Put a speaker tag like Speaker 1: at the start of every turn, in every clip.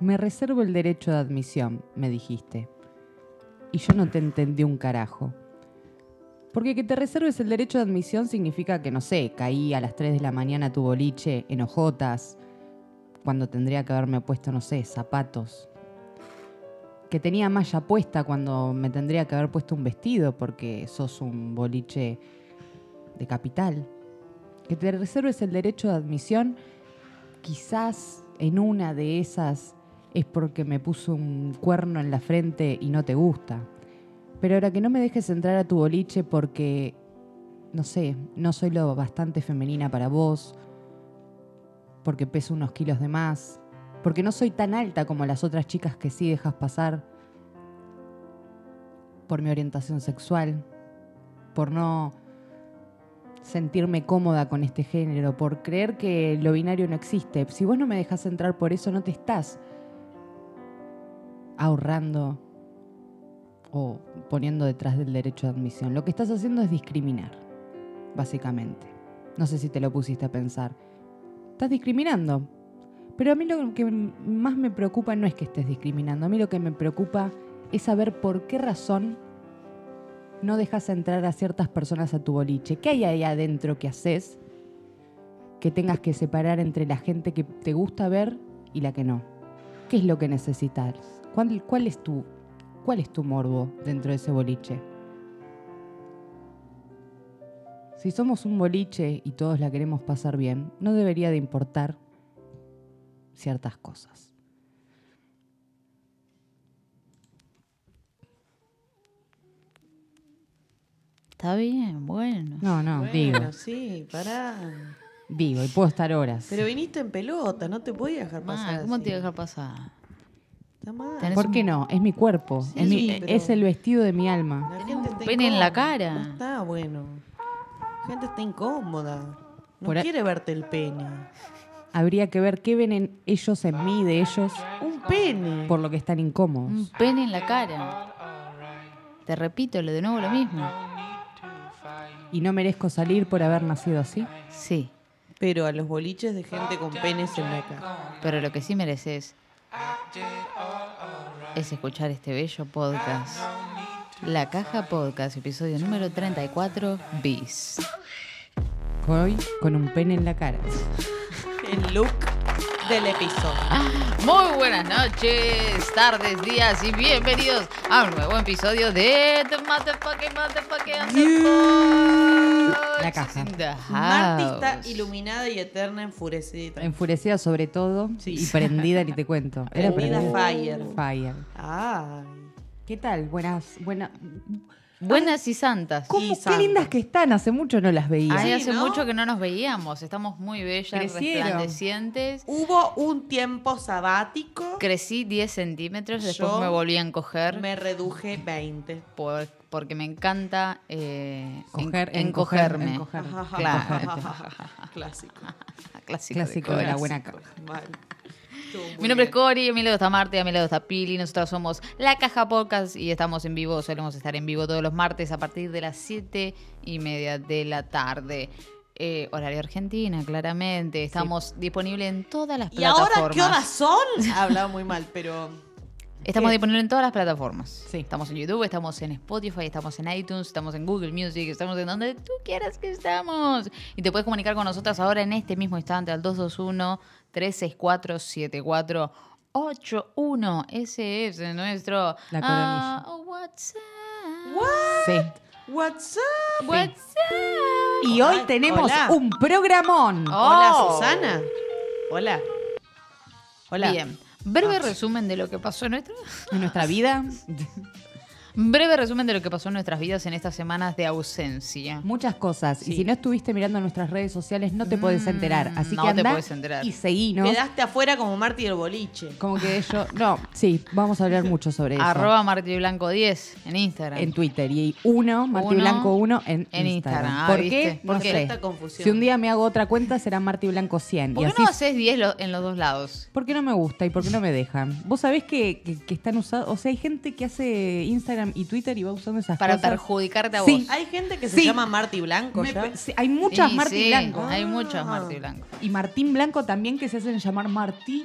Speaker 1: Me reservo el derecho de admisión, me dijiste. Y yo no te entendí un carajo. Porque que te reserves el derecho de admisión significa que, no sé, caí a las 3 de la mañana a tu boliche, enojotas, cuando tendría que haberme puesto, no sé, zapatos. Que tenía malla puesta cuando me tendría que haber puesto un vestido, porque sos un boliche de capital. Que te reserves el derecho de admisión, quizás en una de esas es porque me puso un cuerno en la frente y no te gusta. Pero ahora que no me dejes entrar a tu boliche porque, no sé, no soy lo bastante femenina para vos, porque peso unos kilos de más, porque no soy tan alta como las otras chicas que sí dejas pasar, por mi orientación sexual, por no sentirme cómoda con este género, por creer que lo binario no existe. Si vos no me dejas entrar por eso, no te estás ahorrando o poniendo detrás del derecho de admisión. Lo que estás haciendo es discriminar, básicamente. No sé si te lo pusiste a pensar. Estás discriminando. Pero a mí lo que más me preocupa no es que estés discriminando. A mí lo que me preocupa es saber por qué razón no dejas entrar a ciertas personas a tu boliche. ¿Qué hay ahí adentro que haces que tengas que separar entre la gente que te gusta ver y la que no? ¿Qué es lo que necesitas? ¿Cuál, cuál es, tu, cuál es tu morbo dentro de ese boliche? Si somos un boliche y todos la queremos pasar bien, no debería de importar ciertas cosas.
Speaker 2: Está bien, bueno.
Speaker 1: No, no,
Speaker 3: Bueno,
Speaker 1: digo,
Speaker 3: sí, pará.
Speaker 1: digo, y puedo estar horas.
Speaker 3: Pero viniste en pelota, no te podías dejar pasar.
Speaker 2: Ma, Ah, ¿Cómo
Speaker 3: así.
Speaker 2: te iba a dejar pasar?
Speaker 3: Está mal.
Speaker 2: Tenés-
Speaker 1: ¿Por qué no? Es mi cuerpo, es, mi-
Speaker 3: sí, pero-
Speaker 1: es el vestido de mi alma.
Speaker 3: La
Speaker 2: Tenés
Speaker 3: gente
Speaker 2: un
Speaker 3: está
Speaker 2: pene en la
Speaker 3: incómoda,
Speaker 2: cara.
Speaker 3: No está bueno. La gente está incómoda. No
Speaker 1: Por ahí-
Speaker 3: quiere verte el pene.
Speaker 1: Habría que ver qué ven en ellos en mí de ellos
Speaker 3: Un pene.
Speaker 1: por lo que están
Speaker 2: Un
Speaker 1: incómodos.
Speaker 2: pene en la cara. Te repito, lo de nuevo lo mismo.
Speaker 1: Y no merezco salir por haber nacido así.
Speaker 2: Sí,
Speaker 3: Pero a los boliches de gente con penes en la cara.
Speaker 2: pero lo que sí mereces es escuchar este bello podcast. La Caja Podcast, episodio número 34, bis.
Speaker 1: Hoy con un pene en la cara.
Speaker 3: El look del episodio.
Speaker 2: Muy buenas noches, tardes, días y bienvenidos a un nuevo episodio de The Motherfucking Motherfucking Ah. Underpod.
Speaker 1: La caja.
Speaker 2: In the
Speaker 3: Marty está
Speaker 2: house.
Speaker 3: iluminada y eterna, enfurecida.
Speaker 1: Enfurecida sobre todo
Speaker 3: Sí.
Speaker 1: y prendida, ni te cuento. Era
Speaker 3: Prendida
Speaker 1: prendida.
Speaker 3: fire.
Speaker 1: Fire.
Speaker 3: Ay.
Speaker 1: ¿Qué tal? Buenas, buenas.
Speaker 2: Buenas y santas.
Speaker 1: ¿Cómo? Qué
Speaker 3: santas.
Speaker 1: lindas que están. Hace mucho no las veía.
Speaker 2: Ay,
Speaker 3: Sí,
Speaker 2: hace
Speaker 3: ¿no?
Speaker 2: mucho que no nos veíamos. Estamos muy bellas,
Speaker 1: Crecieron.
Speaker 2: resplandecientes.
Speaker 3: Hubo un tiempo sabático.
Speaker 2: Crecí 10 centímetros, después
Speaker 3: Yo
Speaker 2: me volví a encoger
Speaker 3: Me reduje 20.
Speaker 2: por- porque me encanta eh, en-
Speaker 1: Coger, encoger,
Speaker 2: encogerme.
Speaker 1: encoger.
Speaker 2: Claro.
Speaker 3: Clásico.
Speaker 2: Ah,
Speaker 3: Pues,
Speaker 2: Clásico,
Speaker 1: Clásico de la
Speaker 2: Coras.
Speaker 1: buena caja.
Speaker 3: Mal. Estuvo muy
Speaker 2: Mi nombre es
Speaker 3: bien.
Speaker 2: Cori, a mi lado está Marte, a mi lado está Pili, nosotros somos La Caja Podcast y estamos en vivo, solemos estar en vivo todos los martes a partir de las 7 y media de la tarde. Eh, horario Argentina, claramente. Estamos disponibles en todas las
Speaker 3: ¿Y ahora
Speaker 2: plataformas.
Speaker 3: qué horas son? Hablaba muy mal, pero.
Speaker 2: Estamos
Speaker 1: ¿Qué?
Speaker 2: disponibles en todas las plataformas.
Speaker 1: Sí.
Speaker 2: Estamos en YouTube, estamos en Spotify, estamos en iTunes, estamos en Google Music, estamos en donde tú quieras que estamos. Y te puedes comunicar con nosotras ahora en este mismo instante al 221-364-7481. Ese es nuestro
Speaker 1: La coronilla.
Speaker 2: ah, WhatsApp.
Speaker 1: Sí.
Speaker 3: What's up?
Speaker 2: WhatsApp.
Speaker 1: Y hoy
Speaker 3: Hola,
Speaker 1: tenemos
Speaker 3: hola.
Speaker 1: un programón.
Speaker 2: Oh.
Speaker 3: Hola, Susana. Hola. Hola.
Speaker 2: Bien.
Speaker 1: Ah.
Speaker 2: Breve resumen de lo que pasó en nuestro...
Speaker 1: En nuestra vida,
Speaker 2: Breve resumen de lo que pasó en nuestras vidas en estas semanas de ausencia.
Speaker 1: muchas cosas. Y
Speaker 3: Sí.
Speaker 1: si no estuviste mirando nuestras redes sociales, no te podés enterar. Así
Speaker 2: Mm, no
Speaker 1: que
Speaker 2: te
Speaker 1: andá
Speaker 2: podés enterar.
Speaker 1: y seguinos.
Speaker 3: Quedaste afuera como Marty del boliche.
Speaker 1: Como que yo. No, sí, vamos a hablar mucho sobre eso.
Speaker 2: Arroba Martí Blanco 10 en Instagram.
Speaker 1: en Twitter y uno, Marti
Speaker 2: Uno
Speaker 1: Blanco uno en,
Speaker 2: en
Speaker 1: Instagram.
Speaker 2: Instagram. Ah,
Speaker 1: ¿Por
Speaker 2: ¿viste?
Speaker 1: qué? No
Speaker 2: Porque
Speaker 1: sé.
Speaker 3: esta confusión.
Speaker 1: Si un día me hago otra cuenta será Marti Blanco 100
Speaker 2: ¿Por
Speaker 1: y
Speaker 2: qué
Speaker 1: así
Speaker 2: no haces 10 lo- en los dos lados?
Speaker 1: porque no me gusta y porque no me dejan. Vos sabés que, que- que están usados, o sea, hay gente que hace Instagram y Twitter y va usando esas
Speaker 2: Para
Speaker 1: cosas.
Speaker 2: perjudicarte a
Speaker 1: Sí.
Speaker 2: vos.
Speaker 3: Hay gente que se
Speaker 1: Sí.
Speaker 3: llama Marty Blanco
Speaker 1: Me-
Speaker 3: ya.
Speaker 1: sí, hay muchas
Speaker 2: Sí,
Speaker 1: Marti
Speaker 2: sí,
Speaker 1: Blanco
Speaker 2: Hay muchos
Speaker 3: Ah.
Speaker 2: Martí Blanco.
Speaker 1: y Martín Blanco también que se hacen llamar Martí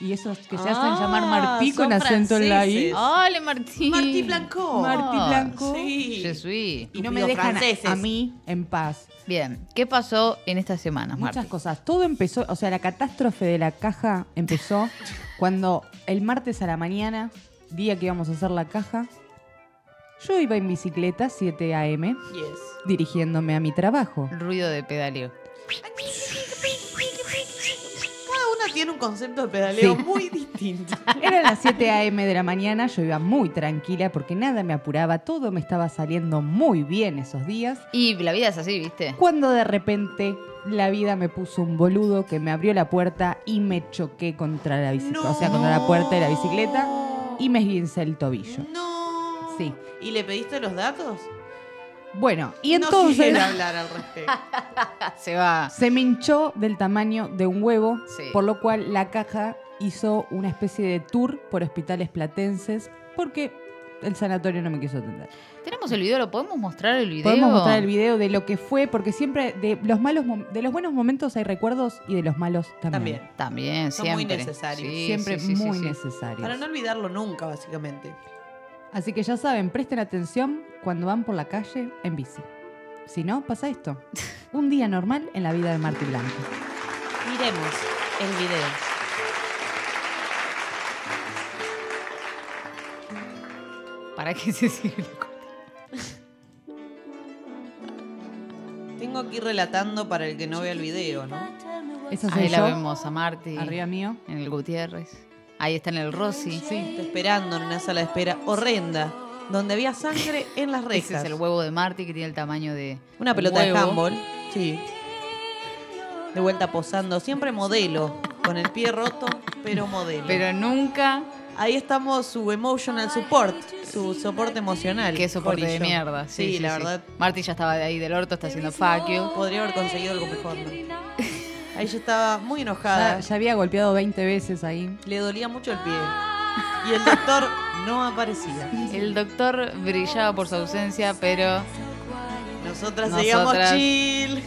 Speaker 1: Y esos que se hacen llamar
Speaker 3: Ah,
Speaker 1: Martí con
Speaker 3: son
Speaker 1: acento en la I.
Speaker 3: franceses.
Speaker 2: ¡Hola, Martín!
Speaker 3: Martí Blanco.
Speaker 1: Martí
Speaker 2: Oh,
Speaker 1: Blanco.
Speaker 3: Sí.
Speaker 2: Je suis.
Speaker 1: Y no me
Speaker 3: Estúpidos
Speaker 1: dejan a-
Speaker 3: franceses.
Speaker 1: a mí en paz.
Speaker 2: Bien, ¿qué pasó en estas semanas,
Speaker 1: Muchas
Speaker 2: Martín?
Speaker 1: cosas. Todo empezó, o sea, la catástrofe de la caja empezó cuando el martes a la mañana, día que íbamos a hacer la caja, yo iba en bicicleta 7 a.m.
Speaker 3: Yes.
Speaker 1: dirigiéndome a mi trabajo.
Speaker 2: Ruido de pedaleo.
Speaker 3: Cada una tiene un concepto de pedaleo
Speaker 1: Sí.
Speaker 3: muy distinto.
Speaker 1: Eran las 7 a.m. de la mañana, yo iba muy tranquila porque nada me apuraba, todo me estaba saliendo muy bien esos días.
Speaker 2: Y la vida es así, ¿viste?
Speaker 1: Cuando de repente la vida me puso un boludo que me abrió la puerta y me choqué contra la bicicleta, o sea, contra la puerta de la bicicleta y me esguincé el tobillo.
Speaker 3: No.
Speaker 1: Sí.
Speaker 3: ¿Y le pediste los datos?
Speaker 1: Bueno, y
Speaker 3: No
Speaker 1: entonces
Speaker 3: quiero hablar al respecto. Ah,
Speaker 2: Se va.
Speaker 1: se me hinchó del tamaño de un huevo,
Speaker 2: Sí.
Speaker 1: por lo cual la caja hizo una especie de tour por hospitales platenses porque el sanatorio no me quiso atender.
Speaker 2: Tenemos el video, ¿lo podemos mostrar el video?
Speaker 1: Podemos mostrar el video de lo que fue, porque siempre de los malos mom- de los buenos momentos hay recuerdos y de los malos también.
Speaker 3: También.
Speaker 2: También,
Speaker 3: Son muy
Speaker 2: siempre.
Speaker 3: necesarios.
Speaker 2: Sí,
Speaker 1: Siempre
Speaker 2: sí, sí, sí,
Speaker 1: muy
Speaker 2: sí.
Speaker 1: necesarios.
Speaker 3: Para no olvidarlo nunca, básicamente.
Speaker 1: Así que ya saben, presten atención cuando van por la calle en bici. Si no, pasa esto. Un día normal en la vida de Marti Blanco.
Speaker 3: Miremos el video.
Speaker 2: ¿Para qué se sigue la cosa?
Speaker 3: Tengo aquí relatando para el que no vea el video, ¿no?
Speaker 1: Eso soy
Speaker 2: Ahí la
Speaker 1: yo,
Speaker 2: vemos a Marti.
Speaker 1: arriba mío.
Speaker 2: En el Gutiérrez. Ahí está en el Rossi.
Speaker 3: Está esperando en una sala de espera horrenda, donde había sangre en las
Speaker 2: Ese
Speaker 3: rejas.
Speaker 2: es el huevo de Marti que tiene el tamaño de.
Speaker 3: Una
Speaker 2: un
Speaker 3: pelota de
Speaker 2: huevo.
Speaker 3: handball. Sí. De vuelta posando, siempre modelo, con el pie roto, pero modelo.
Speaker 2: Pero nunca.
Speaker 3: Ahí estamos su emotional support, su soporte emocional.
Speaker 2: Qué soporte de
Speaker 3: Corillo.
Speaker 2: mierda. Sí,
Speaker 3: Sí, la
Speaker 2: sí.
Speaker 3: verdad,
Speaker 2: Marti ya estaba de ahí del orto, está haciendo faquio.
Speaker 3: podría haber conseguido algo mejor. ¿no? Ah, Ahí yo estaba muy
Speaker 1: Ya,
Speaker 3: enojada,
Speaker 1: ya había golpeado 20 veces ahí.
Speaker 3: le dolía mucho el pie. Y el doctor no aparecía.
Speaker 2: El doctor brillaba por su ausencia, pero
Speaker 3: Nosotras,
Speaker 2: Nosotras.
Speaker 3: seguíamos chill,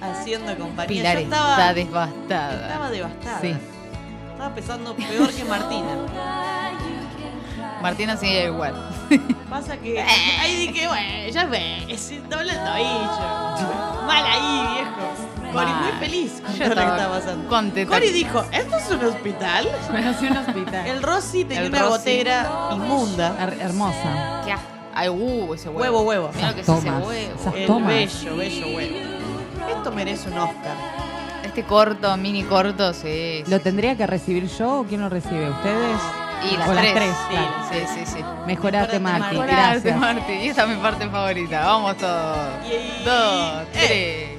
Speaker 3: haciendo compañía.
Speaker 2: Pilar
Speaker 3: yo estaba,
Speaker 2: está devastada.
Speaker 3: estaba devastada.
Speaker 1: Sí.
Speaker 3: Estaba pesando peor que Martina.
Speaker 2: Martina sigue igual.
Speaker 3: Pasa que ahí dije, bueno, ya ve, se dobló el tobillo. Mal ahí, viejo. Cori
Speaker 2: Mal.
Speaker 3: muy feliz con
Speaker 2: Yo
Speaker 3: todo lo que
Speaker 2: estaba
Speaker 3: estaba pasando.
Speaker 2: contenta.
Speaker 3: Cori dijo, ¿esto es un hospital?
Speaker 1: Conocí un hospital.
Speaker 3: El Rossi tenía
Speaker 2: El
Speaker 3: una
Speaker 2: Rossi.
Speaker 3: gotera inmunda.
Speaker 1: Her- hermosa.
Speaker 2: ¿Qué asco. Ay, uh, ese huevo.
Speaker 3: Huevo, huevo.
Speaker 2: Mira lo que es ese
Speaker 1: Tomas.
Speaker 2: huevo.
Speaker 1: Esas-
Speaker 3: El
Speaker 1: Toma.
Speaker 3: bello, bello huevo. Esto merece un Oscar.
Speaker 2: Este corto, mini corto, sí. sí.
Speaker 1: ¿Lo tendría que recibir yo o quién lo recibe? ¿Ustedes?
Speaker 2: Y las
Speaker 1: o
Speaker 2: tres.
Speaker 1: Las tres
Speaker 3: Sí,
Speaker 1: claro.
Speaker 2: Sí, sí, sí.
Speaker 1: Mejorate,
Speaker 3: Mejorate,
Speaker 1: Marti.
Speaker 3: Marti.
Speaker 2: Gracias,
Speaker 1: Gracias.
Speaker 2: Marti. Y esta es mi parte favorita. Vamos todos.
Speaker 3: Yay. Eh.
Speaker 2: Dos, tres.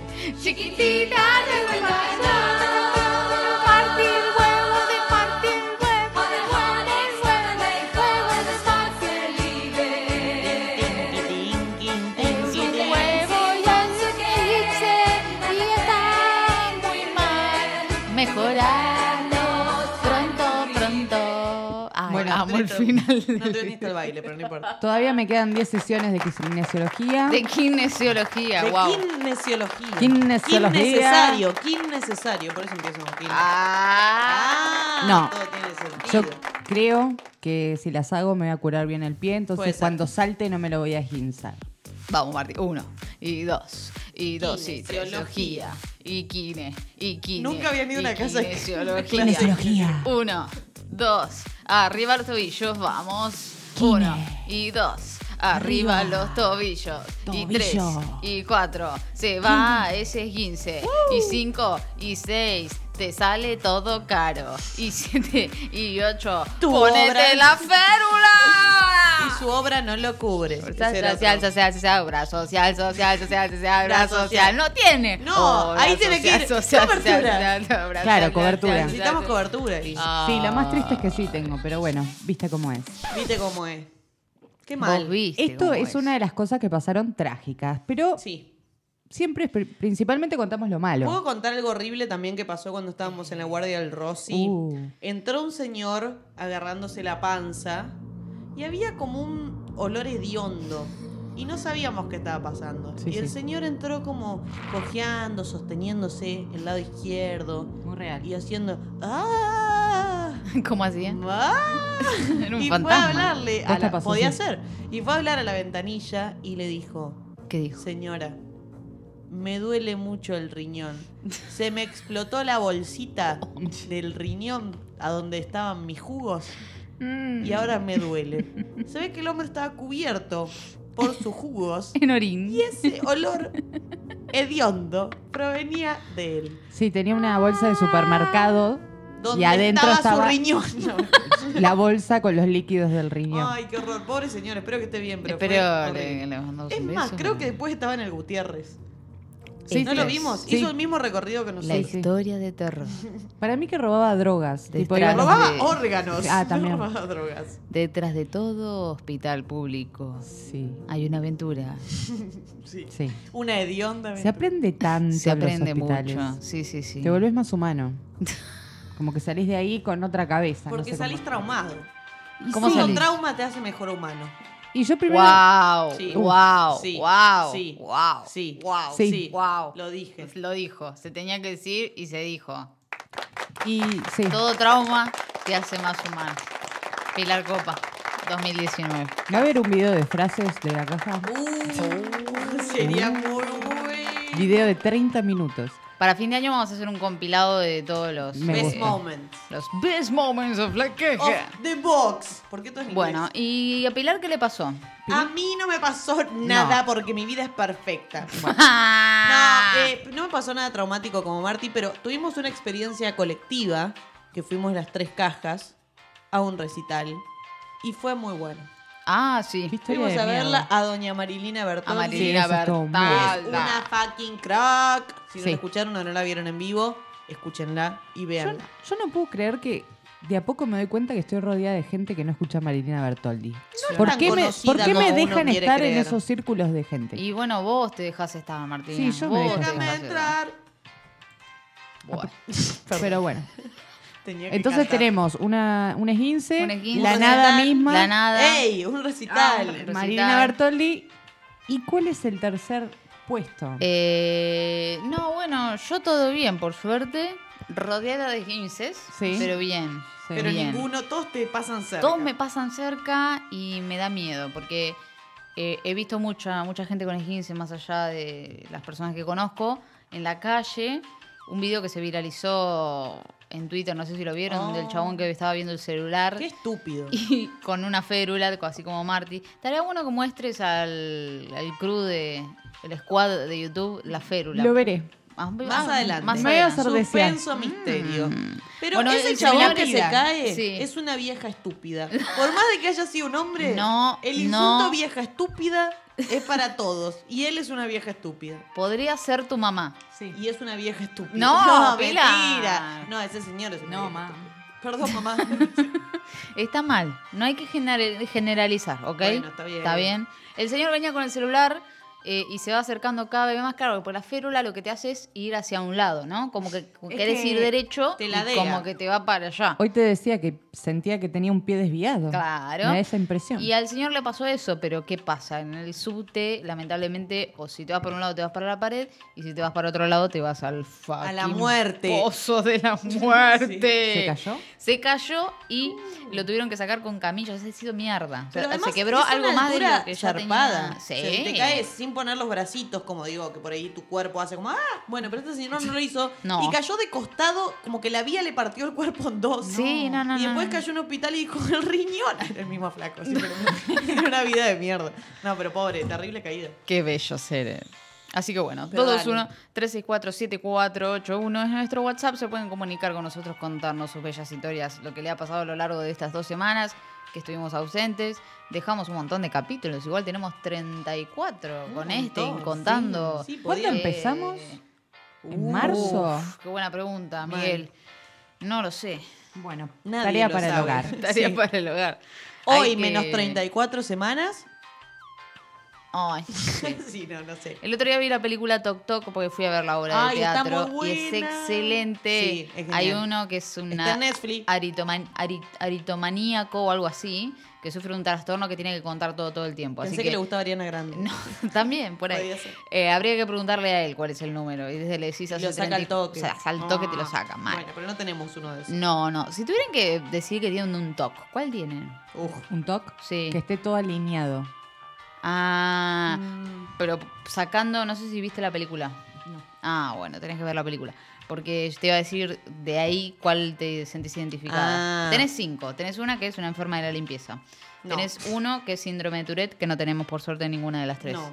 Speaker 2: Chiquitita, te vuelvo a amar. Marti, el huevo de Marti, el huevo de Juanes, huevo de Juanes, es Marti el libre. Es un huevo ya en su eclipse y está muy mal. Mejorando pronto, pronto. Ay,
Speaker 1: Bueno,
Speaker 2: amo el
Speaker 3: No
Speaker 2: final.
Speaker 3: te viniste al baile, pero no importa.
Speaker 1: Todavía me quedan 10 sesiones de kinesiología.
Speaker 2: De kinesiología,
Speaker 3: De
Speaker 2: wow.
Speaker 3: kinesiología.
Speaker 1: Kinesiología.
Speaker 3: Kinnecesario, kinnecesario. Por eso empiezo con kin.
Speaker 2: Ah,
Speaker 3: Ah,
Speaker 1: No.
Speaker 3: Todo tiene sentido.
Speaker 1: Yo creo que si las hago me voy a curar bien el pie,
Speaker 3: Puede
Speaker 1: entonces
Speaker 3: ser.
Speaker 1: cuando salte no me lo voy a esguinzar.
Speaker 2: vamos, Marti. Uno, y dos, y dos, y tres.
Speaker 3: Kinesiología.
Speaker 2: Y kine, y kine.
Speaker 3: Nunca había ido a
Speaker 2: y
Speaker 3: una casa que-
Speaker 2: kinesiología.
Speaker 1: Kinesiología.
Speaker 2: Uno, dos, arriba los tobillos, vamos. Uno y dos. Arriba,
Speaker 1: Arriba.
Speaker 2: los tobillos. Y tres.
Speaker 1: Tobillo.
Speaker 2: Y cuatro. Se va, ese es 15. Y cinco. Y seis. Te sale todo caro. Y siete. Y ocho.
Speaker 3: Tu
Speaker 2: ¡Ponete
Speaker 3: obra.
Speaker 2: la férula!
Speaker 3: Y su obra no lo cubre.
Speaker 2: Social,
Speaker 3: Ese era
Speaker 2: social,
Speaker 3: otro.
Speaker 2: social, social, obra social, social, social, social, obra
Speaker 3: Obra
Speaker 2: social.
Speaker 3: social.
Speaker 2: No tiene.
Speaker 3: No,
Speaker 2: Obra
Speaker 3: ahí tiene que
Speaker 2: social,
Speaker 3: ir
Speaker 2: social,
Speaker 3: cobertura.
Speaker 2: social, social, obra
Speaker 1: Claro,
Speaker 2: social,
Speaker 1: cobertura.
Speaker 2: social,
Speaker 3: Necesitamos
Speaker 2: social.
Speaker 3: cobertura ahí.
Speaker 2: Ah.
Speaker 1: Sí, lo más triste es que sí tengo, pero bueno, viste cómo es.
Speaker 3: Viste cómo es. Qué
Speaker 2: Vos
Speaker 3: mal.
Speaker 2: viste
Speaker 1: Esto
Speaker 2: cómo
Speaker 1: es, una de las cosas que pasaron trágicas, pero
Speaker 3: Sí.
Speaker 1: siempre, pri- principalmente contamos lo malo.
Speaker 3: ¿Puedo contar algo horrible también que pasó cuando estábamos en la guardia del Rossi?
Speaker 1: Uh.
Speaker 3: Entró un señor agarrándose la panza y había como un olor hediondo. Y no sabíamos qué estaba pasando.
Speaker 1: Sí,
Speaker 3: y el
Speaker 1: sí.
Speaker 3: señor entró como cojeando, sosteniéndose el lado izquierdo
Speaker 1: Muy real.
Speaker 3: y haciendo ¡Ah!
Speaker 2: ¿Cómo hacía?
Speaker 3: ¡Ah!
Speaker 1: Mm.
Speaker 2: Era un
Speaker 3: Y fue a
Speaker 2: fantasma.
Speaker 3: hablarle. A
Speaker 1: Posta
Speaker 3: la-
Speaker 1: pasó
Speaker 3: podía
Speaker 1: así.
Speaker 3: ser. Y fue a hablar a la ventanilla y le dijo:
Speaker 2: ¿Qué dijo?
Speaker 3: Señora, me duele mucho el riñón. Se me explotó la bolsita del riñón a donde estaban mis jugos
Speaker 1: Mm.
Speaker 3: y ahora me duele. Se ve que el hombre estaba cubierto por sus jugos
Speaker 2: En orín.
Speaker 3: y ese olor hediondo provenía de él.
Speaker 1: Sí, tenía una bolsa de supermercado,
Speaker 3: Donde
Speaker 1: Y adentro
Speaker 3: estaba,
Speaker 1: estaba-
Speaker 3: su riñón. No.
Speaker 1: la bolsa con los líquidos del riñón.
Speaker 3: Ay, qué horror. Pobre señor, espero que esté bien. Pero fue
Speaker 2: Espero
Speaker 3: horrible.
Speaker 2: le, le mandamos
Speaker 3: Es
Speaker 2: un
Speaker 3: más,
Speaker 2: beso.
Speaker 3: creo que después estaba en el Gutiérrez.
Speaker 1: Sí,
Speaker 3: ¿No
Speaker 1: sí.
Speaker 3: lo vimos?
Speaker 1: Sí.
Speaker 3: Hizo el mismo recorrido que
Speaker 2: La
Speaker 1: Sí,
Speaker 3: nosotros.
Speaker 1: sí.
Speaker 2: historia de terror.
Speaker 1: Para mí que robaba drogas.
Speaker 2: De
Speaker 1: tipo,
Speaker 2: extra-
Speaker 1: iba-
Speaker 3: Robaba
Speaker 2: Sí.
Speaker 3: órganos.
Speaker 1: Ah, también.
Speaker 3: No robaba drogas.
Speaker 2: Detrás de todo hospital público
Speaker 1: Sí,
Speaker 2: hay una aventura.
Speaker 3: Sí.
Speaker 1: sí.
Speaker 3: Una hedionda.
Speaker 1: Se aprende tanto
Speaker 2: Se
Speaker 1: en los
Speaker 2: aprende
Speaker 1: hospitales.
Speaker 2: mucho. Sí, sí, sí.
Speaker 1: Te volvés más humano. Como que salís de ahí con otra cabeza. no
Speaker 3: Porque
Speaker 1: sé cómo.
Speaker 3: salís traumado. Y
Speaker 2: ¿Cómo
Speaker 3: solo
Speaker 2: salís?
Speaker 3: trauma te hace mejor humano.
Speaker 1: Y yo primero.
Speaker 2: Wow,
Speaker 3: Sí.
Speaker 1: Uh.
Speaker 2: wow,
Speaker 3: Sí.
Speaker 2: wow,
Speaker 3: Sí.
Speaker 2: wow,
Speaker 3: Sí.
Speaker 2: wow,
Speaker 1: Sí.
Speaker 2: wow.
Speaker 3: Lo dije.
Speaker 2: Lo dijo, se tenía que decir y se dijo.
Speaker 1: Y sí.
Speaker 2: Todo trauma te hace más humano. Pilar Copa, 2019.
Speaker 1: ¿Va a haber un video de frases de la caja?
Speaker 3: Uh, sería muy bueno.
Speaker 1: Video de 30 minutos.
Speaker 2: Para fin de año vamos a hacer un compilado de todos los
Speaker 1: Me
Speaker 3: Best
Speaker 1: gusta.
Speaker 3: moments.
Speaker 2: los best moments of la
Speaker 3: Of
Speaker 2: queja.
Speaker 3: the box. ¿Por qué todo es en
Speaker 2: Bueno,
Speaker 3: inglés?
Speaker 2: ¿y a Pilar qué le pasó?
Speaker 3: A mí no me pasó nada porque mi vida es perfecta.
Speaker 2: Ah,
Speaker 1: Ah.
Speaker 3: No, eh, no me pasó nada traumático como Marty, pero tuvimos una experiencia colectiva que fuimos las tres cajas a un recital y fue muy bueno.
Speaker 2: ah, sí.
Speaker 1: ¿Qué historia
Speaker 3: Fuimos
Speaker 1: de
Speaker 3: a
Speaker 1: mierda.
Speaker 3: verla a doña Marilina
Speaker 2: A
Speaker 3: Bertoldi.
Speaker 1: Sí,
Speaker 2: Marilina
Speaker 1: eso estuvo muy
Speaker 2: Bertalda.
Speaker 1: bien.
Speaker 3: Una fucking crack. Si no
Speaker 1: Sí.
Speaker 3: la escucharon o no la vieron en vivo, escúchenla y
Speaker 1: Yo,
Speaker 3: véanla.
Speaker 1: yo no puedo creer que de a poco me doy cuenta que estoy rodeada de gente que no escucha a Marilina Bertoldi.
Speaker 3: es
Speaker 1: ¿Por
Speaker 3: tan
Speaker 1: qué me,
Speaker 3: conocida
Speaker 1: por qué me
Speaker 3: como uno
Speaker 1: dejan
Speaker 3: quiere
Speaker 1: estar en
Speaker 3: creer.
Speaker 1: esos círculos de gente?
Speaker 2: Y bueno, vos te dejás estar, Martín.
Speaker 1: Sí, yo me dejé
Speaker 2: vos te
Speaker 1: estar.
Speaker 3: Déjame
Speaker 2: dejás
Speaker 3: entrar.
Speaker 2: Bueno.
Speaker 1: Pero bueno.
Speaker 3: Tenía que
Speaker 1: Entonces
Speaker 3: cantar.
Speaker 1: tenemos una, un esguince,
Speaker 2: Un esguince,
Speaker 1: la
Speaker 3: un
Speaker 1: nada
Speaker 3: recital,
Speaker 1: misma,
Speaker 2: La nada.
Speaker 3: ¡Ey! Un
Speaker 2: Ah,
Speaker 3: recital.
Speaker 2: recital.
Speaker 1: Marilina Bertoldi. ¿Y cuál es el tercer puesto?
Speaker 2: Eh, no, bueno, yo todo bien, por suerte. Rodeada de ginces,
Speaker 1: Sí.
Speaker 2: pero bien.
Speaker 1: Sí.
Speaker 3: pero
Speaker 2: bien.
Speaker 3: ninguno, todos te pasan cerca.
Speaker 2: Todos me pasan cerca y me da miedo porque eh, he visto mucha, mucha gente con esguince más allá de las personas que conozco en la calle. Un video que se viralizó en Twitter, no sé si lo vieron,
Speaker 3: Oh.
Speaker 2: del chabón que estaba viendo el celular
Speaker 3: Qué estúpido.
Speaker 2: y con una férula, así como Marty. Estaría bueno que muestres al, al crew de el squad de YouTube la férula.
Speaker 1: Lo veré.
Speaker 2: Más,
Speaker 3: Ah, Más adelante.
Speaker 2: más
Speaker 1: Me voy a
Speaker 2: adelante.
Speaker 1: hacer desear.
Speaker 3: Suspenso misterio. Pero
Speaker 2: Bueno,
Speaker 3: ese
Speaker 2: el
Speaker 3: chabón
Speaker 2: señor
Speaker 3: que se
Speaker 2: Vidal.
Speaker 3: cae
Speaker 2: Sí.
Speaker 3: es una vieja estúpida. Por más de que haya sido un hombre,
Speaker 2: No,
Speaker 3: el
Speaker 2: no.
Speaker 3: insulto vieja estúpida es para todos. Y él es una vieja estúpida.
Speaker 2: Podría ser tu mamá.
Speaker 3: Y es una vieja estúpida.
Speaker 2: No, Pilar.
Speaker 3: mentira. No, ese señor es una
Speaker 1: No,
Speaker 3: vieja
Speaker 1: ma.
Speaker 3: estúpida. Perdón, mamá.
Speaker 2: Está mal. No hay que gener- generalizar, ¿ok?
Speaker 3: Bueno, está bien.
Speaker 2: El señor venía con el celular eh, y se va acercando cada vez más. Claro, por la férula lo que te hace es ir hacia un lado, ¿no? Como que querés
Speaker 3: que
Speaker 2: ir derecho
Speaker 3: te la
Speaker 2: y
Speaker 3: dea.
Speaker 2: como que te va para allá.
Speaker 1: Hoy te decía que sentía que tenía un pie desviado.
Speaker 2: Claro.
Speaker 1: Me da esa impresión.
Speaker 2: Y al señor le pasó eso, pero ¿qué pasa? En el subte, lamentablemente, o si te vas por un lado te vas para la pared, y si te vas para otro lado te vas al
Speaker 3: A la
Speaker 2: fucking
Speaker 3: muerte.
Speaker 2: Pozo de la muerte.
Speaker 1: ¿Se cayó?
Speaker 2: Se cayó y lo tuvieron que sacar con camillas. Ha sido mierda. O sea,
Speaker 3: Uh. Pero además
Speaker 2: se quebró
Speaker 3: es una
Speaker 2: algo más de
Speaker 3: altura
Speaker 2: lo que ya
Speaker 3: zarpada.
Speaker 2: tenía.
Speaker 3: O sea, te caes sin poner los bracitos, como digo, que por ahí tu cuerpo hace como, ah, bueno, pero este señor no lo hizo.
Speaker 2: No.
Speaker 3: Y cayó de costado, como que la vía le partió el cuerpo en dos.
Speaker 2: Sí, no, no,
Speaker 3: Y
Speaker 2: no,
Speaker 3: después
Speaker 2: no.
Speaker 3: cayó en un hospital y dijo, el riñón. Era el mismo flaco. sí, pero era una vida de mierda. No, pero pobre, terrible caída.
Speaker 2: Qué bello ser. Así que bueno,
Speaker 3: Pero
Speaker 2: 221-364-7481 es nuestro WhatsApp. Se pueden comunicar con nosotros, contarnos sus bellas historias, lo que le ha pasado a lo largo de estas dos semanas que estuvimos ausentes. Dejamos un montón de capítulos, igual tenemos 34 con este y
Speaker 3: montón,
Speaker 2: contando.
Speaker 3: sí, sí,
Speaker 1: ¿Cuándo
Speaker 3: podía-
Speaker 1: empezamos? ¿En
Speaker 3: Uh,
Speaker 1: marzo?
Speaker 2: Uf, qué buena pregunta,
Speaker 3: Mal.
Speaker 2: Miguel. No lo sé.
Speaker 1: Bueno,
Speaker 3: Nadie
Speaker 1: tarea
Speaker 3: lo
Speaker 1: para el
Speaker 3: sabe.
Speaker 1: hogar.
Speaker 2: Tarea
Speaker 3: Sí.
Speaker 2: para el hogar.
Speaker 3: Hoy
Speaker 2: Hay que-
Speaker 3: menos 34 semanas.
Speaker 2: Ay.
Speaker 3: sí, no, no sé.
Speaker 2: El otro día vi la película Tok Tok porque fui a ver la obra
Speaker 3: Ay,
Speaker 2: de
Speaker 3: está
Speaker 2: teatro.
Speaker 3: muy
Speaker 2: Y es
Speaker 3: buena.
Speaker 2: excelente.
Speaker 3: Sí, es genial.
Speaker 2: Hay uno que es una
Speaker 3: Está en Netflix.
Speaker 2: aritoman- ari- aritomaníaco o algo así, que sufre un trastorno que tiene que contar todo todo el tiempo.
Speaker 3: Pensé
Speaker 2: así
Speaker 3: que... le gustaba Ariana Grande.
Speaker 2: No, también, por ahí.
Speaker 3: Podría ser.
Speaker 2: Eh, habría que preguntarle a él cuál es el número. Y desde le decís
Speaker 3: Y
Speaker 2: hace
Speaker 3: lo
Speaker 2: 30
Speaker 3: saca al toque. Ah,
Speaker 2: O sea, al toque te lo saca, mal.
Speaker 3: Bueno, pero no tenemos uno de esos.
Speaker 2: No, no. Si tuvieran que decir que tienen un TOC, ¿cuál tienen?
Speaker 3: Uf.
Speaker 1: ¿Un toque?
Speaker 2: Sí.
Speaker 1: Que esté todo alineado.
Speaker 2: Ah,
Speaker 3: Mm.
Speaker 2: pero sacando, no sé si viste la película. Ah, bueno, tenés que ver la película. Porque yo te iba a decir de ahí cuál te sentís identificada.
Speaker 3: Ah.
Speaker 2: Tenés cinco. Tenés una que es una enferma de la limpieza.
Speaker 3: No.
Speaker 2: Tenés uno que es síndrome de Tourette, que no tenemos por suerte ninguna de las tres.
Speaker 3: No.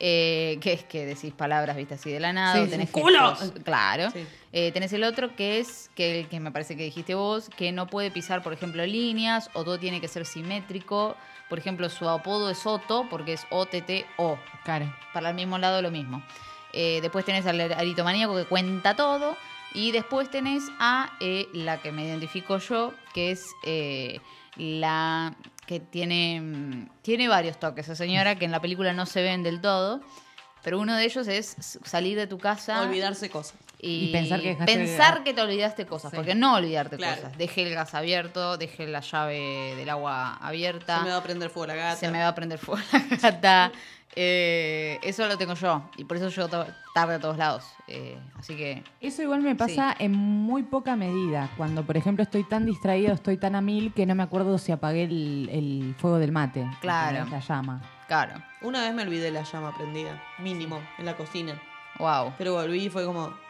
Speaker 2: Eh, que es que decís palabras vistas así de la nada.
Speaker 1: Sí,
Speaker 2: o
Speaker 1: sí.
Speaker 2: tenés
Speaker 3: ¡Culo!
Speaker 2: gestos. Claro.
Speaker 3: Sí.
Speaker 2: Eh, tenés el otro que es, que el que me parece que dijiste vos, que no puede pisar, por ejemplo, líneas o todo tiene que ser simétrico. Por ejemplo, su apodo es Otto porque es O-T-T-O.
Speaker 1: Claro.
Speaker 2: Para el mismo lado lo mismo. Eh, después tenés al aritomaníaco que cuenta todo. Y después tenés a eh, la que me identifico yo, que es eh, la que tiene, mm, tiene varios toques. Esa señora que en la película no se ven del todo. Pero uno de ellos es s- salir de tu casa
Speaker 3: Olvidarse cosas.
Speaker 2: y,
Speaker 1: Y pensar que dejaste
Speaker 2: pensar
Speaker 1: de-
Speaker 2: que te olvidaste cosas,
Speaker 1: Sí.
Speaker 2: porque no olvidarte
Speaker 3: Claro.
Speaker 2: cosas. Dejé el gas abierto, dejé la llave del agua abierta,
Speaker 3: Se me va a prender fuego la gata.
Speaker 2: a prender fuego la gata. Eh, eso lo tengo yo y por eso llego to- tarde a todos lados. Eh, así que
Speaker 1: Eso igual me pasa en muy poca medida. Cuando, por ejemplo, estoy tan distraído, estoy tan a mil, que no me acuerdo si apagué el, el fuego del mate.
Speaker 2: Claro.
Speaker 1: ¿entendés? La llama.
Speaker 2: claro,
Speaker 3: Una vez me olvidé la llama prendida, mínimo, en la cocina.
Speaker 2: wow.
Speaker 3: Pero volví y fue como.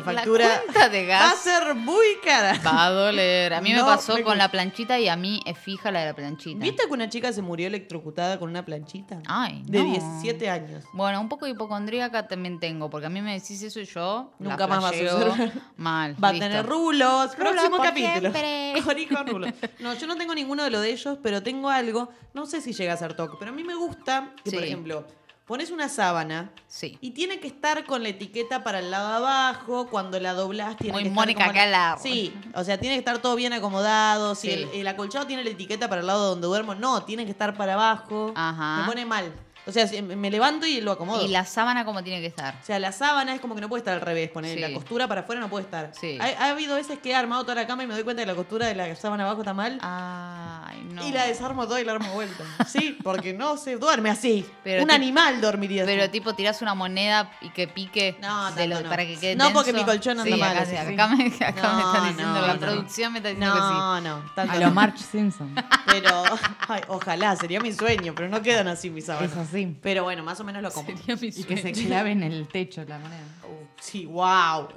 Speaker 2: La
Speaker 3: factura
Speaker 2: cuenta de
Speaker 3: va a
Speaker 2: gas
Speaker 3: ser muy cara.
Speaker 2: va a doler. A mí
Speaker 3: No,
Speaker 2: me pasó
Speaker 3: me
Speaker 2: con
Speaker 3: cu-
Speaker 2: la planchita y a mí es fija la de la planchita.
Speaker 3: ¿Viste que una chica se murió electrocutada con una planchita?
Speaker 2: Ay,
Speaker 3: De
Speaker 2: no.
Speaker 3: 17 años.
Speaker 2: Bueno, un poco de hipocondríaca también tengo, porque a mí me decís eso y yo la
Speaker 3: Nunca más vas a
Speaker 2: flasheo
Speaker 3: usar.
Speaker 2: Mal.
Speaker 3: Va
Speaker 2: listo.
Speaker 3: a tener rulos. Próximo
Speaker 2: por
Speaker 3: capítulo.
Speaker 2: siempre.
Speaker 3: Corico, rulo. No, yo no tengo ninguno de los de ellos, pero tengo algo. No sé si llega a ser toque, pero a mí me gusta que, por
Speaker 2: Sí.
Speaker 3: ejemplo, pones una sábana
Speaker 2: Sí.
Speaker 3: y tiene que estar con la etiqueta para el lado de abajo. Cuando la doblás, tiene
Speaker 2: Muy
Speaker 3: que estar
Speaker 2: Mónica
Speaker 3: como la-
Speaker 2: Gallardo.
Speaker 3: Sí, o sea, tiene que estar todo bien acomodado. Si
Speaker 2: Sí.
Speaker 3: el, el acolchado tiene la etiqueta para el lado donde duermo, no, tiene que estar para abajo.
Speaker 2: Ajá.
Speaker 3: Me pone mal. O sea, si- me levanto y lo acomodo.
Speaker 2: Y la sábana como tiene que estar.
Speaker 3: O sea, la sábana es como que no puede estar al revés, poner
Speaker 2: Sí.
Speaker 3: la costura para afuera no puede estar.
Speaker 2: Sí.
Speaker 3: Ha, ha habido veces que he armado toda la cama y me doy cuenta que la costura de la sábana abajo está mal
Speaker 2: Ay, Ah, no.
Speaker 3: y la desarmo toda y la armo de vuelta. sí, porque no se duerme así.
Speaker 2: Pero
Speaker 3: Un
Speaker 2: ti-
Speaker 3: animal dormiría así.
Speaker 2: Pero tipo tirás una moneda y que pique
Speaker 3: No,
Speaker 2: de lo-
Speaker 3: tanto no.
Speaker 2: para que quede
Speaker 3: No, porque
Speaker 2: tenso.
Speaker 3: mi colchón anda
Speaker 2: Sí,
Speaker 3: mal,
Speaker 2: Acá,
Speaker 3: sí, sí.
Speaker 2: acá me, acá me
Speaker 3: No,
Speaker 2: están diciendo,
Speaker 3: no,
Speaker 2: la
Speaker 3: no.
Speaker 2: producción me está diciendo que sí.
Speaker 3: no, no, tanto
Speaker 1: A
Speaker 3: no.
Speaker 1: lo March Simpson.
Speaker 2: Ah,
Speaker 3: Pero, ay, ojalá, sería mi sueño, pero no quedan así mis sábanas.
Speaker 1: Es así.
Speaker 3: Pero bueno, más o menos lo como.
Speaker 2: Sería mi
Speaker 1: Y que se
Speaker 2: sueño.
Speaker 1: clave en el techo la moneda.
Speaker 3: Uh, sí, wow.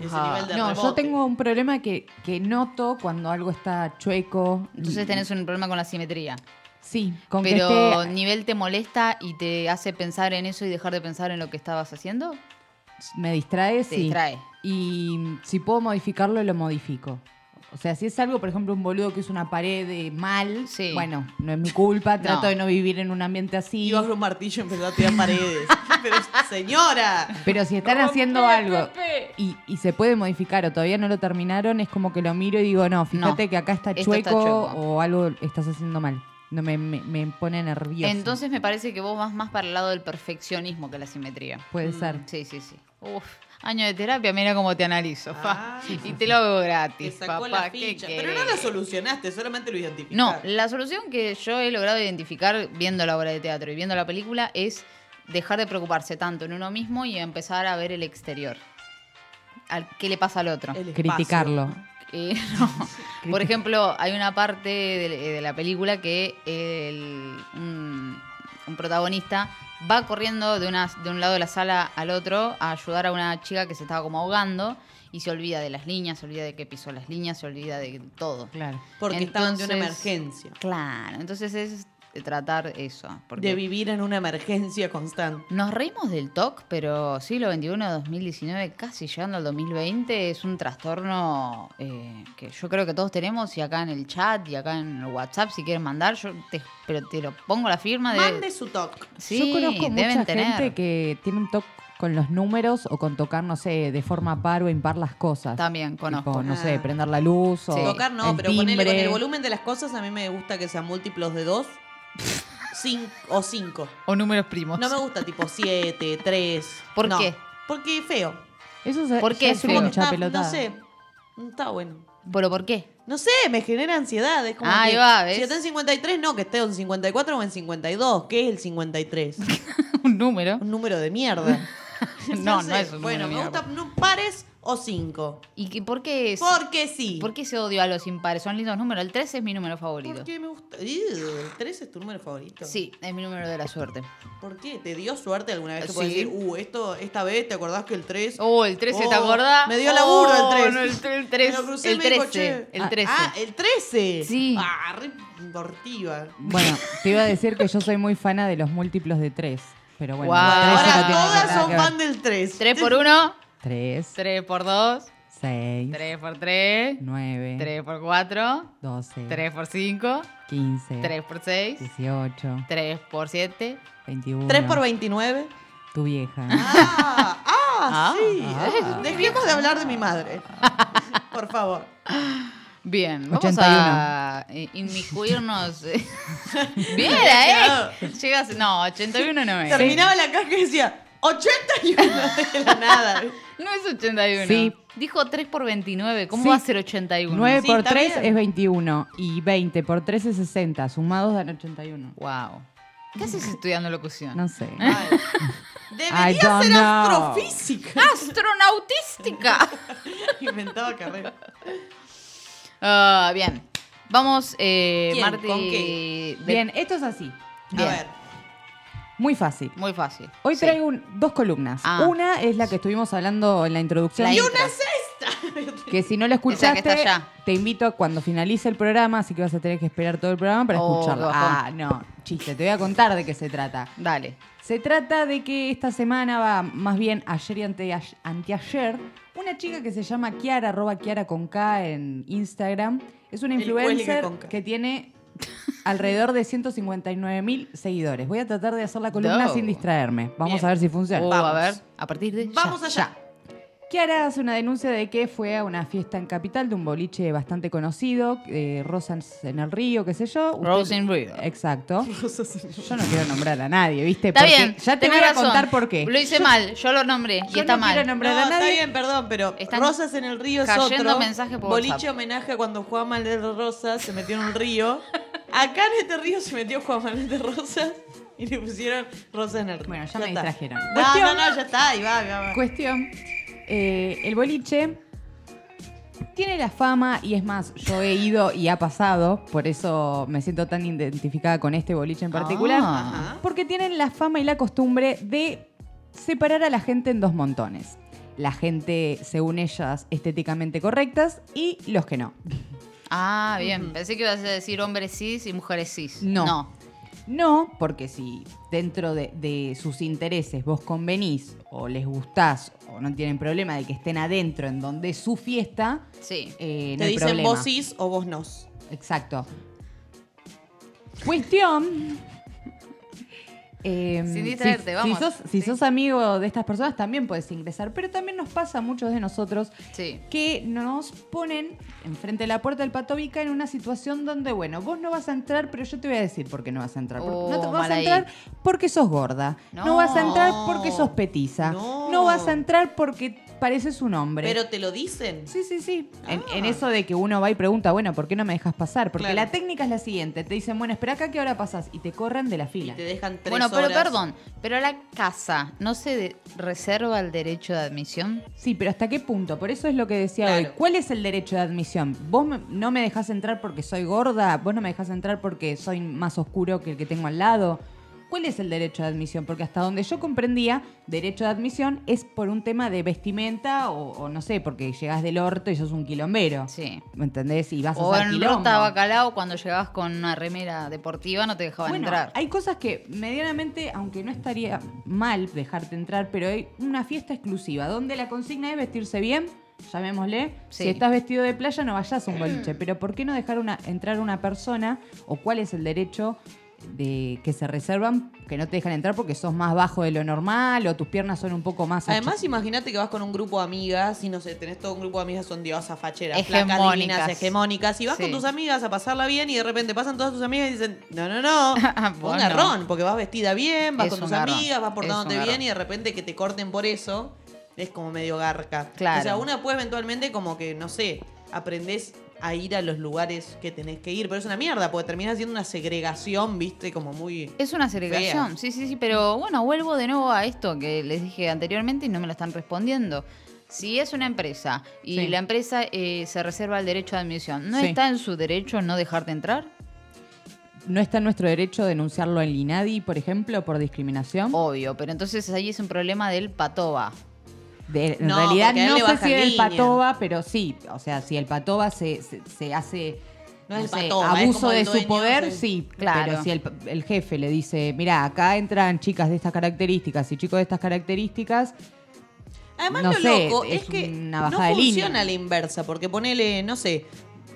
Speaker 3: Ese
Speaker 2: Ah.
Speaker 3: nivel de
Speaker 1: No, yo
Speaker 3: rebote.
Speaker 1: tengo un problema que, que noto cuando algo está chueco.
Speaker 2: Entonces tenés un problema con la simetría.
Speaker 1: Sí, con
Speaker 2: Pero
Speaker 1: que esté-
Speaker 2: nivel te molesta y te hace pensar en eso y dejar de pensar en lo que estabas haciendo.
Speaker 1: me distrae,
Speaker 2: Te
Speaker 1: sí.
Speaker 2: distrae.
Speaker 1: Y si puedo modificarlo, lo modifico. O sea, si es algo, por ejemplo, un boludo que es una pared de mal,
Speaker 2: Sí.
Speaker 1: bueno, no es mi culpa,
Speaker 2: No.
Speaker 1: trato de no vivir en un ambiente así.
Speaker 3: Iba con un martillo y empezó a tirar paredes. pero, señora.
Speaker 1: Pero si están haciendo algo y, y se puede modificar o todavía no lo terminaron, es como que lo miro y digo, no, fíjate
Speaker 2: No,
Speaker 1: que acá está
Speaker 2: esto
Speaker 1: chueco,
Speaker 2: está chueco.
Speaker 1: o algo estás haciendo mal. No me, me, me pone nervioso.
Speaker 2: Entonces me parece que vos vas más para el lado del perfeccionismo que la simetría.
Speaker 1: puede ser.
Speaker 2: Sí, sí, sí. Uf, año de terapia, mira cómo te analizo, fa.
Speaker 3: Ah, sí,
Speaker 2: y te lo hago
Speaker 3: Te
Speaker 2: gratis,
Speaker 3: sacó
Speaker 2: papá.
Speaker 3: la
Speaker 2: ¿qué
Speaker 3: ficha.
Speaker 2: querés?
Speaker 3: Pero no la solucionaste, solamente lo identificaste.
Speaker 2: No, la solución que yo he logrado identificar viendo la obra de teatro y viendo la película es dejar de preocuparse tanto en uno mismo y empezar a ver el exterior. Al, ¿Qué le pasa al otro?
Speaker 3: El espacio.
Speaker 1: Criticarlo.
Speaker 2: Eh, no. Por ejemplo, hay una parte de, de la película que el- un, un protagonista va corriendo de, una- de un lado de la sala al otro a ayudar a una chica que se estaba como ahogando y se olvida de las líneas, se olvida de que pisó las líneas, se olvida de todo.
Speaker 1: Claro.
Speaker 3: Porque estaban de una
Speaker 2: Entonces-
Speaker 3: emergencia.
Speaker 2: Claro, entonces es eh, tratar eso. Porque
Speaker 3: De vivir en una emergencia constante.
Speaker 2: nos reímos del TOC, pero siglo XXI, 2019, casi llegando al 2020, es un trastorno eh, que yo creo que todos tenemos y acá en el chat y acá en el WhatsApp, si quieren mandar, yo te, pero te lo pongo la firma Ah, de...
Speaker 3: Mande su toque.
Speaker 2: Sí,
Speaker 1: Yo conozco
Speaker 2: deben
Speaker 1: mucha
Speaker 2: tener.
Speaker 1: gente que tiene un toque con los números o con tocar, no sé, de forma par o impar las cosas.
Speaker 2: También conozco.
Speaker 1: Tipo, no sé,
Speaker 3: Ah.
Speaker 1: prender la luz o
Speaker 2: Sí.
Speaker 3: Tocar no,
Speaker 1: el
Speaker 3: pero ponele, con
Speaker 1: timbre.
Speaker 3: el volumen de las cosas a mí me gusta que sean múltiplos de dos. cin- o 5.
Speaker 2: O números primos.
Speaker 3: No me gusta tipo 7, 3.
Speaker 2: ¿Por qué?
Speaker 3: Porque es feo.
Speaker 1: Eso es,
Speaker 2: ¿Por
Speaker 1: ya
Speaker 2: qué
Speaker 1: es
Speaker 2: es feo?
Speaker 1: mucha
Speaker 3: Está-
Speaker 1: pelotada.
Speaker 3: No sé. No Está bueno.
Speaker 2: ¿Pero por qué?
Speaker 3: No sé, me genera ansiedad. Es como
Speaker 2: Ah, Ahí
Speaker 3: que,
Speaker 2: va, ¿ves?
Speaker 3: Si está en 53, no, que esté en 54 o en 52. ¿Qué es el 53?
Speaker 2: Un número.
Speaker 3: Un número de mierda.
Speaker 2: No, no
Speaker 3: sé.
Speaker 2: es un
Speaker 3: Bueno,
Speaker 2: número
Speaker 3: me
Speaker 2: de
Speaker 3: gusta no, pares o 5.
Speaker 2: ¿Y qué- por qué es?
Speaker 3: Porque sí.
Speaker 2: ¿Por qué se odio a los impares? Son lindos números. El 3 es mi número favorito.
Speaker 3: Porque me gusta. Ugh, ¿Tres es tu número favorito?
Speaker 2: Sí, es mi número de la suerte.
Speaker 3: ¿Por qué? ¿Te dio suerte alguna vez? Te puedes
Speaker 2: Eh, Sí.
Speaker 3: decir, uh, esto, esta vez te acordás que el 3.
Speaker 2: Oh, el 13, ¿te
Speaker 3: Oh,
Speaker 2: acordás?
Speaker 3: me dio laburo el
Speaker 2: Oh,
Speaker 3: tres.
Speaker 2: no, el tre- el
Speaker 3: Me lo
Speaker 2: tres-
Speaker 3: crucé,
Speaker 2: el
Speaker 3: me dijo,
Speaker 2: 13.
Speaker 3: che.
Speaker 2: El 13.
Speaker 3: Ah, el 13.
Speaker 2: Sí.
Speaker 3: Ah, re abortiva.
Speaker 1: Bueno, te iba a decir que yo soy muy fana de los múltiplos de tres. Pero bueno,
Speaker 2: Guau.
Speaker 1: los tres
Speaker 3: Ahora
Speaker 1: no tienen
Speaker 3: todas
Speaker 1: nada
Speaker 3: son
Speaker 1: que ver.
Speaker 3: fan del 3.
Speaker 2: 3 por 1,
Speaker 1: Tres,
Speaker 2: 3 por 2,
Speaker 1: seis,
Speaker 2: 3 por 3,
Speaker 1: nueve,
Speaker 2: 3 por 4,
Speaker 1: doce,
Speaker 2: 3 por 5,
Speaker 1: quince,
Speaker 2: 3 por 6,
Speaker 1: dieciocho,
Speaker 2: 3 por 7.
Speaker 1: veintiuno.
Speaker 3: 3 por 29.
Speaker 1: Tu vieja.
Speaker 3: Ah, ah,
Speaker 2: Ah,
Speaker 3: sí.
Speaker 1: ah.
Speaker 3: Dejemos de hablar de mi madre. Por favor.
Speaker 2: Bien, vamos
Speaker 1: 81.
Speaker 2: a eh, inmiscuirnos. Bien, ¿eh? Llegas, no, 81 no es.
Speaker 3: Terminaba la caja y decía 81 de la nada.
Speaker 2: No es 81.
Speaker 1: Sí.
Speaker 2: Dijo 3 por 29. ¿Cómo
Speaker 1: Sí.
Speaker 2: va a ser 81?
Speaker 1: 9
Speaker 3: Sí,
Speaker 1: por
Speaker 3: está
Speaker 1: 3
Speaker 3: bien.
Speaker 1: es 21 y 20 por 3 es 60. Sumados dan 81.
Speaker 2: Wow. ¿Qué haces estudiando locución?
Speaker 1: No sé.
Speaker 3: Ay.
Speaker 1: I
Speaker 3: Debería
Speaker 1: don't
Speaker 3: ser
Speaker 1: know.
Speaker 3: astrofísica.
Speaker 2: ¡Astronautística!
Speaker 3: Inventaba carrera.
Speaker 2: Ah, bien. Vamos, eh,
Speaker 3: ¿Quién?
Speaker 2: Marti.
Speaker 3: ¿Con qué?
Speaker 2: de-
Speaker 1: Bien, esto es así.
Speaker 2: Bien.
Speaker 3: A ver.
Speaker 1: Muy fácil.
Speaker 2: Muy fácil.
Speaker 1: Hoy
Speaker 2: Sí.
Speaker 1: traigo un- dos columnas.
Speaker 2: Ah.
Speaker 1: Una es la que estuvimos hablando en la introducción.
Speaker 2: La
Speaker 3: Y
Speaker 2: intro.
Speaker 3: una es esta.
Speaker 1: que si no la
Speaker 2: Esa que
Speaker 1: escuchaste,
Speaker 2: está allá.
Speaker 1: te invito a cuando finalice el programa, así que vas a tener que esperar todo el programa para
Speaker 2: Oh,
Speaker 1: escucharla.
Speaker 2: qué bajón.
Speaker 1: Ah, no, chiste, te voy a contar de qué se trata.
Speaker 2: Dale.
Speaker 1: Se trata de que esta semana va, más bien ayer y ante, anteayer, una chica que se llama Kiara, arroba Kiara con K en Instagram. Es una
Speaker 3: El cuelgue
Speaker 1: influencer
Speaker 3: con K.
Speaker 1: que tiene alrededor de 159 mil seguidores. Voy a tratar de hacer la columna
Speaker 2: No.
Speaker 1: sin distraerme. Vamos
Speaker 3: Bien.
Speaker 1: a ver si funciona.
Speaker 2: Oh,
Speaker 3: Vamos.
Speaker 2: A ver, a partir de. ya.
Speaker 3: Vamos allá.
Speaker 1: Kiara hace una denuncia de que fue a una fiesta en Capital de un boliche bastante conocido, eh, Rosas en el Río, qué sé yo. Usted- Eh,
Speaker 2: Rose in Rio.
Speaker 1: Exacto. Yo no quiero nombrar a nadie, ¿viste?
Speaker 2: Está
Speaker 1: Porque
Speaker 2: bien.
Speaker 1: Ya te
Speaker 2: tenés
Speaker 1: voy a
Speaker 2: razón.
Speaker 1: contar por qué.
Speaker 2: Lo hice mal. Yo lo nombré y
Speaker 1: Yo
Speaker 2: está
Speaker 1: no
Speaker 2: mal.
Speaker 1: quiero nombrar
Speaker 3: No,
Speaker 1: a nadie.
Speaker 3: está bien, perdón, pero
Speaker 2: Están
Speaker 3: Rosas en el río es
Speaker 2: cayendo
Speaker 3: otro.
Speaker 2: mensajes por
Speaker 3: Boliche
Speaker 2: WhatsApp.
Speaker 3: homenaje a cuando Juan Manuel de Rosas se metió en un río. Acá en este río se metió Juan Manuel de Rosas y le pusieron Rosas en el río.
Speaker 1: Bueno, ya me
Speaker 3: está.
Speaker 1: distrajeron.
Speaker 3: No,
Speaker 1: Cuestión-
Speaker 3: Ah, no, no, ya está, ahí va, ahí va, ahí va.
Speaker 1: Cuestión, eh, el boliche tiene la fama y es más, yo he ido y ha pasado, por eso me siento tan identificada con este boliche en particular,
Speaker 2: Ah.
Speaker 1: porque tienen la fama y la costumbre de separar a la gente en dos montones. La gente, según ellas, estéticamente correctas y los que no.
Speaker 2: Ah, bien. Pensé que ibas a decir hombres cis y mujeres cis.
Speaker 1: No. No, porque si dentro de, de sus intereses vos convenís o les gustás o no tienen problema de que estén adentro en donde es su fiesta,
Speaker 2: Sí.
Speaker 1: eh, no
Speaker 3: Te
Speaker 1: hay
Speaker 3: dicen
Speaker 1: problema.
Speaker 3: vos sí o vos no.
Speaker 1: Exacto. Cuestión. Eh,
Speaker 2: Sin distraerte,
Speaker 1: si-
Speaker 2: vamos.
Speaker 1: Si sos, si
Speaker 2: Sí.
Speaker 1: sos amigo de estas personas, también puedes ingresar. Pero también nos pasa a muchos de nosotros
Speaker 2: Sí.
Speaker 1: que nos ponen enfrente de la puerta del Patovica en una situación donde, bueno, vos no vas a entrar, pero yo te voy a decir por qué no vas a entrar. Porque no te
Speaker 2: Oh,
Speaker 1: vas
Speaker 2: mal
Speaker 1: a
Speaker 2: ahí.
Speaker 1: entrar porque sos gorda. No.
Speaker 2: No.
Speaker 1: vas a entrar porque sos petiza.
Speaker 3: No.
Speaker 1: vas a entrar porque pareces un hombre.
Speaker 3: Pero te lo dicen.
Speaker 1: Sí, sí, sí. En,
Speaker 3: Ah.
Speaker 1: en eso de que uno va y pregunta, bueno, ¿por qué no me dejas pasar? Porque
Speaker 3: Claro.
Speaker 1: la técnica es la siguiente. Te dicen, bueno, espera acá que ahora pasas y te corren de la
Speaker 3: Y
Speaker 1: fila.
Speaker 3: te dejan tres
Speaker 2: Bueno, pero
Speaker 3: horas.
Speaker 2: perdón. Pero la casa no se de- reserva el derecho de admisión.
Speaker 1: Sí, pero ¿hasta qué punto? Por eso es lo que decía
Speaker 3: Claro.
Speaker 1: hoy. ¿Cuál es el derecho de admisión? ¿Vos me- no me dejás entrar porque soy gorda? ¿Vos no me dejás entrar porque soy más oscuro que el que tengo al lado? ¿Cuál es el derecho de admisión? Porque hasta donde yo comprendía, derecho de admisión es por un tema de vestimenta o, o no sé, porque llegás del orto y sos un quilombero.
Speaker 2: Sí.
Speaker 1: ¿Me entendés? Y vas
Speaker 2: O
Speaker 1: a ser
Speaker 2: en
Speaker 1: quilombo.
Speaker 2: Rota Bacalao, cuando llegabas con una remera deportiva, no te dejaban
Speaker 1: Bueno,
Speaker 2: entrar.
Speaker 1: hay cosas que medianamente, aunque no estaría mal dejarte entrar, pero hay una fiesta exclusiva donde la consigna es vestirse bien, llamémosle.
Speaker 2: Sí.
Speaker 1: Si estás vestido de playa, no vayas a un boliche. Pero ¿por qué no dejar una, entrar a una persona? ¿O cuál es el derecho de que se reservan, que no te dejan entrar porque sos más bajo de lo normal o tus piernas son un poco más anchas.
Speaker 3: Además, imagínate que vas con un grupo de amigas y no sé, tenés todo un grupo de amigas, son diosas, facheras,
Speaker 2: Hegemónicas.
Speaker 3: flacas, divinas, hegemónicas. Y vas
Speaker 2: Sí.
Speaker 3: con tus amigas a pasarla bien y de repente pasan todas tus amigas y dicen, no, no, no,
Speaker 2: Vos
Speaker 3: un
Speaker 2: no.
Speaker 3: garrón, porque vas vestida bien, vas
Speaker 2: Es
Speaker 3: con tus
Speaker 2: un garrón,
Speaker 3: amigas, vas
Speaker 2: es
Speaker 3: portándote
Speaker 2: un garrón.
Speaker 3: bien y de repente que te corten por eso, es como medio garca.
Speaker 2: Claro.
Speaker 3: O sea, una puede eventualmente como que, no sé, aprendés a ir a los lugares que tenés que ir, pero es una mierda, porque terminás haciendo una segregación, viste, como muy...
Speaker 2: Es una segregación,
Speaker 3: Feas.
Speaker 2: sí, sí, sí, pero bueno, vuelvo de nuevo a esto que les dije anteriormente y no me lo están respondiendo. Si es una empresa y
Speaker 1: Sí.
Speaker 2: la empresa eh, se reserva el derecho de admisión, ¿no
Speaker 1: Sí.
Speaker 2: está en su derecho no dejarte entrar?
Speaker 1: ¿No está en nuestro derecho denunciarlo al INADI, por ejemplo, por discriminación?
Speaker 2: Obvio, pero entonces ahí es un problema del patoba.
Speaker 1: De- en
Speaker 3: No,
Speaker 1: realidad
Speaker 3: porque a él
Speaker 1: no
Speaker 3: le
Speaker 1: sé
Speaker 3: baja
Speaker 1: si
Speaker 3: el
Speaker 1: el
Speaker 3: línea.
Speaker 1: patoba, pero sí. O sea, si el patoba se, se- se hace
Speaker 3: No es el
Speaker 1: sé,
Speaker 3: patoba, es
Speaker 1: abuso
Speaker 3: como el
Speaker 1: de
Speaker 3: dueño,
Speaker 1: su poder,
Speaker 3: sí.
Speaker 1: sí.
Speaker 2: Claro.
Speaker 1: Pero si el, pa- el jefe le dice, mira, acá entran chicas de estas características y chicos de estas características,
Speaker 3: Además,
Speaker 1: No
Speaker 3: lo
Speaker 1: sé,
Speaker 3: loco es,
Speaker 1: es
Speaker 3: que
Speaker 1: una
Speaker 3: no
Speaker 1: bajada de línea.
Speaker 3: funciona la inversa, porque ponele, no sé,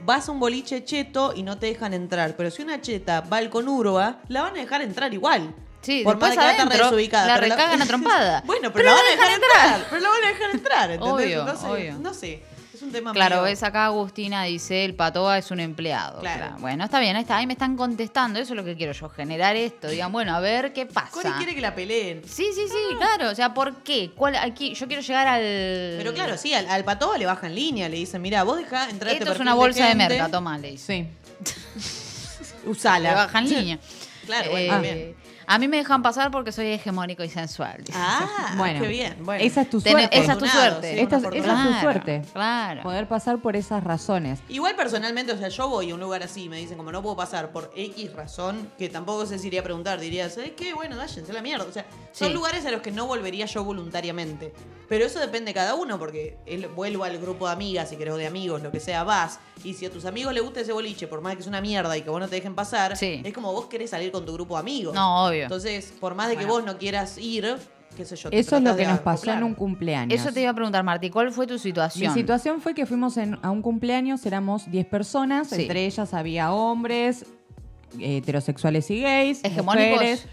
Speaker 3: vas a un boliche cheto y no te dejan entrar, pero si una cheta va al conurba, la van a dejar entrar igual.
Speaker 2: Sí,
Speaker 3: Por
Speaker 2: después
Speaker 3: más que va a estar
Speaker 2: adentro
Speaker 3: desubicada,
Speaker 2: la
Speaker 3: pero
Speaker 2: recagan a trompada.
Speaker 3: bueno, pero,
Speaker 2: Pero
Speaker 3: la
Speaker 2: la
Speaker 3: van a
Speaker 2: van a
Speaker 3: dejar entrar. Pero la van a dejar entrar, ¿entendés?
Speaker 2: Obvio,
Speaker 3: no, sé,
Speaker 2: obvio.
Speaker 3: no sé, es un tema
Speaker 2: Claro,
Speaker 3: medio-
Speaker 2: ves acá Agustina dice el patoba es un empleado.
Speaker 3: Claro.
Speaker 2: Claro. Bueno, está bien, ahí está, ahí me están contestando, eso es lo que quiero yo, generar esto. Digan, bueno, a ver qué pasa.
Speaker 3: Cori quiere que la peleen.
Speaker 2: Sí, sí, sí, claro. O sea, ¿por qué? ¿Cuál, aquí, yo quiero llegar al. Eh.
Speaker 3: Pero claro, sí, al, al patoba le bajan línea, le dicen, mira, vos dejá entrar a este
Speaker 2: Esto es
Speaker 3: perfil
Speaker 2: una bolsa de,
Speaker 3: gente,
Speaker 2: merca, tomá, le
Speaker 1: sí.
Speaker 2: dice.
Speaker 3: Usala.
Speaker 2: Le bajan línea.
Speaker 3: Claro, bueno,
Speaker 2: Eh,
Speaker 3: bien.
Speaker 2: A mí me dejan pasar porque soy hegemónico y sensual. dice.
Speaker 3: Ah,
Speaker 1: Bueno,
Speaker 3: qué bien. Bueno.
Speaker 1: esa es tu
Speaker 2: Tenés-
Speaker 1: suerte.
Speaker 2: esa es tu
Speaker 3: Afortunado,
Speaker 2: suerte.
Speaker 3: sí,
Speaker 1: Esta-
Speaker 3: un
Speaker 1: esa es tu
Speaker 2: Claro,
Speaker 1: suerte.
Speaker 2: Claro.
Speaker 1: Poder pasar por esas razones.
Speaker 3: Igual personalmente, o sea, yo voy a un lugar así y me dicen como no puedo pasar por X razón, que tampoco sé si iría a preguntar, diría, ¿sabes qué? Bueno, váyanse a la mierda. O sea, son
Speaker 2: Sí.
Speaker 3: lugares a los que no volvería yo voluntariamente. Pero eso depende de cada uno, porque él, vuelvo al grupo de amigas, si querés, o de amigos, lo que sea, vas. Y si a tus amigos les gusta ese boliche, por más que es una mierda y que vos no te dejen pasar,
Speaker 2: Sí.
Speaker 3: es como vos querés salir con tu grupo de amigos.
Speaker 2: No, obvio.
Speaker 3: Entonces, por más de que vos no quieras ir, qué sé yo. te
Speaker 1: Eso es
Speaker 3: tratás
Speaker 1: lo que
Speaker 3: de
Speaker 1: nos pasó en
Speaker 3: acoplar.
Speaker 1: un cumpleaños.
Speaker 2: Eso te iba a preguntar, Marti, ¿cuál fue tu
Speaker 1: Mi
Speaker 2: situación?
Speaker 1: situación fue que fuimos en- a un cumpleaños, éramos 10 personas,
Speaker 2: Sí.
Speaker 1: entre ellas había hombres, heterosexuales y gays,
Speaker 2: ¿Hegemónicos?
Speaker 1: mujeres.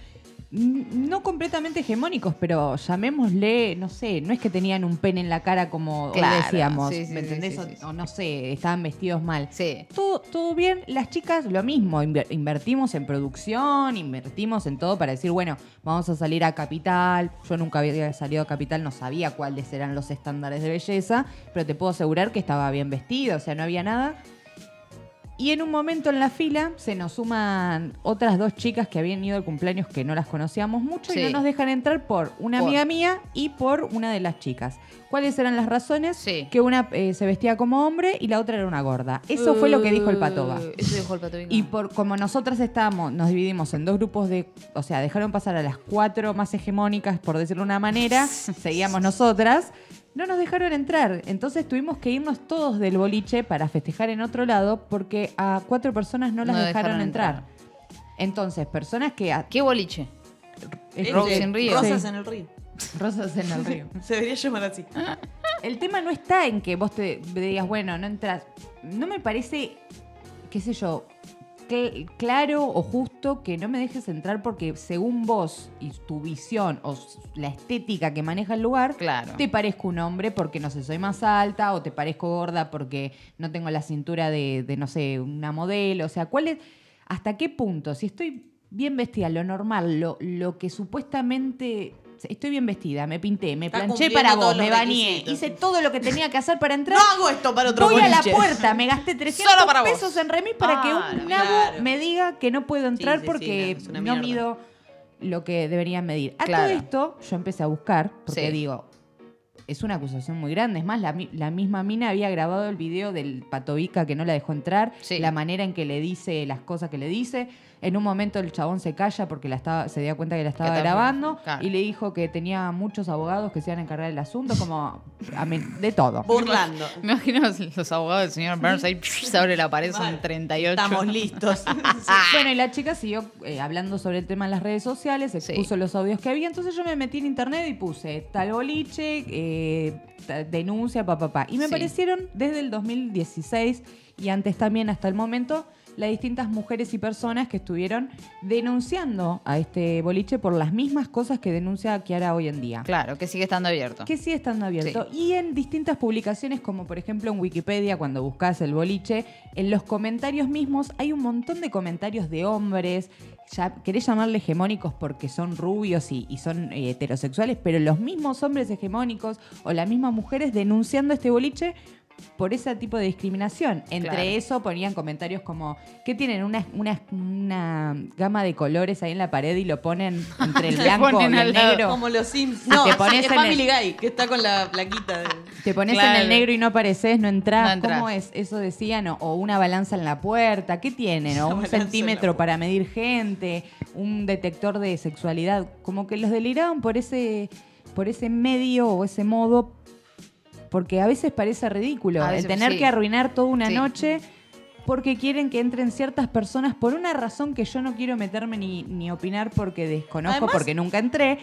Speaker 1: N- No completamente hegemónicos, pero llamémosle, no sé, no es que tenían un pene en la cara como hoy
Speaker 2: Claro,
Speaker 1: decíamos,
Speaker 2: sí, sí,
Speaker 1: ¿me
Speaker 2: sí,
Speaker 1: entendés?
Speaker 2: sí,
Speaker 1: O-
Speaker 2: sí, sí.
Speaker 1: O no sé, estaban vestidos mal.
Speaker 2: Sí.
Speaker 1: Todo, todo bien, las chicas lo mismo, inver- invertimos en producción, invertimos en todo para decir, bueno, vamos a salir a Capital, yo nunca había salido a Capital, no sabía cuáles eran los estándares de belleza, pero te puedo asegurar que estaba bien vestida, o sea, no había nada. Y en un momento en la fila se nos suman otras dos chicas que habían ido al cumpleaños que no las conocíamos mucho
Speaker 2: Sí.
Speaker 1: y no nos dejan entrar por una
Speaker 2: Por.
Speaker 1: amiga mía y por una de las chicas. ¿Cuáles eran las razones?
Speaker 2: Sí.
Speaker 1: Que una eh, se vestía como hombre y la otra era una gorda. Eso fue lo que dijo el Patoba.
Speaker 2: Uh, Eso dijo el Patoba.
Speaker 1: Y por como nosotras estábamos, nos dividimos en dos grupos de, o sea, dejaron pasar a las cuatro más hegemónicas, por decirlo de una manera, seguíamos nosotras, no nos dejaron entrar. Entonces tuvimos que irnos todos del boliche para festejar en otro lado porque a cuatro personas no las
Speaker 2: No
Speaker 1: dejaron,
Speaker 2: dejaron
Speaker 1: entrar. Entonces, personas que... a-
Speaker 2: ¿Qué boliche?
Speaker 3: Este,
Speaker 2: Rosas en Río.
Speaker 3: Rosas
Speaker 1: Sí,
Speaker 3: en el río.
Speaker 1: rosas en el río.
Speaker 3: Se debería llamar así.
Speaker 1: El tema no está en que vos te digas, bueno, no entras. No me parece, qué sé yo, cl- claro o justo que no me dejes entrar porque según vos y tu visión o s- la estética que maneja el lugar,
Speaker 2: Claro.
Speaker 1: te parezco un hombre porque no sé, soy más alta o te parezco gorda porque no tengo la cintura de, de, no sé, una modelo. O sea, ¿cuál es, ¿hasta qué punto? Si estoy bien vestida, lo normal, lo, lo que supuestamente... Estoy bien vestida, me pinté, me
Speaker 3: Está
Speaker 1: planché
Speaker 3: cumpliendo
Speaker 1: para vos,
Speaker 3: todos los
Speaker 1: me bañé,
Speaker 3: requisitos.
Speaker 1: hice todo lo que tenía que hacer para entrar.
Speaker 3: No hago esto para otro
Speaker 1: Voy a la
Speaker 3: boliche.
Speaker 1: puerta, me gasté 300
Speaker 2: para vos.
Speaker 1: pesos en remis para que
Speaker 2: Ah,
Speaker 1: un nabo
Speaker 3: claro.
Speaker 1: me diga que no puedo entrar
Speaker 3: Sí, sí,
Speaker 1: porque
Speaker 3: sí, no, es una
Speaker 1: no
Speaker 3: mierda.
Speaker 1: mido lo que deberían medir. A
Speaker 2: Claro.
Speaker 1: todo esto yo empecé a buscar, porque
Speaker 2: Sí.
Speaker 1: digo, es una acusación muy grande. Es más, la, mi- la misma mina había grabado el video del patovica que no la dejó entrar,
Speaker 2: Sí.
Speaker 1: la manera en que le dice las cosas que le dice. En un momento el chabón se calla porque la estaba, se dio cuenta que la estaba
Speaker 2: estaba
Speaker 1: grabando
Speaker 2: claro.
Speaker 1: y le dijo que tenía muchos abogados que se iban a encargar del asunto, como amen- de todo.
Speaker 3: Burlando.
Speaker 2: Me imagino los abogados del señor Burns ahí se abre la pared, son
Speaker 3: Mal.
Speaker 2: 38.
Speaker 3: Estamos listos.
Speaker 2: Ah.
Speaker 1: Bueno, y la chica siguió eh, hablando sobre el tema en las redes sociales, expuso los audios que había. Entonces yo me metí en internet y puse tal boliche, eh, ta- denuncia, papá, papá. Y me
Speaker 2: Sí.
Speaker 1: aparecieron desde el 2016 y antes también hasta el momento las distintas mujeres y personas que estuvieron denunciando a este boliche por las mismas cosas que denuncia Kiara hoy en día.
Speaker 2: Claro, que sigue estando abierto.
Speaker 1: Que sigue estando abierto. Y en distintas publicaciones, como por ejemplo en Wikipedia, cuando buscas el boliche, en los comentarios mismos hay un montón de comentarios de hombres. Ya, querés llamarle hegemónicos porque son rubios y, y son eh, heterosexuales, pero los mismos hombres hegemónicos o las mismas mujeres denunciando este boliche por ese tipo de discriminación. Entre
Speaker 2: Claro.
Speaker 1: eso ponían comentarios como que tienen una, una, una gama de colores ahí en la pared y lo ponen entre el
Speaker 2: Te
Speaker 1: blanco y
Speaker 2: ponen al
Speaker 1: el
Speaker 2: lado.
Speaker 1: negro.
Speaker 3: Como los Sims. No,
Speaker 1: te
Speaker 3: así
Speaker 1: pones
Speaker 3: es
Speaker 1: en
Speaker 3: Family Guy, que está con la plaquita. de-
Speaker 1: Te pones en
Speaker 2: Claro.
Speaker 1: el negro y no apareces, no entras.
Speaker 2: No entrás.
Speaker 1: ¿Cómo es? Eso decían, o, o una balanza en la puerta, ¿qué tienen? O un
Speaker 3: Una balanza en la
Speaker 1: centímetro para medir gente, un detector de sexualidad. Como que los deliraban por ese, por ese medio o ese modo, porque a veces parece ridículo
Speaker 2: A veces
Speaker 1: el tener
Speaker 2: sí.
Speaker 1: que arruinar toda una
Speaker 2: Sí.
Speaker 1: noche porque quieren que entren ciertas personas por una razón que yo no quiero meterme ni, ni opinar porque desconozco,
Speaker 3: Además-
Speaker 1: porque nunca entré,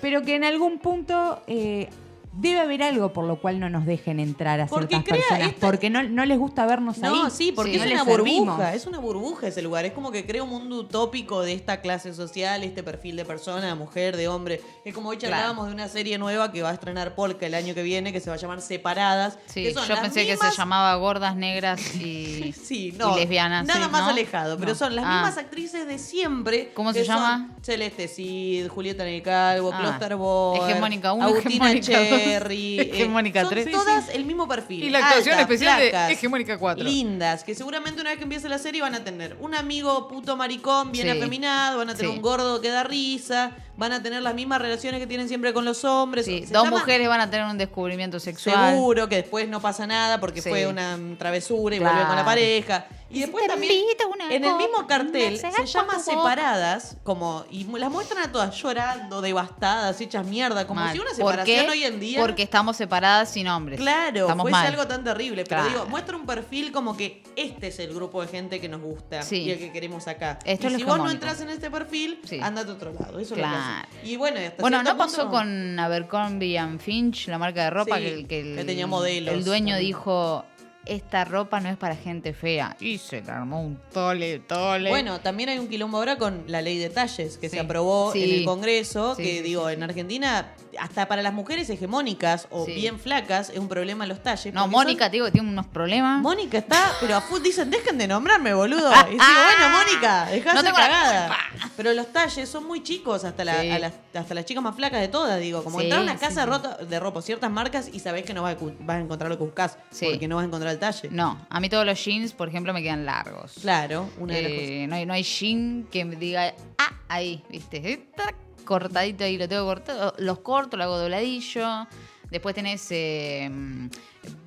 Speaker 1: pero que en algún punto eh, debe haber algo por lo cual no nos dejen entrar a
Speaker 3: Porque
Speaker 1: ciertas
Speaker 3: crea
Speaker 1: personas,
Speaker 3: esta-
Speaker 1: porque no, no les gusta vernos ahí.
Speaker 3: No, sí, porque
Speaker 2: Sí.
Speaker 3: es
Speaker 2: No
Speaker 1: le
Speaker 3: una
Speaker 1: servimos.
Speaker 3: burbuja, es una burbuja ese lugar. Es como que crea un mundo utópico de esta clase social, este perfil de persona, de mujer, de hombre. Es como hoy charlábamos de una serie nueva que va a estrenar Polka el año que viene, que se va a llamar Separadas.
Speaker 2: Sí,
Speaker 3: que son
Speaker 2: yo
Speaker 3: las
Speaker 2: pensé que
Speaker 3: mismas-
Speaker 2: se llamaba gordas, negras y,
Speaker 3: Sí, no.
Speaker 2: y lesbianas.
Speaker 3: Nada
Speaker 2: sí,
Speaker 3: más
Speaker 2: ¿no?
Speaker 3: alejado, pero
Speaker 2: No.
Speaker 3: son las
Speaker 2: Ah.
Speaker 3: mismas actrices de siempre.
Speaker 2: ¿Cómo se
Speaker 3: que son
Speaker 2: llama?
Speaker 3: Celeste Cid, Julieta Nicalvo,
Speaker 2: Ah.
Speaker 3: Closter Boer,
Speaker 2: Hegemónica uno,
Speaker 3: Agustina
Speaker 2: hegemónica dos,
Speaker 3: Cherry. eh,
Speaker 2: hegemónica
Speaker 3: son
Speaker 2: tres. Sí,
Speaker 3: todas el mismo perfil.
Speaker 2: Y la actuación
Speaker 3: altas,
Speaker 2: especial de
Speaker 3: flacas,
Speaker 2: Hegemónica cuatro.
Speaker 3: Lindas, que seguramente una vez que empiece la serie van a tener un amigo puto maricón bien
Speaker 2: Sí.
Speaker 3: afeminado, van a tener
Speaker 2: Sí.
Speaker 3: un gordo que da risa, van a tener las mismas relaciones que tienen siempre con los hombres.
Speaker 2: Sí,
Speaker 3: Se
Speaker 2: dos
Speaker 3: llama-
Speaker 2: mujeres van a tener un descubrimiento sexual.
Speaker 3: Seguro que después no pasa nada porque
Speaker 2: Sí.
Speaker 3: fue una mm, travesura y
Speaker 2: Claro.
Speaker 3: vuelve con la pareja. Y después también en el mismo cartel se llama separadas, como y mu- las muestran a todas llorando, devastadas, hechas mierda, como
Speaker 2: Mal.
Speaker 3: si una
Speaker 2: ¿Por qué?
Speaker 3: separación hoy en día.
Speaker 2: Porque estamos separadas sin hombres.
Speaker 3: claro,
Speaker 2: estamos
Speaker 3: fuese
Speaker 2: mal.
Speaker 3: algo tan terrible, pero
Speaker 2: Claro.
Speaker 3: digo, muestra un perfil como que este es el grupo de gente que nos gusta
Speaker 2: Sí.
Speaker 3: y el que queremos acá.
Speaker 2: Esto es
Speaker 3: y si
Speaker 2: lo
Speaker 3: vos no
Speaker 2: hegemónico.
Speaker 3: entras en este perfil,
Speaker 2: Sí.
Speaker 3: andate a otro lado, eso es lo que
Speaker 2: Claro.
Speaker 3: hacen. Y bueno, y hasta
Speaker 2: Bueno,
Speaker 3: cierto
Speaker 2: no pasó
Speaker 3: punto-
Speaker 2: con Abercrombie and Finch, la marca de ropa
Speaker 3: Sí,
Speaker 2: que, que el,
Speaker 3: que tenía modelos
Speaker 2: el dueño
Speaker 3: también.
Speaker 2: dijo, esta ropa no es para gente fea. Y se le armó un tole, tole.
Speaker 3: Bueno, también hay un quilombo ahora con la ley de talles que
Speaker 2: Sí.
Speaker 3: se aprobó
Speaker 2: Sí.
Speaker 3: en el Congreso,
Speaker 2: Sí,
Speaker 3: que
Speaker 2: sí,
Speaker 3: digo,
Speaker 2: sí,
Speaker 3: en Argentina, hasta para las mujeres hegemónicas o
Speaker 2: Sí.
Speaker 3: bien flacas, es un problema los talles.
Speaker 2: no,
Speaker 3: porque
Speaker 2: Mónica,
Speaker 3: son-
Speaker 2: te digo que tiene unos problemas.
Speaker 3: Mónica está, pero a full dicen, dejen de nombrarme, boludo. Y digo, bueno, Mónica, dejá
Speaker 2: No
Speaker 3: de hacer
Speaker 2: tengo la
Speaker 3: cagada. Pero los talles son muy chicos, hasta, la-
Speaker 2: Sí.
Speaker 3: a las, hasta las chicas más flacas de todas, digo. Como
Speaker 2: Sí,
Speaker 3: entrar a una
Speaker 2: sí,
Speaker 3: casa
Speaker 2: sí.
Speaker 3: rota- de ropa, ciertas marcas, y sabés que no vas a, cu- vas a encontrar lo que buscas,
Speaker 2: Sí.
Speaker 3: porque no vas a encontrar el talle.
Speaker 2: No, a mí todos los jeans, por ejemplo, me quedan largos.
Speaker 3: Claro, una de las cosas.
Speaker 2: Eh, no, hay, no hay jean que me diga, ah, ahí, viste, eh, tac, cortadito ahí, lo tengo cortado, los corto, lo hago dobladillo. Después tenés eh, mm,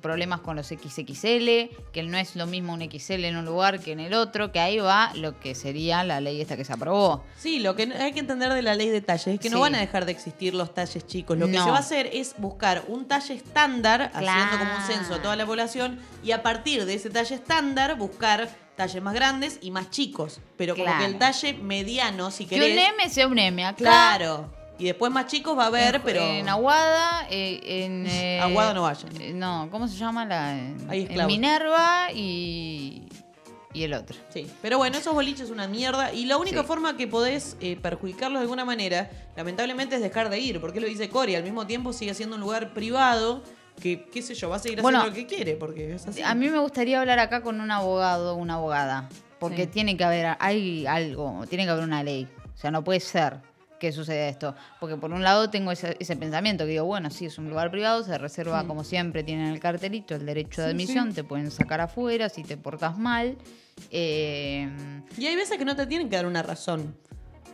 Speaker 2: problemas con los XXL, que no es lo mismo un XL en un lugar que en el otro, que ahí va lo que sería la ley esta que se aprobó.
Speaker 3: Sí, lo que hay que entender de la ley de talles es que no
Speaker 2: Sí.
Speaker 3: van a dejar de existir los talles chicos. Lo que
Speaker 2: No.
Speaker 3: se va a hacer es buscar un talle estándar, haciendo como un censo a toda la población, y a partir de ese talle estándar buscar talles más grandes y más chicos. Pero como
Speaker 2: Claro.
Speaker 3: que el talle mediano, si
Speaker 2: Que un em-
Speaker 3: querés.
Speaker 2: M sea un M, acá.
Speaker 3: claro. Y después más chicos va a haber,
Speaker 2: en,
Speaker 3: pero.
Speaker 2: En Aguada, eh, en. eh,
Speaker 3: Aguada no vayan.
Speaker 2: eh, No, ¿cómo se llama la. en-
Speaker 3: Hay
Speaker 2: en
Speaker 3: esclavos.
Speaker 2: Minerva y. Y el otro.
Speaker 3: Sí, pero bueno, esos boliches es una mierda y la única
Speaker 2: Sí.
Speaker 3: forma que podés eh, perjudicarlos de alguna manera, lamentablemente, es dejar de ir, porque lo dice Cory, al mismo tiempo sigue siendo un lugar privado que, qué sé yo, va a seguir haciendo
Speaker 2: Bueno,
Speaker 3: lo que quiere, porque es así.
Speaker 2: A mí me gustaría hablar acá con un abogado o una abogada. Porque
Speaker 1: Sí.
Speaker 2: tiene que haber hay algo, tiene que haber una ley. O sea, no puede ser que suceda esto. Porque por un lado tengo ese, ese pensamiento que digo, bueno, sí, es un lugar privado, se reserva como siempre, tienen el cartelito, el derecho de
Speaker 3: Sí, sí.
Speaker 2: admisión, te pueden sacar afuera si te portas mal. Eh,
Speaker 3: Y hay veces que no te tienen que dar una razón.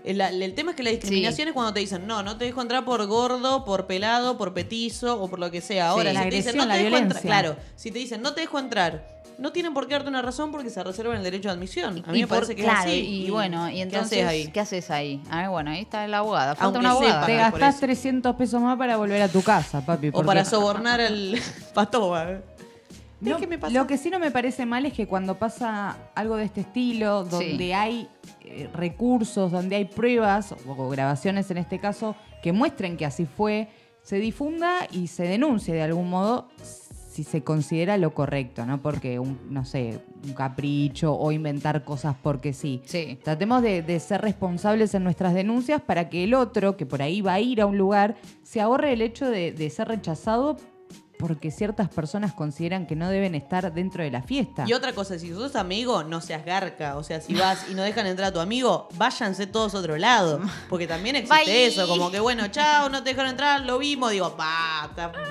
Speaker 3: El, el tema es que la discriminación es cuando te dicen, no, no te dejo entrar por gordo, por pelado, por petizo o por lo que sea.
Speaker 2: Sí.
Speaker 3: Ahora, si
Speaker 1: La
Speaker 3: te dicen,
Speaker 1: agresión,
Speaker 3: no te
Speaker 1: la
Speaker 3: dejo entrar,
Speaker 1: violencia.
Speaker 3: claro, si te dicen, no te dejo entrar, no tienen por qué darte una razón porque se reservan el derecho de admisión. A mí
Speaker 2: y
Speaker 3: me
Speaker 2: por-
Speaker 3: parece que es
Speaker 2: claro,
Speaker 3: así.
Speaker 2: Y, bueno, y entonces,
Speaker 3: ¿qué haces ahí?
Speaker 2: ahí? A ver, bueno, ahí está la abogada. Falta
Speaker 3: Aunque
Speaker 2: una abogada.
Speaker 1: Te
Speaker 3: sepa. Ah, por
Speaker 1: gastás
Speaker 3: eso.
Speaker 1: 300 pesos más para volver a tu casa, papi.
Speaker 3: O
Speaker 1: porque-
Speaker 3: para sobornar al ¿eh? patoba.
Speaker 1: No,
Speaker 3: ¿Qué me pasó?
Speaker 1: Lo que sí no me parece mal es que cuando pasa algo de este estilo, donde
Speaker 2: Sí.
Speaker 1: hay eh, recursos, donde hay pruebas o, o grabaciones en este caso que muestren que así fue, se difunda y se denuncie de algún modo si se considera lo correcto, ¿no? Porque, un, no sé, un capricho o inventar cosas porque sí.
Speaker 2: Sí.
Speaker 1: Tratemos de, de ser responsables en nuestras denuncias para que el otro, que por ahí va a ir a un lugar, se ahorre el hecho de, de ser rechazado porque ciertas personas consideran que no deben estar dentro de la fiesta.
Speaker 3: Y otra cosa, si sos amigo, no seas garca. O sea, si vas y no dejan entrar a tu amigo, váyanse todos a otro lado. Porque también existe
Speaker 2: Bye.
Speaker 3: eso, como que bueno, chao, no te dejaron entrar, lo vimos. Digo, pa, esta basura.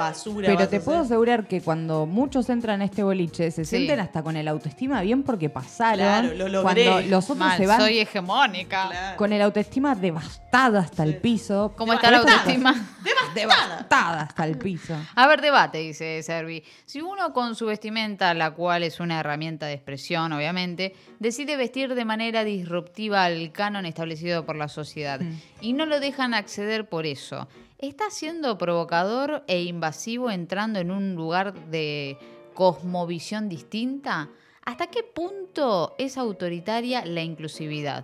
Speaker 3: vas
Speaker 1: Pero
Speaker 3: a
Speaker 1: te
Speaker 3: hacer".
Speaker 1: puedo asegurar que cuando muchos entran a este boliche se
Speaker 2: Sí.
Speaker 1: sienten hasta con el autoestima bien porque pasaron.
Speaker 3: Claro, lo logré.
Speaker 1: Cuando los otros
Speaker 2: Mal,
Speaker 1: se van
Speaker 2: soy hegemónica.
Speaker 3: Claro.
Speaker 1: con el autoestima devastada hasta el piso.
Speaker 2: ¿Cómo está la
Speaker 1: Por eso-
Speaker 2: autoestima?
Speaker 3: ¡Devastada!
Speaker 1: Devastada hasta el piso.
Speaker 2: A ver, debate, dice Servi. Si uno con su vestimenta, la cual es una herramienta de expresión, obviamente, decide vestir de manera disruptiva al canon establecido por la sociedad y no lo dejan acceder por eso, ¿está siendo provocador e invasivo entrando en un lugar de cosmovisión distinta? ¿Hasta qué punto es autoritaria la inclusividad?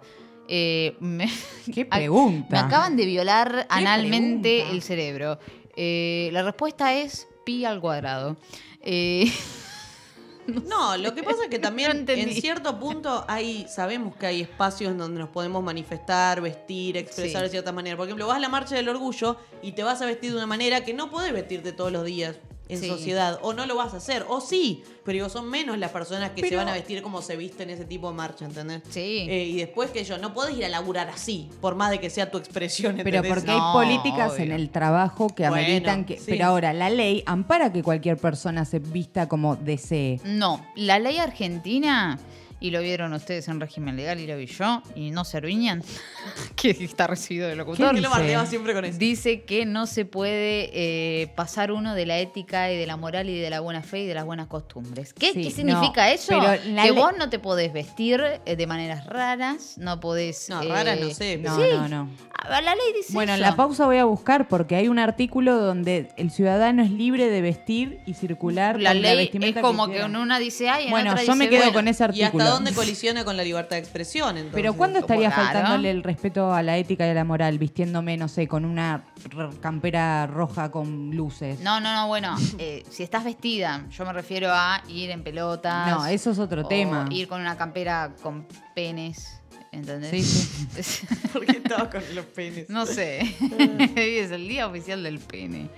Speaker 2: Eh, me-
Speaker 1: Qué
Speaker 2: Ay, Me
Speaker 1: pregunta.
Speaker 2: acaban de violar analmente
Speaker 1: pregunta?
Speaker 2: el cerebro. Eh, la respuesta es pi al cuadrado. Eh,
Speaker 3: No, lo que pasa es que
Speaker 2: No
Speaker 3: también en
Speaker 2: entendí.
Speaker 3: cierto punto hay, sabemos que hay espacios en donde nos podemos manifestar, vestir, expresar
Speaker 2: Sí.
Speaker 3: de cierta manera. Por ejemplo, vas a la marcha del orgullo y te vas a vestir de una manera que no podés vestirte todos los días en
Speaker 2: Sí.
Speaker 3: sociedad. O no lo vas a hacer, o sí, pero digo, son menos las personas que se
Speaker 1: Pero-
Speaker 3: van a vestir como se visten en ese tipo de marcha, ¿entendés?
Speaker 2: Sí.
Speaker 3: Eh, y después que yo, no podés ir a laburar así, por más de que sea tu expresión,
Speaker 1: Pero
Speaker 3: ¿entendés?
Speaker 1: porque
Speaker 2: No,
Speaker 1: hay políticas
Speaker 2: obvio.
Speaker 1: en el trabajo que
Speaker 3: Bueno,
Speaker 1: ameritan que.
Speaker 3: sí.
Speaker 1: Pero ahora, la ley ampara que cualquier persona se vista como desee.
Speaker 2: no, la ley argentina, y lo vieron ustedes en régimen legal y lo vi yo, y no se arruinan, que está recibido de locutor.
Speaker 3: ¿Por qué lo
Speaker 1: dice?
Speaker 3: bardeamos siempre con eso?
Speaker 2: Dice que no se puede eh, pasar uno de la ética y de la moral y de la buena fe y de las buenas costumbres. ¿Qué,
Speaker 1: Sí,
Speaker 2: ¿qué significa
Speaker 1: no,
Speaker 2: eso?
Speaker 1: pero la le-
Speaker 2: Que vos no te podés vestir eh, de maneras raras, no podés...
Speaker 3: No,
Speaker 2: eh,
Speaker 3: raras no sé, pero-
Speaker 1: No,
Speaker 2: Sí.
Speaker 1: no, no.
Speaker 2: Ah, La ley dice
Speaker 1: Bueno, en
Speaker 2: eso.
Speaker 1: la pausa voy a buscar porque hay un artículo donde el ciudadano es libre de vestir y circular
Speaker 2: La
Speaker 1: con la
Speaker 2: ley es
Speaker 1: vestimenta
Speaker 2: como que,
Speaker 1: quiera.
Speaker 2: en una dice ay, en
Speaker 1: Bueno,
Speaker 2: otra
Speaker 1: yo me
Speaker 2: dice,
Speaker 1: quedo
Speaker 2: bueno.
Speaker 1: con ese
Speaker 3: ¿Y
Speaker 1: artículo.
Speaker 3: hasta dónde colisiona con la libertad de expresión? Entonces?
Speaker 1: Pero ¿cuándo
Speaker 2: como
Speaker 1: estaría
Speaker 2: raro.
Speaker 1: faltándole el respeto a la ética y a la moral vistiéndome, no sé, con una r- campera roja con luces?
Speaker 2: No, no, no, bueno, eh, si estás vestida, yo me refiero a ir en pelotas.
Speaker 1: No, eso es otro
Speaker 2: o
Speaker 1: tema.
Speaker 2: Ir con una campera con penes, ¿entendés?
Speaker 1: Sí,
Speaker 3: Porque estaba con los penes.
Speaker 2: no sé. Hoy es el día oficial del pene.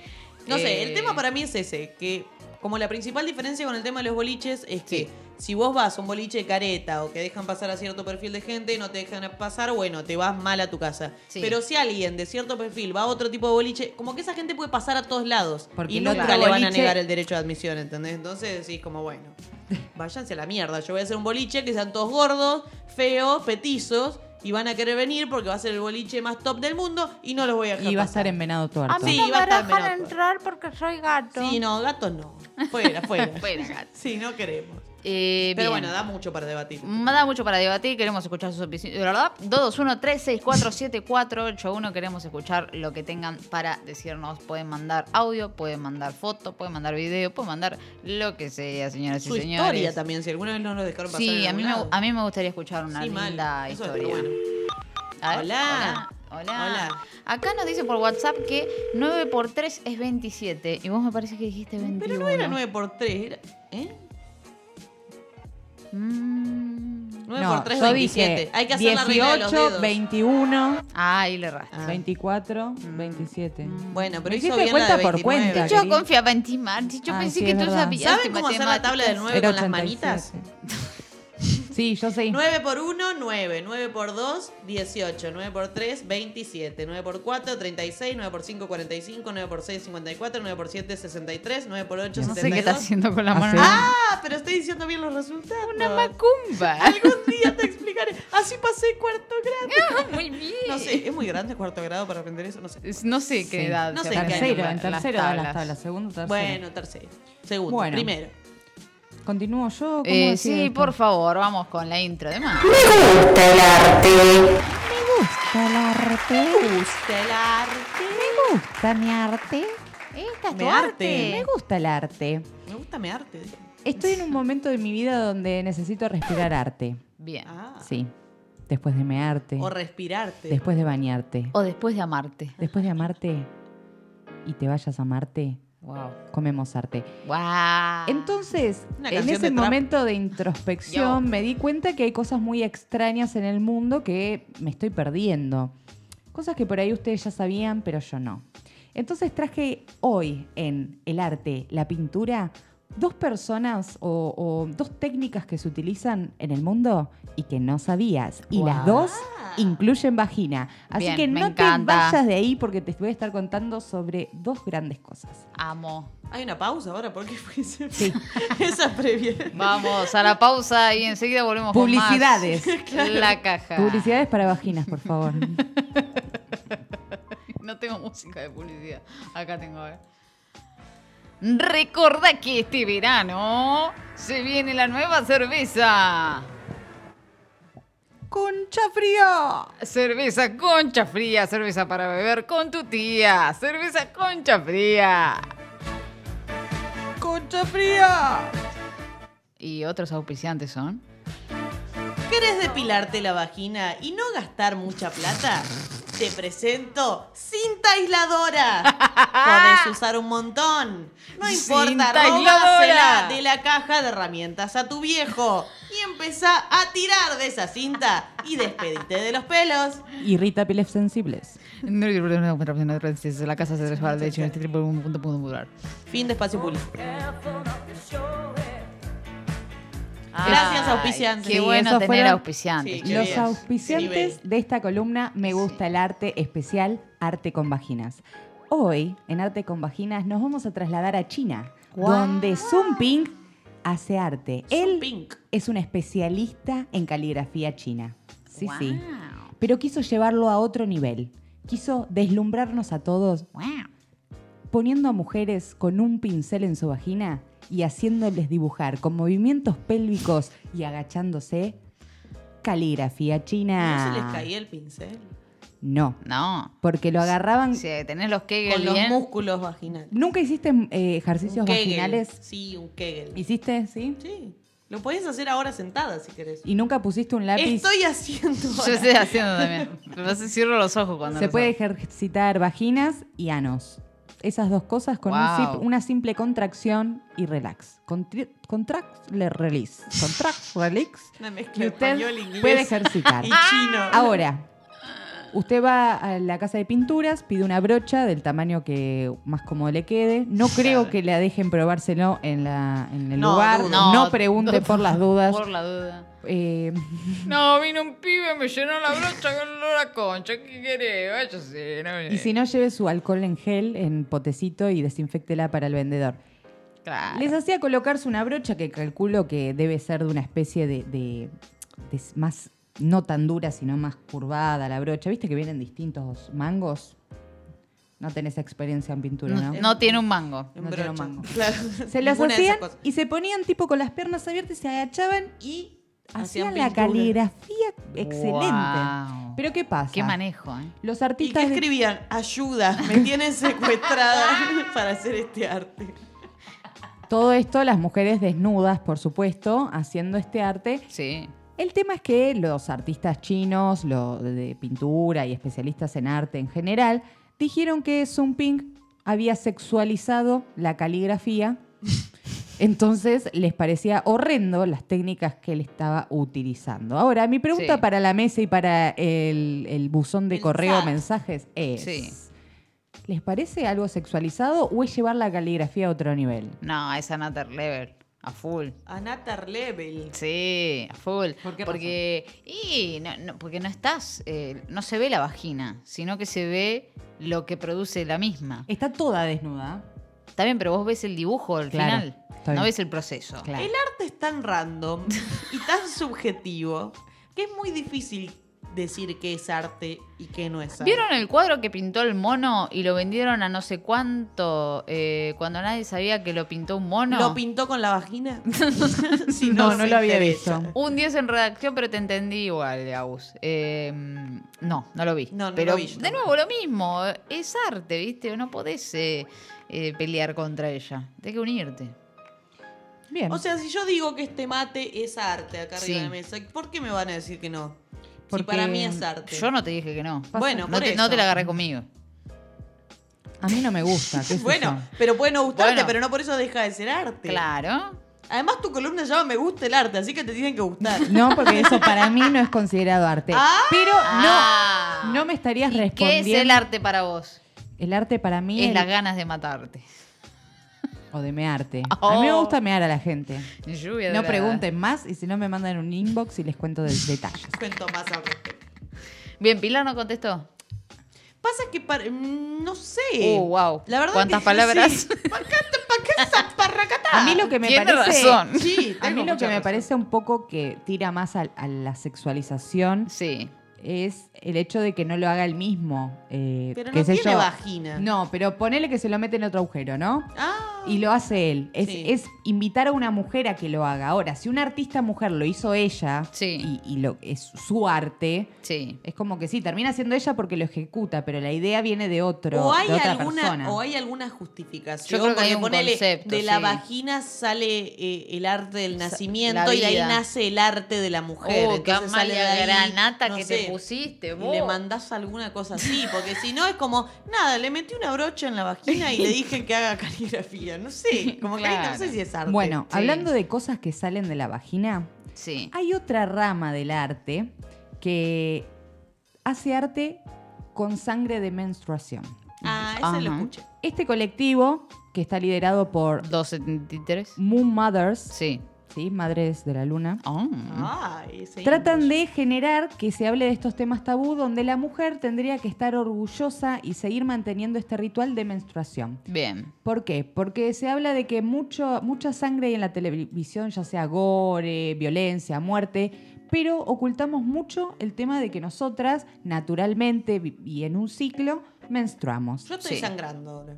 Speaker 3: No sé, el
Speaker 2: Eh,
Speaker 3: tema para mí es ese, que como la principal diferencia con el tema de los boliches es que si vos vas a un boliche de careta o que dejan pasar a cierto perfil de gente, no te dejan pasar, bueno, te vas mal a tu casa.
Speaker 2: Sí.
Speaker 3: Pero si alguien de cierto perfil va a otro tipo de boliche, como que esa gente puede pasar a todos lados
Speaker 1: Porque
Speaker 3: y
Speaker 1: el
Speaker 3: nunca
Speaker 1: otro
Speaker 3: le van a
Speaker 1: boliche-
Speaker 3: negar el derecho de admisión, ¿entendés? Entonces decís como, bueno, váyanse a la mierda, yo voy a hacer un boliche que sean todos gordos, feos, petizos. Y van a querer venir porque va a ser el boliche más top del mundo y no los voy a dejar
Speaker 1: Y va a
Speaker 3: pasar.
Speaker 1: estar en Venado Tuerto.
Speaker 4: A mí
Speaker 3: Sí, va
Speaker 4: no
Speaker 3: a
Speaker 4: me
Speaker 3: estar
Speaker 4: dejan
Speaker 3: menor.
Speaker 4: entrar porque soy gato.
Speaker 3: Sí, no, gatos no. Fuera, fuera.
Speaker 2: Fuera, gato.
Speaker 3: Sí, no queremos.
Speaker 2: eh,
Speaker 3: Pero
Speaker 2: bien. Mm,
Speaker 3: bueno, da mucho para debatir.
Speaker 2: Me da mucho para debatir, queremos escuchar sus opiniones. 221-364-7481, queremos escuchar lo que tengan para decirnos. Pueden mandar audio, pueden mandar foto, pueden mandar video, pueden mandar lo que sea, señoras
Speaker 3: Su
Speaker 2: y señores.
Speaker 3: historia también, si alguna vez no nos dejaron pasar.
Speaker 2: Sí,
Speaker 3: en
Speaker 2: a mí,
Speaker 3: algún
Speaker 2: me,
Speaker 3: lado.
Speaker 2: a mí me gustaría escuchar una
Speaker 3: Sí, mal.
Speaker 2: linda
Speaker 3: Eso está
Speaker 2: historia.
Speaker 3: bueno.
Speaker 2: A ver, hola.
Speaker 3: Hola. Hola.
Speaker 2: Hola. Acá nos dice por WhatsApp que 9 por 3 es 27 y vos me parece que dijiste 21.
Speaker 3: Pero no era 9 por 3 era... ¿Eh?
Speaker 2: Mm.
Speaker 3: 9
Speaker 1: No,
Speaker 3: por 3
Speaker 1: yo
Speaker 3: 27.
Speaker 1: dije
Speaker 3: Hay que hacer
Speaker 1: 18,
Speaker 3: la regla de los dedos.
Speaker 1: 21,
Speaker 2: Ay, le erraste.
Speaker 3: Ah.
Speaker 1: 24, 27.
Speaker 3: Bueno, pero
Speaker 1: Me
Speaker 3: hizo
Speaker 1: hiciste
Speaker 3: bien la
Speaker 1: cuenta
Speaker 3: de
Speaker 1: por
Speaker 3: 29.
Speaker 1: cuenta.
Speaker 2: Yo
Speaker 1: querida.
Speaker 2: confiaba en ti, Marti. Yo
Speaker 1: Ah,
Speaker 2: pensé
Speaker 1: sí,
Speaker 2: que
Speaker 1: es
Speaker 2: tú
Speaker 1: verdad.
Speaker 2: sabías.
Speaker 3: ¿Saben cómo hacer la tabla del 9
Speaker 1: Era
Speaker 3: con las
Speaker 1: 87.
Speaker 3: manitas?
Speaker 1: Sí, yo sé.
Speaker 3: 9 por 1, 9. 9 por 2, 18. 9 por 3, 27. 9 por 4, 36. 9 por 5, 45. 9 por 6, 54. 9 por 7, 63. 9 por 8,
Speaker 2: No sé qué está
Speaker 3: 72.
Speaker 2: haciendo con la
Speaker 1: Hace-
Speaker 2: mano.
Speaker 1: Ah,
Speaker 3: Ah, pero estoy diciendo bien los resultados.
Speaker 2: una macumba.
Speaker 3: Algún día te explicaré. Así pasé cuarto grado.
Speaker 2: Muy bien.
Speaker 3: No sé, es muy grande cuarto grado para aprender eso, no sé.
Speaker 2: Es- No sé qué
Speaker 1: Sí.
Speaker 2: edad.
Speaker 3: No
Speaker 2: se
Speaker 3: sé qué
Speaker 2: aprenden
Speaker 1: Tercero,
Speaker 2: la-
Speaker 1: en tercero
Speaker 2: las
Speaker 1: de las
Speaker 2: tablas.
Speaker 1: tablas, segundo, tercero.
Speaker 3: Bueno, tercero. Segundo,
Speaker 1: Bueno.
Speaker 3: primero.
Speaker 1: Continúo yo. ¿Cómo
Speaker 2: Eh,
Speaker 1: decía
Speaker 2: sí,
Speaker 1: esto?
Speaker 2: por favor, vamos con la intro de más.
Speaker 1: Me gusta el arte.
Speaker 2: Eh.
Speaker 3: Gusta el arte.
Speaker 1: Me gusta mi arte.
Speaker 2: Esta es
Speaker 3: Me
Speaker 2: tu
Speaker 3: arte.
Speaker 1: Me
Speaker 2: arte.
Speaker 1: gusta el arte.
Speaker 3: Me gusta mi arte.
Speaker 1: Estoy en un momento de mi vida donde necesito respirar arte.
Speaker 2: Bien.
Speaker 3: Ah.
Speaker 1: Sí. Después de mearte.
Speaker 3: O respirarte.
Speaker 1: Después de bañarte.
Speaker 2: O después de amarte.
Speaker 1: Después de amarte y te vayas a amarte.
Speaker 2: Wow.
Speaker 1: comemos arte.
Speaker 2: Wow.
Speaker 1: Entonces,
Speaker 3: Una
Speaker 1: en
Speaker 3: canción
Speaker 1: ese
Speaker 3: de trap.
Speaker 1: momento de introspección me di cuenta que hay cosas muy extrañas en el mundo que me estoy perdiendo. Cosas que por ahí ustedes ya sabían, pero yo no. Entonces traje hoy en el arte, la pintura, dos personas o, o dos técnicas que se utilizan en el mundo y que no sabías. Y las
Speaker 2: Guau.
Speaker 1: dos incluyen vagina. Así
Speaker 2: Bien,
Speaker 1: que
Speaker 2: me
Speaker 1: no te
Speaker 2: encanta.
Speaker 1: vayas de ahí porque te voy a estar contando sobre dos grandes cosas.
Speaker 2: Amo.
Speaker 3: Hay una pausa ahora, ¿por qué fue ese- esa previa?
Speaker 2: Vamos a la pausa y enseguida volvemos
Speaker 1: Publicidades.
Speaker 2: con más. La caja.
Speaker 1: Publicidades para vaginas, por favor.
Speaker 2: No tengo música de publicidad. Acá tengo a ver. Recuerda que este verano se viene la nueva cerveza.
Speaker 1: ¡Concha frío!
Speaker 2: Cerveza concha fría, cerveza para beber con tu tía, cerveza concha fría.
Speaker 3: ¡Concha fría!
Speaker 2: Y otros auspiciantes son.
Speaker 3: ¿Querés depilarte la vagina y no gastar mucha plata? Te presento cinta aisladora. Podés usar un montón. No importa,
Speaker 2: Cinta
Speaker 3: robásela
Speaker 2: aisladora.
Speaker 3: de la caja de herramientas a tu viejo y empezá a tirar de esa cinta y despedite de los pelos.
Speaker 1: Irrita pieles sensibles.
Speaker 2: La casa se resbala de hecho en este tipo de un punto punto
Speaker 3: Fin de espacio público.
Speaker 2: Ah,
Speaker 3: Gracias, auspiciantes.
Speaker 2: Qué
Speaker 1: Sí,
Speaker 2: bueno
Speaker 1: eso
Speaker 2: tener
Speaker 1: fueron-
Speaker 2: auspiciantes.
Speaker 3: Sí, qué
Speaker 1: Los
Speaker 3: bien.
Speaker 1: auspiciantes de esta columna Me gusta el arte especial Arte con Vaginas. Hoy, en Arte con Vaginas, nos vamos a trasladar a China,
Speaker 2: Guau.
Speaker 1: donde Sun Ping hace arte. Él
Speaker 3: Pink.
Speaker 1: es un especialista en caligrafía china. Sí,
Speaker 2: Wow.
Speaker 1: sí. Pero quiso llevarlo a otro nivel. Quiso deslumbrarnos a todos
Speaker 2: Wow.
Speaker 1: poniendo a mujeres con un pincel en su vagina y haciéndoles dibujar con movimientos pélvicos y agachándose caligrafía china.
Speaker 3: ¿No se les caía el pincel?
Speaker 1: No,
Speaker 2: No.
Speaker 1: porque lo agarraban.
Speaker 2: Si tenés los Kegel
Speaker 3: Con los
Speaker 2: bien.
Speaker 3: músculos vaginales.
Speaker 1: ¿Nunca hiciste eh, ejercicios
Speaker 3: Kegel.
Speaker 1: vaginales?
Speaker 3: Sí, un Kegel.
Speaker 1: ¿Hiciste? Sí.
Speaker 3: Sí. Lo podés hacer ahora sentada si querés.
Speaker 1: ¿Y nunca pusiste un lápiz?
Speaker 3: Estoy haciendo.
Speaker 2: Yo
Speaker 3: ahora.
Speaker 2: estoy haciendo también. Pero no sé, cierro los ojos cuando
Speaker 1: Se
Speaker 2: los
Speaker 1: puede
Speaker 2: hago.
Speaker 1: ejercitar vaginas y anos. Esas dos cosas con un
Speaker 2: Wow.
Speaker 1: sim- una simple contracción y relax. Contri- contract, le- release. Contract, relax.
Speaker 3: Una mezcla
Speaker 1: Y
Speaker 3: de
Speaker 1: usted
Speaker 3: español, inglés
Speaker 1: puede ejercitar.
Speaker 3: y chino.
Speaker 1: Ahora, usted va a la casa de pinturas, pide una brocha del tamaño que más cómodo le quede. No creo que la dejen probárselo en, la, en el
Speaker 3: No,
Speaker 1: lugar.
Speaker 3: dudo.
Speaker 1: No, pregunte por las dudas.
Speaker 2: Por la duda.
Speaker 1: Eh,
Speaker 2: No, vino un pibe, me llenó la brocha con olor a concha. ¿Qué querés? Vaya, sí, no me-
Speaker 1: y si no, lleve su alcohol en gel, en potecito y desinfectela para el vendedor.
Speaker 2: Claro.
Speaker 1: Les hacía colocarse una brocha que calculo que debe ser de una especie de, de- de s- más, no tan dura, sino más curvada la brocha. ¿Viste que vienen distintos mangos? No tenés experiencia en pintura, ¿no?
Speaker 2: no, no tiene un mango.
Speaker 3: En
Speaker 1: No tiene
Speaker 3: brocha.
Speaker 1: mango.
Speaker 3: Claro.
Speaker 1: Se las
Speaker 3: Ninguna de esas
Speaker 1: hacían
Speaker 3: cosas.
Speaker 1: y se ponían tipo con las piernas abiertas, se agachaban y hacían,
Speaker 3: Hacían
Speaker 1: la
Speaker 3: pintura.
Speaker 1: caligrafía excelente.
Speaker 2: Guau.
Speaker 1: Pero ¿qué pasa?
Speaker 2: Qué manejo, ¿eh?
Speaker 1: Los
Speaker 3: ¿Y qué
Speaker 1: artistas... de-
Speaker 3: escribían? Ayuda, me tienen secuestrada para hacer este arte.
Speaker 1: Todo esto, las mujeres desnudas, por supuesto, haciendo este arte.
Speaker 2: Sí.
Speaker 1: El tema es que los artistas chinos, los de pintura y especialistas en arte en general, dijeron que Sun Ping había sexualizado la caligrafía. Entonces les parecía horrendo las técnicas que él estaba utilizando. Ahora, mi pregunta
Speaker 2: Sí.
Speaker 1: para la mesa y para el, el buzón de
Speaker 3: El
Speaker 1: correo
Speaker 3: chat.
Speaker 1: mensajes es:
Speaker 2: Sí.
Speaker 1: ¿les parece algo sexualizado o es llevar la caligrafía a otro nivel?
Speaker 2: No, es another level. A full.
Speaker 3: Anatar Level.
Speaker 2: Sí, a full.
Speaker 1: ¿Por qué
Speaker 2: porque, y no, no, porque no estás, eh, no se ve la vagina, sino que se ve lo que produce la misma.
Speaker 1: Está toda desnuda.
Speaker 2: Está bien, pero vos ves el dibujo al
Speaker 1: Claro,
Speaker 2: final,
Speaker 1: está
Speaker 2: no
Speaker 1: bien.
Speaker 2: ves el proceso.
Speaker 1: Claro.
Speaker 3: El arte es tan random y tan subjetivo que es muy difícil decir qué es arte y qué no es arte.
Speaker 2: ¿Vieron el cuadro que pintó el mono y lo vendieron a no sé cuánto eh, cuando nadie sabía que lo pintó un mono?
Speaker 3: ¿Lo pintó con la vagina? Si
Speaker 1: No, no
Speaker 3: se
Speaker 1: lo había
Speaker 3: interesa.
Speaker 1: visto.
Speaker 2: un 10 en redacción, pero te entendí igual, Agus. Eh, no, no lo vi.
Speaker 3: No, no
Speaker 2: pero
Speaker 3: lo vi yo
Speaker 2: de nuevo,
Speaker 3: tampoco.
Speaker 2: lo mismo. Es arte, ¿viste? No podés eh, eh, pelear contra ella. Tenés que unirte.
Speaker 1: Bien.
Speaker 3: O sea, si yo digo que este mate es arte acá arriba
Speaker 2: Sí.
Speaker 3: de la mesa, ¿por qué me van a decir que no?
Speaker 1: Porque
Speaker 3: si para mí es arte.
Speaker 2: Yo no te dije que no.
Speaker 1: Pasa.
Speaker 3: Bueno,
Speaker 2: No
Speaker 3: por
Speaker 2: te,
Speaker 3: eso.
Speaker 2: no te la agarré conmigo. A mí no me gusta. ¿qué es
Speaker 3: Bueno,
Speaker 2: eso?
Speaker 3: pero puede no gustarte,
Speaker 2: Bueno.
Speaker 3: pero no por eso deja de ser arte.
Speaker 2: Claro.
Speaker 3: Además, tu columna se llama Me gusta el arte, así que te tienen que gustar.
Speaker 1: No, porque eso para mí no es considerado arte.
Speaker 3: Ah.
Speaker 1: Pero
Speaker 2: Ah.
Speaker 1: no, no me estarías
Speaker 2: ¿Y ¿Qué
Speaker 1: respondiendo.
Speaker 2: es el arte para vos?
Speaker 1: El arte para mí
Speaker 2: Es
Speaker 1: el-
Speaker 2: las ganas de matarte.
Speaker 1: o de mearte. A mí me
Speaker 2: Oh.
Speaker 1: gusta mear a la gente.
Speaker 2: Lluvia
Speaker 1: No
Speaker 2: dorada.
Speaker 1: pregunten más y si no me mandan un inbox y les cuento de detalles.
Speaker 3: Cuento más al respecto.
Speaker 2: Bien, Pilar no contestó.
Speaker 3: Pasa que para- mm, no sé.
Speaker 2: Uh, wow.
Speaker 3: La verdad
Speaker 2: ¿Cuántas
Speaker 3: que-
Speaker 2: palabras?
Speaker 3: sí. Pacata, pacata, parracatá.
Speaker 1: A mí lo que me
Speaker 2: tiene
Speaker 1: parece
Speaker 2: razón.
Speaker 3: Sí,
Speaker 1: a mí
Speaker 3: tengo
Speaker 1: lo que
Speaker 3: mucha
Speaker 1: me
Speaker 3: razón.
Speaker 1: parece un poco que tira más al- a, la sexualización
Speaker 2: Sí.
Speaker 1: es el hecho de que no lo haga el mismo. eh,
Speaker 3: Pero
Speaker 1: qué
Speaker 3: no
Speaker 1: sé
Speaker 3: tiene
Speaker 1: yo.
Speaker 3: vagina.
Speaker 1: No, pero ponele que se lo mete en otro agujero, ¿no?
Speaker 3: Ah.
Speaker 1: Y lo hace él. Es,
Speaker 3: Sí.
Speaker 1: es invitar a una mujer a que lo haga. Ahora, si una artista mujer lo hizo ella
Speaker 2: Sí.
Speaker 1: y, y lo, es su arte,
Speaker 2: Sí.
Speaker 1: es como que sí, termina siendo ella porque lo ejecuta, pero la idea viene de otro,
Speaker 3: o hay
Speaker 1: de otra
Speaker 3: alguna
Speaker 1: persona.
Speaker 3: o hay alguna justificación
Speaker 2: Yo creo que hay
Speaker 3: porque
Speaker 2: un
Speaker 3: ponele,
Speaker 2: concepto,
Speaker 3: de la
Speaker 2: sí.
Speaker 3: vagina sale eh, el arte del
Speaker 2: Sa-
Speaker 3: nacimiento
Speaker 2: la
Speaker 3: y de ahí
Speaker 2: vida.
Speaker 3: nace el arte de la mujer
Speaker 2: Oh, qué
Speaker 3: Entonces sale de
Speaker 2: amalia
Speaker 3: ahí,
Speaker 2: granata
Speaker 3: no
Speaker 2: que
Speaker 3: sé,
Speaker 2: te pusiste,
Speaker 3: y
Speaker 2: vos.
Speaker 3: le mandás alguna cosa así porque si no es como nada le metí una brocha en la vagina y le dije que haga caligrafía no sé como que ahí no
Speaker 2: Claro.
Speaker 3: sé si es arte
Speaker 1: Bueno,
Speaker 2: Sí.
Speaker 1: hablando de cosas que salen de la vagina,
Speaker 2: Sí.
Speaker 1: hay otra rama del arte que hace arte con sangre de menstruación.
Speaker 3: ah ese lo
Speaker 2: Ajá.
Speaker 3: escuché
Speaker 1: Este colectivo, que está liderado por
Speaker 3: Ah.
Speaker 2: 273.
Speaker 1: Moon Mothers,
Speaker 2: Sí.
Speaker 1: ¿sí? Madres de la Luna,
Speaker 2: Oh.
Speaker 3: ah, ese
Speaker 1: Tratan de
Speaker 3: English.
Speaker 1: generar que se hable de estos temas tabú donde la mujer tendría que estar orgullosa y seguir manteniendo este ritual de menstruación.
Speaker 2: Bien.
Speaker 1: ¿Por qué? Porque se habla de que mucho, mucha sangre hay en la televisión, ya sea gore, violencia, muerte, pero ocultamos mucho el tema de que nosotras, naturalmente vi- y en un ciclo, menstruamos.
Speaker 3: yo estoy
Speaker 2: Sí.
Speaker 3: sangrando ahora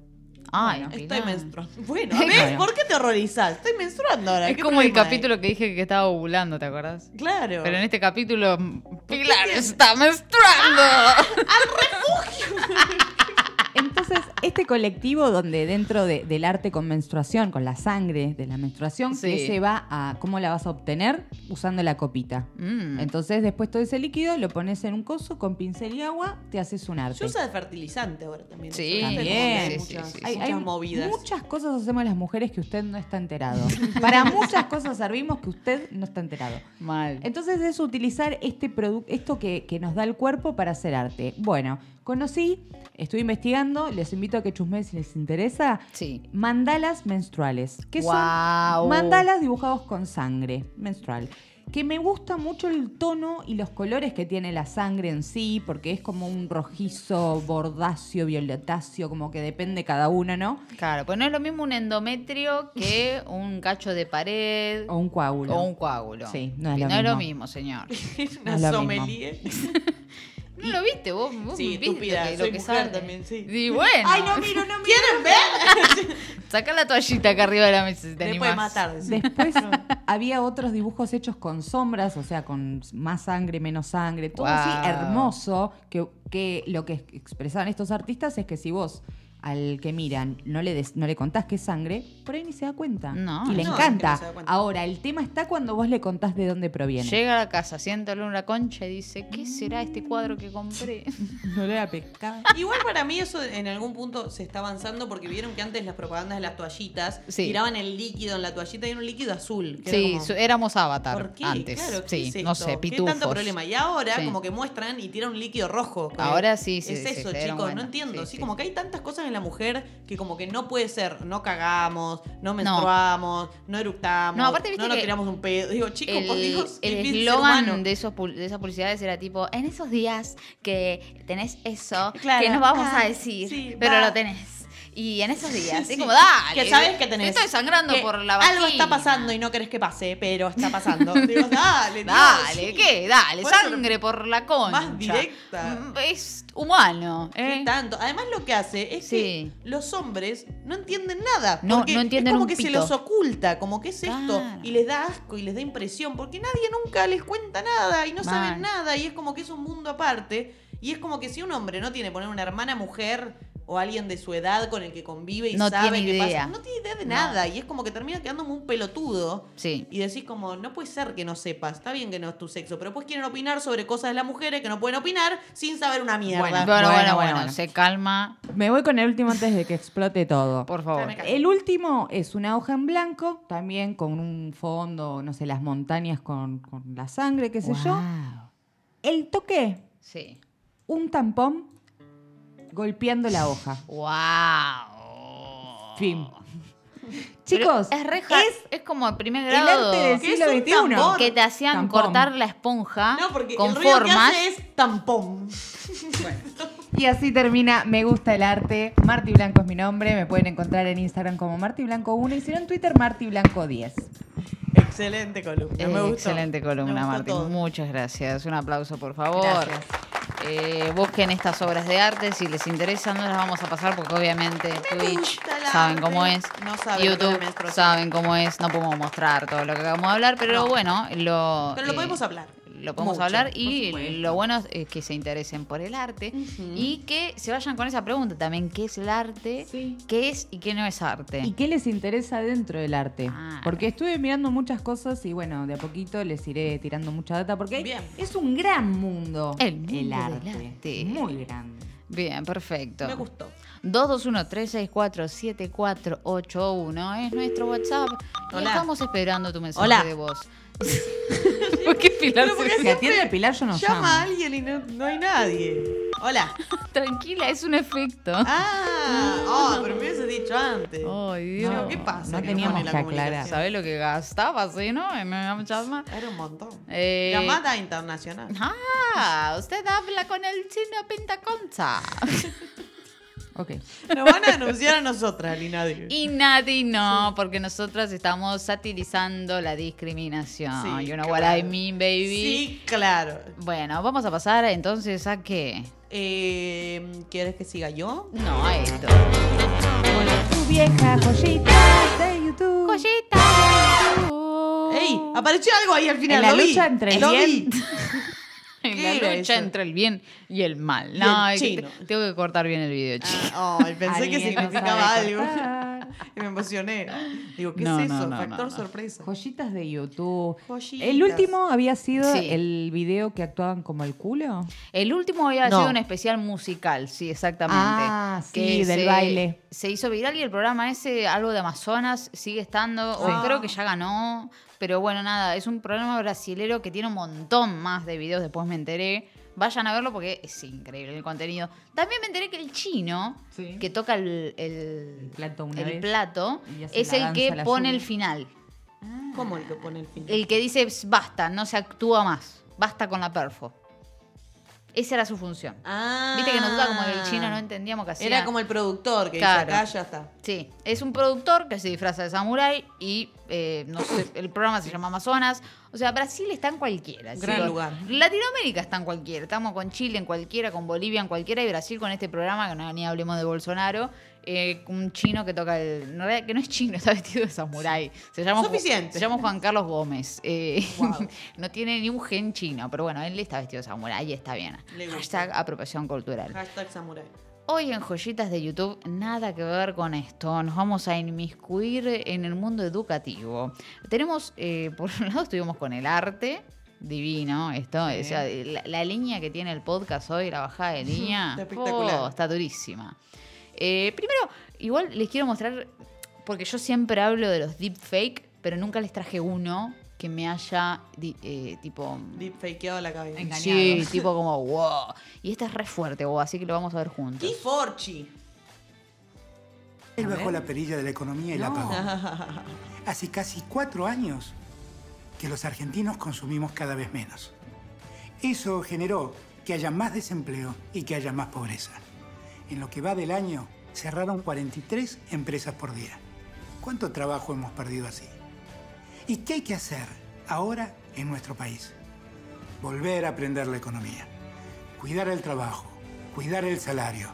Speaker 2: Ay,
Speaker 3: Estoy
Speaker 2: Pilar.
Speaker 3: menstruando. Bueno, ¿ves?
Speaker 2: Claro.
Speaker 3: ¿Por qué te horrorizás? Estoy menstruando ahora.
Speaker 2: Es
Speaker 3: ¿qué
Speaker 2: como el
Speaker 3: problema hay?
Speaker 2: capítulo que dije que estaba ovulando, ¿te acordás?
Speaker 3: Claro.
Speaker 2: Pero en este capítulo, Pilar
Speaker 3: tiene- Ah.
Speaker 2: está menstruando.
Speaker 1: Entonces, este colectivo donde dentro de- del arte con menstruación, con la sangre de la menstruación,
Speaker 2: Sí.
Speaker 1: ¿qué se va a, ¿cómo la vas a obtener? Usando la copita.
Speaker 2: Mm.
Speaker 1: Entonces, después todo ese líquido lo pones en un coso con pincel y agua, te haces un arte.
Speaker 3: Se usa de fertilizante ahora también.
Speaker 2: Sí,
Speaker 3: Eso, ¿viste? Como que
Speaker 1: también.
Speaker 3: hay
Speaker 2: Sí, sí,
Speaker 3: muchas,
Speaker 2: sí, sí.
Speaker 3: hay
Speaker 1: Hay- hay
Speaker 3: muchas movidas.
Speaker 1: Muchas cosas hacemos las mujeres que usted no está enterado. Para muchas cosas servimos que usted no está enterado.
Speaker 2: Mal.
Speaker 1: Entonces es utilizar este producto, esto que, que nos da el cuerpo para hacer arte. Bueno, conocí, estoy investigando, les invito a que chusmeen si les interesa.
Speaker 2: Sí.
Speaker 1: Mandalas menstruales. Que
Speaker 2: Guau.
Speaker 1: son mandalas dibujados con sangre menstrual. Que me gusta mucho el tono y los colores que tiene la sangre en sí, porque es como un rojizo, bordacio, violetáceo, como que depende cada uno, ¿no?
Speaker 2: Claro, pues no es lo mismo un endometrio que un cacho de pared
Speaker 1: O un coágulo.
Speaker 2: o un coágulo.
Speaker 1: Sí, no es
Speaker 2: Y
Speaker 1: lo
Speaker 2: es
Speaker 1: mismo.
Speaker 2: lo mismo, señor.
Speaker 3: Es
Speaker 1: Es
Speaker 3: una
Speaker 1: lo
Speaker 3: sommelier.
Speaker 2: ¿No lo viste vos? vos
Speaker 3: Sí,
Speaker 2: viste
Speaker 3: estúpida,
Speaker 2: que
Speaker 3: soy
Speaker 2: que
Speaker 3: mujer
Speaker 2: sale.
Speaker 3: también, sí.
Speaker 2: Y bueno,
Speaker 3: Ay, no miro, no miro. ¿Quieren ver?
Speaker 2: sacá la toallita acá arriba de la mesa si te
Speaker 3: Después
Speaker 2: animás.
Speaker 3: más tarde. sí.
Speaker 1: Después había otros dibujos hechos con sombras, o sea, con más sangre, menos sangre, todo así
Speaker 2: Guau.
Speaker 1: hermoso, que, que lo que expresaban estos artistas es que si vos al que miran no le, des- no le contás que es sangre, por ahí ni se da cuenta.
Speaker 2: No.
Speaker 1: y le
Speaker 3: No, es que
Speaker 1: encanta.
Speaker 3: no se da cuenta.
Speaker 1: Ahora, el tema está cuando vos le contás de dónde proviene.
Speaker 2: Llega a la casa, sienta en una concha y dice,
Speaker 3: Mm.
Speaker 2: ¿qué será este cuadro que compré?
Speaker 1: No le da pescado.
Speaker 3: Igual para mí eso en algún punto se está avanzando porque vieron que antes las propagandas de las toallitas
Speaker 2: Sí.
Speaker 3: tiraban el líquido en la toallita y era un líquido azul. que era
Speaker 2: Sí,
Speaker 3: como,
Speaker 2: su- éramos avatar
Speaker 3: ¿Por qué?
Speaker 2: antes.
Speaker 3: Claro, ¿qué
Speaker 2: sí,
Speaker 3: es
Speaker 2: no
Speaker 3: esto?
Speaker 2: sé,
Speaker 3: ¿Qué
Speaker 2: pitufos.
Speaker 3: tanto problema? Y ahora
Speaker 2: Sí.
Speaker 3: como que muestran y tiran un líquido rojo. que
Speaker 2: Ahora sí, sí,
Speaker 3: Es
Speaker 2: sí,
Speaker 3: eso,
Speaker 2: se dieron
Speaker 3: chicos, no
Speaker 2: cuenta.
Speaker 3: entiendo.
Speaker 2: Sí,
Speaker 3: Sí,
Speaker 2: sí.
Speaker 3: como que hay tantas cosas en la mujer que como que no puede ser, no cagamos, no menstruamos, no, eructamos, no,
Speaker 2: No, aparte, viste
Speaker 3: nos
Speaker 2: que
Speaker 3: tiramos un pedo. Digo, chicos, por Dios,
Speaker 2: el
Speaker 3: difícil ser humano.
Speaker 2: eslogan de, esos pul- de esas publicidades era tipo, en esos días que tenés eso,
Speaker 3: Claro.
Speaker 2: que no vamos
Speaker 3: Ah,
Speaker 2: a decir,
Speaker 3: sí,
Speaker 2: pero
Speaker 3: va.
Speaker 2: lo tenés. Y en esos días, es
Speaker 3: Sí, sí.
Speaker 2: como, dale.
Speaker 3: Que sabes que tenés.
Speaker 2: Te estoy sangrando
Speaker 3: que
Speaker 2: por la vagina.
Speaker 3: Algo está pasando y no querés que pase, pero está pasando. Digo, dale, Dios,
Speaker 2: Dale,
Speaker 3: sí.
Speaker 2: ¿qué? Dale,
Speaker 3: Puede ser
Speaker 2: sangre por la concha.
Speaker 3: Más directa.
Speaker 2: Mm, Es humano,
Speaker 3: ¿Qué
Speaker 2: ¿eh?
Speaker 3: tanto? Además lo que hace es
Speaker 2: Sí.
Speaker 3: que los hombres no entienden nada.
Speaker 2: No,
Speaker 3: porque
Speaker 2: no entienden
Speaker 3: es como
Speaker 2: un
Speaker 3: que se
Speaker 2: pito.
Speaker 3: los oculta, como que es esto.
Speaker 2: Claro.
Speaker 3: Y les da asco y les da impresión, porque nadie nunca les cuenta nada y no
Speaker 2: Mal.
Speaker 3: saben nada y es como que es un mundo aparte. Y es como que si un hombre no tiene, poner una hermana mujer o alguien de su edad con el que convive y
Speaker 2: No
Speaker 3: sabe
Speaker 2: tiene
Speaker 3: qué
Speaker 2: idea.
Speaker 3: pasa. No tiene idea de nada. Y es como que termina quedándome un pelotudo.
Speaker 2: Sí.
Speaker 3: Y decís como, no puede ser que no sepas, está bien que no es tu sexo, pero pues quieren opinar sobre cosas de las mujeres que no pueden opinar sin saber una mierda.
Speaker 2: Bueno, bueno,
Speaker 1: Bueno,
Speaker 2: bueno,
Speaker 1: bueno,
Speaker 2: bueno,
Speaker 1: bueno.
Speaker 2: se calma,
Speaker 1: Me voy con el último antes de que explote todo.
Speaker 2: por favor.
Speaker 3: Dame
Speaker 1: El último es una hoja en blanco, también con un fondo, no sé, las montañas con, con la sangre, qué sé yo.
Speaker 2: Guau.
Speaker 1: El toque,
Speaker 2: Sí.
Speaker 1: un tampón golpeando la hoja.
Speaker 2: Wow.
Speaker 1: Fin.
Speaker 3: Ah.
Speaker 1: Chicos,
Speaker 2: es reja, es, como el primer
Speaker 1: el
Speaker 2: grado.
Speaker 1: arte del
Speaker 3: ¿Qué es
Speaker 1: siglo
Speaker 3: un
Speaker 1: XXI.
Speaker 3: tampón?
Speaker 2: que te hacían
Speaker 1: Tampón.
Speaker 2: cortar la
Speaker 1: Ah,
Speaker 2: esponja
Speaker 3: no, porque
Speaker 2: con
Speaker 3: el ruido
Speaker 2: formas.
Speaker 3: que hace es tampón.
Speaker 1: Y así termina Me gusta el arte. Marti Blanco es mi nombre. Me pueden encontrar en Instagram como Marti Blanco 1 y si no en Twitter Marti Blanco 10.
Speaker 3: Excelente columna,
Speaker 2: Eh,
Speaker 3: me gustó.
Speaker 2: excelente
Speaker 3: Me
Speaker 2: columna,
Speaker 3: gustó
Speaker 2: Martín.
Speaker 3: todo.
Speaker 2: Muchas gracias. Un aplauso, por favor.
Speaker 1: Gracias.
Speaker 2: Eh, busquen estas obras de arte. Si les interesan, no las vamos a pasar porque obviamente Twitch
Speaker 3: gusta el
Speaker 2: saben
Speaker 3: arte.
Speaker 2: cómo es.
Speaker 3: No saben lo que es la
Speaker 2: YouTube
Speaker 3: menstruación.
Speaker 2: saben cómo es. No podemos mostrar todo lo que acabamos de hablar, pero
Speaker 3: No.
Speaker 2: bueno, lo.
Speaker 3: Pero lo
Speaker 2: eh,
Speaker 3: podemos hablar.
Speaker 2: Lo podemos
Speaker 3: Mucho,
Speaker 2: hablar
Speaker 3: por
Speaker 2: y
Speaker 3: supuesto.
Speaker 2: lo bueno es que se interesen por el arte y que se vayan con esa pregunta también, ¿qué es el arte?
Speaker 1: Sí.
Speaker 2: ¿Qué es y qué no es arte?
Speaker 1: ¿Y qué les interesa dentro del arte?
Speaker 2: Ah.
Speaker 1: Porque estuve mirando muchas cosas y bueno, de a poquito les iré tirando mucha data porque hay-
Speaker 3: Bien.
Speaker 1: es un gran mundo
Speaker 2: El mundo del arte.
Speaker 1: Muy grande.
Speaker 2: Bien, perfecto.
Speaker 3: Me gustó.
Speaker 2: 221-364-7481 es nuestro WhatsApp. Y
Speaker 3: Hola.
Speaker 2: estamos esperando tu mensaje
Speaker 3: Hola.
Speaker 2: de voz. ¿Por qué Pilar
Speaker 3: Pero porque
Speaker 2: se-
Speaker 1: Si atiende Pilar yo no
Speaker 3: Llama a
Speaker 1: llamo.
Speaker 3: alguien y no, no hay nadie. Hola.
Speaker 2: Tranquila, es un efecto.
Speaker 3: Ah, oh, pero me hubiese dicho antes.
Speaker 2: Ay, Dios.
Speaker 3: No, ¿qué pasa?
Speaker 1: Uh. Oh, no
Speaker 3: que
Speaker 1: teníamos
Speaker 3: pone la
Speaker 1: que aclarar.
Speaker 3: comunicación?
Speaker 2: ¿Sabés lo que gastabas, eh, no? Me voy a llamar.
Speaker 3: Era un montón.
Speaker 2: Eh,
Speaker 3: Llamada internacional.
Speaker 2: Ah, usted habla con el chino Pentaconcha.
Speaker 1: Ok.
Speaker 3: Nos van a anunciar a nosotras, Linadio.
Speaker 2: Y nadie no, porque nosotras estamos satirizando la discriminación.
Speaker 3: Sí,
Speaker 2: you know what
Speaker 3: claro.
Speaker 2: I mean, baby.
Speaker 3: Sí, claro.
Speaker 2: Bueno, vamos a pasar entonces a qué.
Speaker 3: Eh, ¿Quieres que siga yo?
Speaker 2: No, a esto.
Speaker 1: Tu vieja joyita de YouTube.
Speaker 2: Joyita.
Speaker 3: ¡Ey! Apareció algo ahí al final.
Speaker 1: Oh. En la
Speaker 3: lo vi.
Speaker 1: lucha entre el
Speaker 3: Lo
Speaker 1: bien-
Speaker 3: vi.
Speaker 2: En
Speaker 3: ¿Qué
Speaker 2: la
Speaker 3: era
Speaker 2: lucha
Speaker 3: eso?
Speaker 2: entre el bien y el mal.
Speaker 3: Y
Speaker 2: No,
Speaker 3: el
Speaker 2: es que
Speaker 3: chino.
Speaker 2: te- tengo que cortar bien el video, chicos.
Speaker 3: Ah, ay, pensé que
Speaker 1: Alguien no
Speaker 3: significaba
Speaker 1: sabe
Speaker 3: algo.
Speaker 1: cortar.
Speaker 3: Y me emocioné. Digo, ¿qué
Speaker 2: No,
Speaker 3: es
Speaker 2: no,
Speaker 3: eso?
Speaker 2: no,
Speaker 3: Factor
Speaker 2: no, no.
Speaker 3: sorpresa.
Speaker 1: Joyitas de YouTube.
Speaker 3: Joyitas.
Speaker 1: El último había sido
Speaker 2: Sí.
Speaker 1: el video que actuaban como el culo.
Speaker 2: El último había
Speaker 3: No.
Speaker 2: sido un especial musical, sí, exactamente.
Speaker 1: Ah, sí, del baile.
Speaker 2: Se hizo viral y el programa ese, algo de Amazonas, sigue estando. o
Speaker 3: Sí.
Speaker 2: creo que ya ganó. Pero bueno, nada, es un programa brasilero que tiene un montón más de videos, después me enteré. Vayan a verlo porque es increíble el contenido. También me enteré que el chino,
Speaker 1: Sí.
Speaker 2: que toca el, el-
Speaker 1: El plato una
Speaker 2: el
Speaker 1: vez.
Speaker 2: plato,
Speaker 1: Y hace
Speaker 2: es
Speaker 1: la
Speaker 2: el
Speaker 1: danza
Speaker 2: que
Speaker 1: a la
Speaker 2: pone el
Speaker 1: lluvia.
Speaker 2: final.
Speaker 3: ¿Cómo el que pone el fin?
Speaker 2: El que dice, basta, no se actúa más, basta con la perfo. Esa era su función.
Speaker 3: Ah.
Speaker 2: Viste que nosotros como que el chino no entendíamos qué hacía.
Speaker 3: Era como el productor que
Speaker 2: Claro.
Speaker 3: dice acá, ya está.
Speaker 2: Sí, es un productor que se disfraza de samurái y eh, no sé, el programa se llama Amazonas. O sea, Brasil está en cualquiera.
Speaker 3: Gran
Speaker 2: chicos.
Speaker 3: lugar.
Speaker 2: Latinoamérica está en cualquiera. Estamos con Chile en cualquiera, con Bolivia en cualquiera y Brasil con este programa, que no, ni hablemos de Bolsonaro. eh, un chino que toca el. en realidad que no es chino, está vestido de samurái. Se llama, Ju-
Speaker 3: Suficiente.
Speaker 2: Se llama Juan Carlos Gómez. Eh,
Speaker 3: Guau.
Speaker 2: no tiene ni un gen chino, pero bueno, él está vestido de samurái y está bien.
Speaker 3: Le gusta.
Speaker 2: Hashtag apropiación cultural.
Speaker 3: Hashtag samurai.
Speaker 2: Hoy en Joyitas de YouTube, nada que ver con esto. Nos vamos a inmiscuir en el mundo educativo. Tenemos, eh, por un lado, estuvimos con el arte. Divino, esto. o sea, la, la línea que tiene el podcast hoy, la bajada de línea.
Speaker 3: Está espectacular.
Speaker 2: oh, está durísima. Eh, primero, igual les quiero mostrar, porque yo siempre hablo de los deepfake, pero nunca les traje uno que me haya, di- eh, tipo,
Speaker 3: Deepfakeado la cabeza.
Speaker 1: Engañado.
Speaker 2: Sí, tipo como, wow. Y esta es re fuerte, wow, así que lo vamos a ver juntos.
Speaker 3: ¡Qué forchi!
Speaker 4: Él bajó la perilla de la economía y la pagó. Hace casi cuatro años que los argentinos consumimos cada vez menos. Eso generó que haya más desempleo y que haya más pobreza. En lo que va del año, cerraron 43 empresas por día. ¿Cuánto trabajo hemos perdido así? ¿Y qué hay que hacer ahora en nuestro país? Volver a aprender la economía, cuidar el trabajo, cuidar el salario,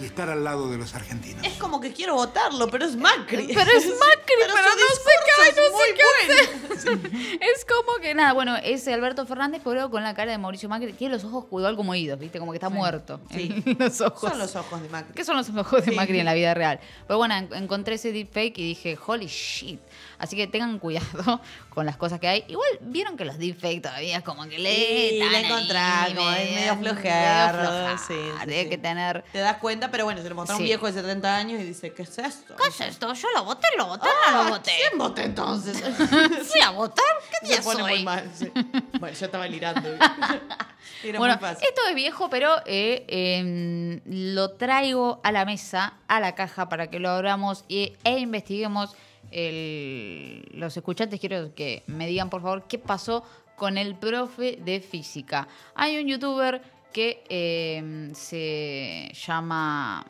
Speaker 4: y estar al lado de los argentinos.
Speaker 3: Es como que quiero votarlo, pero es Macri.
Speaker 2: Pero es Macri,
Speaker 3: Pero
Speaker 2: pero,
Speaker 3: su
Speaker 2: no sé qué,
Speaker 3: discurso es
Speaker 2: no sé qué hacer. Es como que nada, bueno, ese Alberto Fernández, pero con la cara de Mauricio Macri, tiene los ojos igual como idos, ¿viste? Como que está muerto.
Speaker 3: Sí.
Speaker 2: en los ojos.
Speaker 3: Son los ojos de Macri.
Speaker 2: ¿Qué son los ojos de
Speaker 3: Sí.
Speaker 2: Macri en la vida real? Pero bueno, en- encontré ese deepfake y dije, holy shit. Así que tengan cuidado con las cosas que hay. Igual vieron que los deepfake todavía como que le.
Speaker 3: Sí,
Speaker 2: están
Speaker 3: la
Speaker 2: ahí,
Speaker 3: encontrás, como es medio flojear,
Speaker 2: flojar,
Speaker 3: sí, sí,
Speaker 2: Hay
Speaker 3: sí.
Speaker 2: que tener.
Speaker 3: Te das cuenta, pero bueno, se lo mostró a un
Speaker 2: Sí.
Speaker 3: viejo de 70 años y dice, ¿qué es esto?
Speaker 2: ¿Qué es esto? Yo lo voté, lo voté, no
Speaker 3: Ah,
Speaker 2: lo voté.
Speaker 3: ¿Quién voté entonces?
Speaker 2: ¿Fui a votar? ¿Qué día
Speaker 3: Se pone
Speaker 2: soy?
Speaker 3: muy mal. sí. Bueno, yo estaba lirando. Era
Speaker 2: Bueno,
Speaker 3: muy fácil.
Speaker 2: esto es viejo, pero eh, eh, lo traigo a la mesa, a la caja, para que lo abramos y- e investiguemos. El- los escuchantes quiero que me digan, por favor, qué pasó con el profe de física. Hay un youtuber que eh, se llama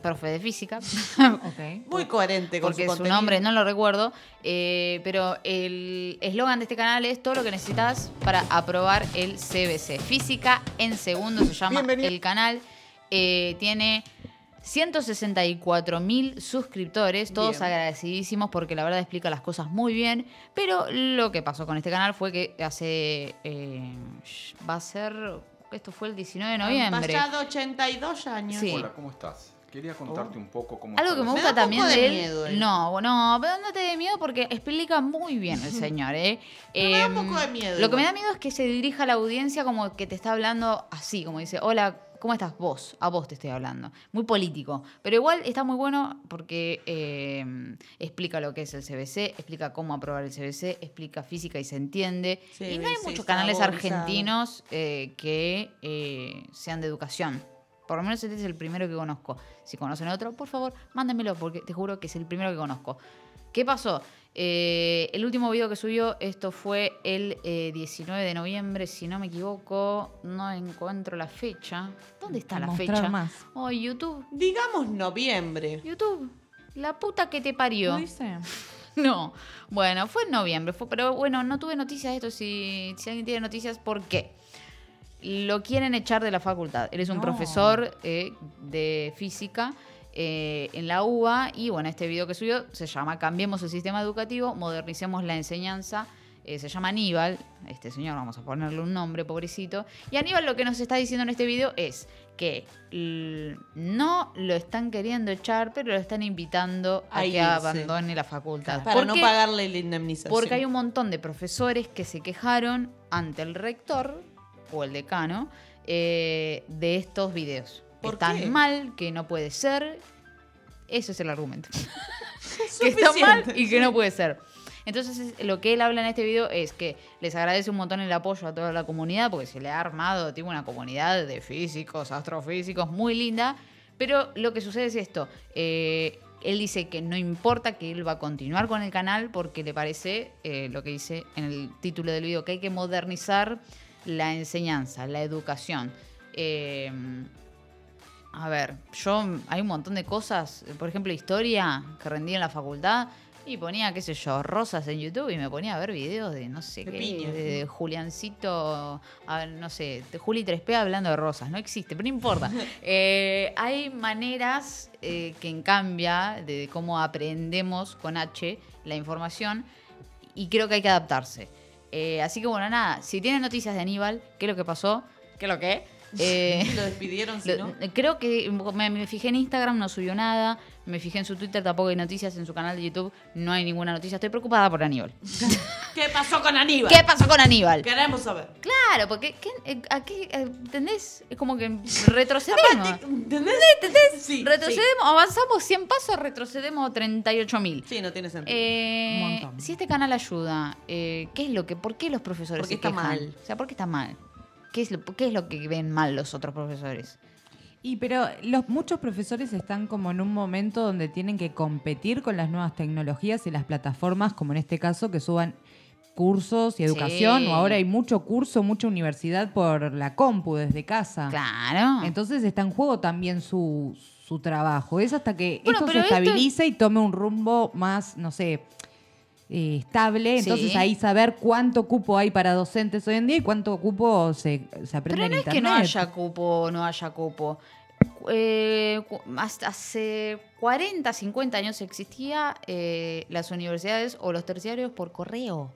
Speaker 2: profe de física.
Speaker 5: Ok.
Speaker 3: Muy coherente con
Speaker 2: porque
Speaker 3: su
Speaker 2: su
Speaker 3: contenido.
Speaker 2: nombre no lo recuerdo, eh, pero el eslogan de este canal es todo lo que necesitas para aprobar el CBC. Física en segundo se llama el canal. Eh, tiene 164 mil suscriptores, todos
Speaker 3: Bien.
Speaker 2: agradecidísimos porque la verdad explica las cosas muy bien, pero lo que pasó con este canal fue que hace... eh, va a ser... Esto fue el 19 de
Speaker 3: Han
Speaker 2: noviembre.
Speaker 3: pasado 82 años.
Speaker 2: Sí.
Speaker 6: Hola, ¿cómo estás? Quería contarte un poco cómo
Speaker 2: Algo
Speaker 6: está
Speaker 2: que me
Speaker 6: la
Speaker 2: gusta
Speaker 3: Me da un
Speaker 2: también
Speaker 3: poco de
Speaker 2: de él.
Speaker 3: miedo, eh.
Speaker 2: No, no, pero no te dé miedo porque explica muy bien el señor, ¿eh?
Speaker 3: Pero me da un
Speaker 2: Em,
Speaker 3: poco de miedo
Speaker 2: Lo que me da
Speaker 3: igual.
Speaker 2: miedo es que se dirija a la audiencia como que te está hablando así, como dice, hola. ¿Cómo estás vos? A vos te estoy hablando. Muy político. Pero igual está muy bueno porque em, explica lo que es el CBC, explica cómo aprobar el CBC, explica física y se entiende. y no hay
Speaker 3: CBC,
Speaker 2: muchos canales
Speaker 3: saborizado.
Speaker 2: argentinos eh, que eh, sean de educación. Por lo menos este es el primero que conozco. Si conocen otro, por favor, mándenmelo porque te juro que es el primero que conozco. ¿Qué pasó? Eh, el último video que subió, esto fue el eh, 19 de noviembre, si no me equivoco. No encuentro la fecha. ¿Dónde está la
Speaker 5: Mostrar
Speaker 2: fecha?
Speaker 5: más.
Speaker 2: Oh, YouTube.
Speaker 3: Digamos noviembre.
Speaker 2: YouTube. La puta que te parió.
Speaker 5: ¿Lo dice?
Speaker 2: No, bueno, fue en noviembre, fue, pero bueno, no tuve noticias de esto. Si, si alguien tiene noticias, ¿por qué? Lo quieren echar de la facultad. Él es un
Speaker 5: No.
Speaker 2: profesor eh, de física eh, en la UBA y bueno, este video que subió se llama Cambiemos el sistema educativo, modernicemos la enseñanza. Eh, se llama Aníbal, este señor, vamos a ponerle un nombre, pobrecito. Y Aníbal lo que nos está diciendo en este video es que l- no lo están queriendo echar, pero lo están invitando a,
Speaker 3: A
Speaker 2: que
Speaker 3: irse.
Speaker 2: abandone la facultad.
Speaker 3: Para
Speaker 2: ¿Por
Speaker 3: no
Speaker 2: qué?
Speaker 3: pagarle la indemnización.
Speaker 2: Porque hay un montón de profesores que se quejaron ante el rector o el decano eh, de estos videos. Que
Speaker 3: ¿Por
Speaker 2: están
Speaker 3: qué?
Speaker 2: mal, que no puede ser. Ese es el argumento. que está
Speaker 3: Suficiente.
Speaker 2: mal y que no puede ser. Entonces, es- lo que él habla en este video es que les agradece un montón el apoyo a toda la comunidad, porque se le ha armado, tiene una comunidad de físicos, astrofísicos, muy linda. Pero lo que sucede es esto. eh, él dice que no importa que él va a continuar con el canal porque le parece, eh, lo que dice en el título del video, que hay que modernizar la enseñanza, la educación. Eh, a ver, yo hay un montón de cosas, por ejemplo, historia que rendí en la facultad y ponía, qué sé yo, rosas en YouTube y me ponía a ver videos de, no sé
Speaker 3: De
Speaker 2: qué,
Speaker 3: piñas.
Speaker 2: de Juliancito, a ver, no sé, de Juli 3P hablando de rosas, no existe, pero no importa. Eh, hay maneras eh, que en cambia de cómo aprendemos con H la información y creo que hay que adaptarse. Eh, así que bueno, nada, si tienen noticias de Aníbal, qué es lo que pasó, qué es lo que... Eh,
Speaker 3: Lo despidieron, si
Speaker 2: lo-
Speaker 3: no.
Speaker 2: Creo que me, me fijé en Instagram, no subió nada. Me fijé en su Twitter, tampoco hay noticias. En su canal de YouTube no hay ninguna noticia. Estoy preocupada por Aníbal.
Speaker 3: ¿Qué pasó con Aníbal?
Speaker 2: ¿Qué pasó con Aníbal?
Speaker 3: Queremos saber.
Speaker 2: Claro, porque ¿qué- eh, ¿a qué, eh, ¿entendés? Es como que retrocedemos.
Speaker 3: ¿Entendés? Sí, sí.
Speaker 2: Retrocedemos, avanzamos 100 pasos, retrocedemos 38.000.
Speaker 3: Sí, no tiene sentido.
Speaker 2: Eh,
Speaker 5: Un montón.
Speaker 2: si este canal ayuda, eh, ¿qué es lo que, por qué los profesores
Speaker 3: ¿Por qué
Speaker 2: se
Speaker 3: está
Speaker 2: quejan?
Speaker 3: mal?
Speaker 2: O sea, ¿por qué está mal? ¿Qué es, lo, ¿Qué es lo que ven mal los otros profesores?
Speaker 5: Y pero los muchos profesores están como en un momento donde tienen que competir con las nuevas tecnologías y las plataformas, como en este caso, que suban cursos y educación,
Speaker 2: Sí.
Speaker 5: o ahora hay mucho curso, mucha universidad por la compu desde
Speaker 3: Ah.
Speaker 5: casa.
Speaker 2: Claro.
Speaker 5: Entonces está en juego también su, su trabajo. Es hasta que
Speaker 2: Bueno,
Speaker 5: esto se
Speaker 2: pero esto-
Speaker 5: estabilice y tome un rumbo más, no sé, eh, estable.
Speaker 2: Sí.
Speaker 5: Entonces ahí saber cuánto cupo hay para docentes hoy en día y cuánto cupo se, se aprende
Speaker 2: Pero
Speaker 5: en
Speaker 2: no es
Speaker 5: internet.
Speaker 2: que no haya cupo o no haya cupo. eh, cu- hasta hace 40, 50 años existía eh, las universidades o los terciarios por correo.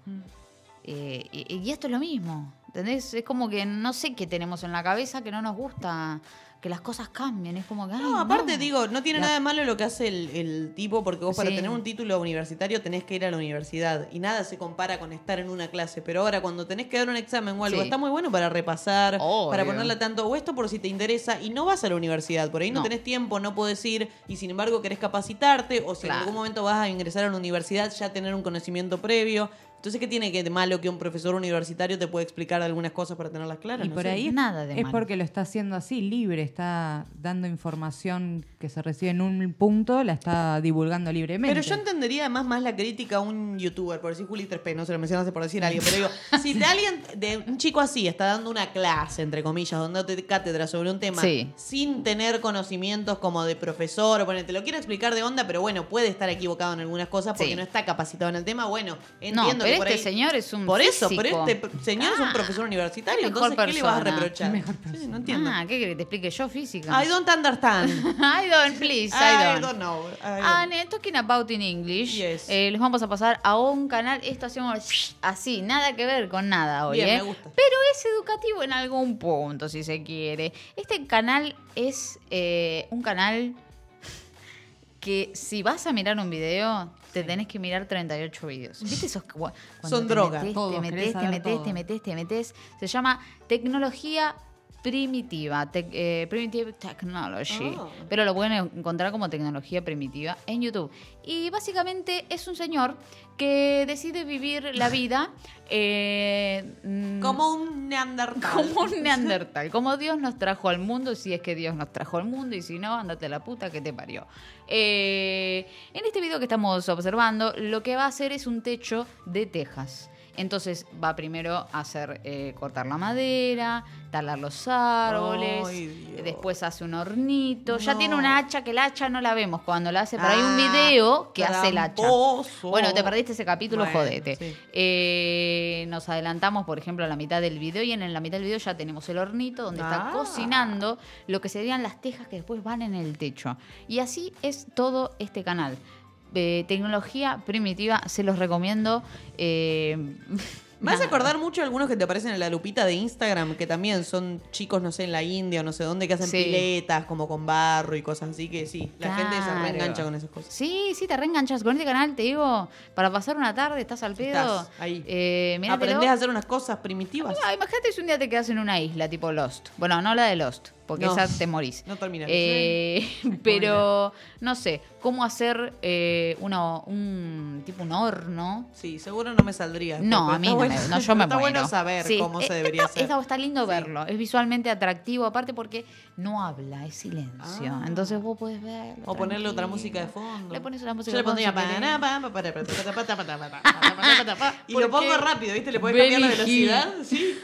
Speaker 2: Eh, y, y esto es lo mismo. ¿Entendés? Es como que no sé qué tenemos en la cabeza que no nos gusta que las cosas cambien. Es como que. ay,
Speaker 3: No, aparte digo, no tiene
Speaker 2: La-
Speaker 3: nada de malo lo que hace el, el tipo, porque vos para
Speaker 2: Sí.
Speaker 3: tener un título universitario tenés que ir a la universidad y nada se compara con estar en una clase. Pero ahora cuando tenés que dar un examen o algo,
Speaker 2: Sí.
Speaker 3: está muy bueno para repasar,
Speaker 2: Obvio.
Speaker 3: para ponerle tanto o esto por si te interesa y no vas a la universidad, por ahí no,
Speaker 2: No.
Speaker 3: tenés tiempo, no podés ir y sin embargo querés capacitarte o si en
Speaker 2: Claro.
Speaker 3: algún momento vas a ingresar a la universidad ya tener un conocimiento previo. Entonces, ¿qué tiene que de malo que un profesor universitario te puede explicar algunas cosas para tenerlas claras?
Speaker 5: Y
Speaker 3: No
Speaker 5: por
Speaker 3: sé.
Speaker 5: ahí es-
Speaker 2: nada de
Speaker 5: es
Speaker 2: malo.
Speaker 5: porque lo está haciendo así, libre, está dando información que se recibe en un punto, la está divulgando libremente.
Speaker 3: Pero yo entendería además más la crítica a un youtuber, por decir Juli 3P, no se lo mencionaste por decir a alguien, pero digo, si de alguien, de un chico así, está dando una clase, entre comillas, donde te cátedra sobre un tema,
Speaker 2: Sí.
Speaker 3: sin tener conocimientos como de profesor, o ponele, te lo quiero explicar de onda, pero bueno, puede estar equivocado en algunas cosas porque
Speaker 2: Sí.
Speaker 3: no está capacitado en el tema, bueno,
Speaker 2: No,
Speaker 3: entiendo
Speaker 2: pero
Speaker 3: que
Speaker 2: este
Speaker 3: por ahí-
Speaker 2: señor es un.
Speaker 3: Por eso, pero
Speaker 2: físico.
Speaker 3: este pr- señor es un
Speaker 2: Ah,
Speaker 3: profesor universitario,
Speaker 2: qué
Speaker 3: entonces,
Speaker 2: mejor
Speaker 3: ¿qué le vas a
Speaker 2: persona.
Speaker 3: reprochar? Sí, no entiendo.
Speaker 2: Ah, ¿qué querés que te explique yo física?
Speaker 3: I don't understand.
Speaker 2: I don't, Ah, please,
Speaker 3: I don't know. I don't-
Speaker 2: Anne, talking about in English.
Speaker 3: Yes.
Speaker 2: Eh, los vamos a pasar a un canal. Esto hacemos así, nada que ver con nada hoy.
Speaker 3: Bien,
Speaker 2: eh.
Speaker 3: me gusta.
Speaker 2: Pero es educativo en algún punto, si se quiere. Este canal es eh, un canal que si vas a mirar un video, te tenés que mirar 38 videos. ¿Viste esos que- cuando
Speaker 3: Son
Speaker 2: te
Speaker 3: drogas.
Speaker 2: metés,
Speaker 5: Todos,
Speaker 2: te
Speaker 5: querés
Speaker 2: metes, te
Speaker 5: saber
Speaker 2: metes,
Speaker 5: todo.
Speaker 2: te metes, te metes. Se llama tecnología primitiva. Tec- eh, primitive Technology.
Speaker 3: Oh.
Speaker 2: Pero lo pueden encontrar como tecnología primitiva en YouTube. Y básicamente es un señor que decide vivir la vida eh, mm,
Speaker 3: Como un neandertal.
Speaker 2: como un neandertal, como Dios nos trajo al mundo, si es que Dios nos trajo al mundo, y si no, andate a la puta que te parió. Eh, en este video que estamos observando, lo que va a hacer es un techo de tejas. Entonces va primero a hacer eh, cortar la madera, talar los árboles,
Speaker 3: Ay, Dios.
Speaker 2: después hace un hornito. Ya
Speaker 3: No.
Speaker 2: tiene una hacha que la hacha no la vemos cuando la hace, pero hay un
Speaker 3: Ah,
Speaker 2: video que hace el hacha.
Speaker 3: tramposo.
Speaker 2: Bueno, te perdiste ese capítulo,
Speaker 3: Bueno,
Speaker 2: jodete.
Speaker 3: sí.
Speaker 2: Eh, nos adelantamos, por ejemplo, a la mitad del video y en la mitad del video ya tenemos el hornito donde está
Speaker 3: Ah.
Speaker 2: cocinando lo que serían las tejas que después van en el techo. Y así es todo este canal. Eh, tecnología primitiva, se los recomiendo. Eh,
Speaker 3: Me vas a
Speaker 2: nada.
Speaker 3: acordar mucho de algunos que te aparecen en la lupita de Instagram, que también son chicos, no sé, en la India o no sé dónde, que hacen
Speaker 2: Sí.
Speaker 3: piletas como con barro y cosas así, que sí, la gente se
Speaker 2: Claro.
Speaker 3: reengancha con esas cosas.
Speaker 2: Sí, sí, te reenganchas con este canal, te digo, para pasar una tarde, estás al pedo.
Speaker 3: Estás ahí.
Speaker 2: Eh, míratelo.
Speaker 3: Aprendés a hacer unas cosas primitivas.
Speaker 2: Ah, imagínate si un día te quedas en una isla tipo Lost. Bueno, no la de Lost, porque
Speaker 3: No.
Speaker 2: esa te morís.
Speaker 3: No terminás.
Speaker 2: Eh, pero, no sé, cómo hacer eh, una- un tipo un horno.
Speaker 3: Sí, seguro no me saldría.
Speaker 2: No,
Speaker 3: pero
Speaker 2: a mí
Speaker 3: está
Speaker 2: no,
Speaker 3: bueno-
Speaker 2: me- no, yo me
Speaker 3: Está
Speaker 2: muero.
Speaker 3: bueno saber
Speaker 2: Sí,
Speaker 3: cómo
Speaker 2: eh,
Speaker 3: se debería
Speaker 2: está,
Speaker 3: hacer.
Speaker 2: Está, está lindo verlo. Es visualmente atractivo, aparte porque no habla, es silencio.
Speaker 3: Ah.
Speaker 2: Entonces vos podés verlo.
Speaker 3: O ponerle otra
Speaker 2: tranquilo.
Speaker 3: música de fondo.
Speaker 2: Le pones otra música
Speaker 3: Yo le
Speaker 2: de fondo
Speaker 3: pondría
Speaker 2: si querés.
Speaker 3: pa, pa, pa, pa, pa, pa, pa, pa, pa, pa, pa, pa, pa, pa, Y lo
Speaker 2: Porque
Speaker 3: pongo rápido, ¿viste? Le podés cambiar la
Speaker 2: Benny Hill.
Speaker 3: velocidad. Sí.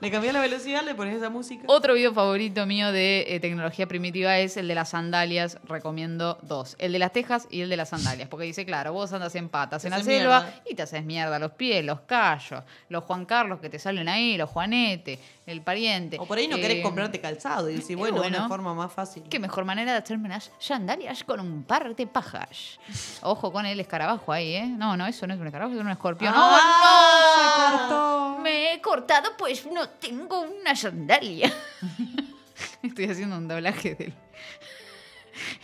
Speaker 3: Le cambiás la velocidad, le pones esa música.
Speaker 2: Otro video favorito mío de eh, tecnología primitiva es el de las sandalias. Recomiendo dos: el de las tejas y el de las sandalias. Porque dice, claro, vos andas en patas
Speaker 3: Te
Speaker 2: en la
Speaker 3: haces
Speaker 2: selva
Speaker 3: mierda.
Speaker 2: y te haces mierda los pies, los callos, los Juan Carlos que te salen ahí, los Juanete, el pariente.
Speaker 3: O por ahí no
Speaker 2: Eh,
Speaker 3: querés comprarte calzado y decís,
Speaker 2: y
Speaker 3: bueno,
Speaker 2: bueno.
Speaker 3: una forma más fácil.
Speaker 2: Qué mejor manera de hacerme unas sandalias con un par de pajas. Ojo con el escarabajo ahí, ¿eh? No, no, eso no es un escarabajo, es un escorpión.
Speaker 3: Ah,
Speaker 2: ¡No, no!
Speaker 3: se cortó.
Speaker 2: Me he cortado, pues no tengo una sandalia. Estoy haciendo un doblaje del.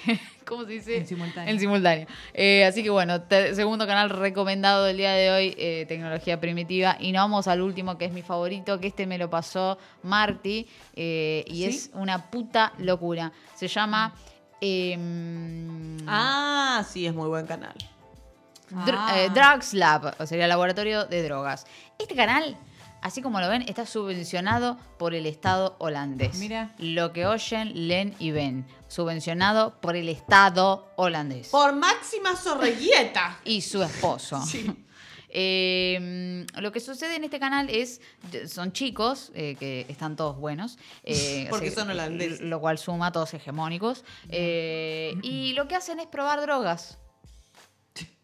Speaker 2: ¿Cómo se dice?
Speaker 5: En simultáneo.
Speaker 2: En simultáneo. Eh, así que bueno, te- segundo canal recomendado del día de hoy, eh, Tecnología Primitiva. Y nos vamos al último, que es mi favorito, que este me lo pasó Marty. eh, y es una puta locura. Se llama. em,
Speaker 3: Ah, sí, es muy buen canal.
Speaker 2: Dr-
Speaker 5: Ah.
Speaker 2: eh, Drugs Lab, o sea, el laboratorio de drogas. Este canal, así como lo ven, está subvencionado por el Estado holandés.
Speaker 5: Mira.
Speaker 2: Lo que oyen, leen y ven. Subvencionado por el Estado holandés.
Speaker 3: Por Máxima Sorreguieta.
Speaker 2: Y su esposo.
Speaker 3: Sí.
Speaker 2: Eh, lo que sucede en este canal es, son chicos, eh, que están todos buenos. eh,
Speaker 3: Porque
Speaker 2: se-
Speaker 3: son holandeses.
Speaker 2: Lo cual suma todos hegemónicos. eh, y lo que hacen es probar drogas.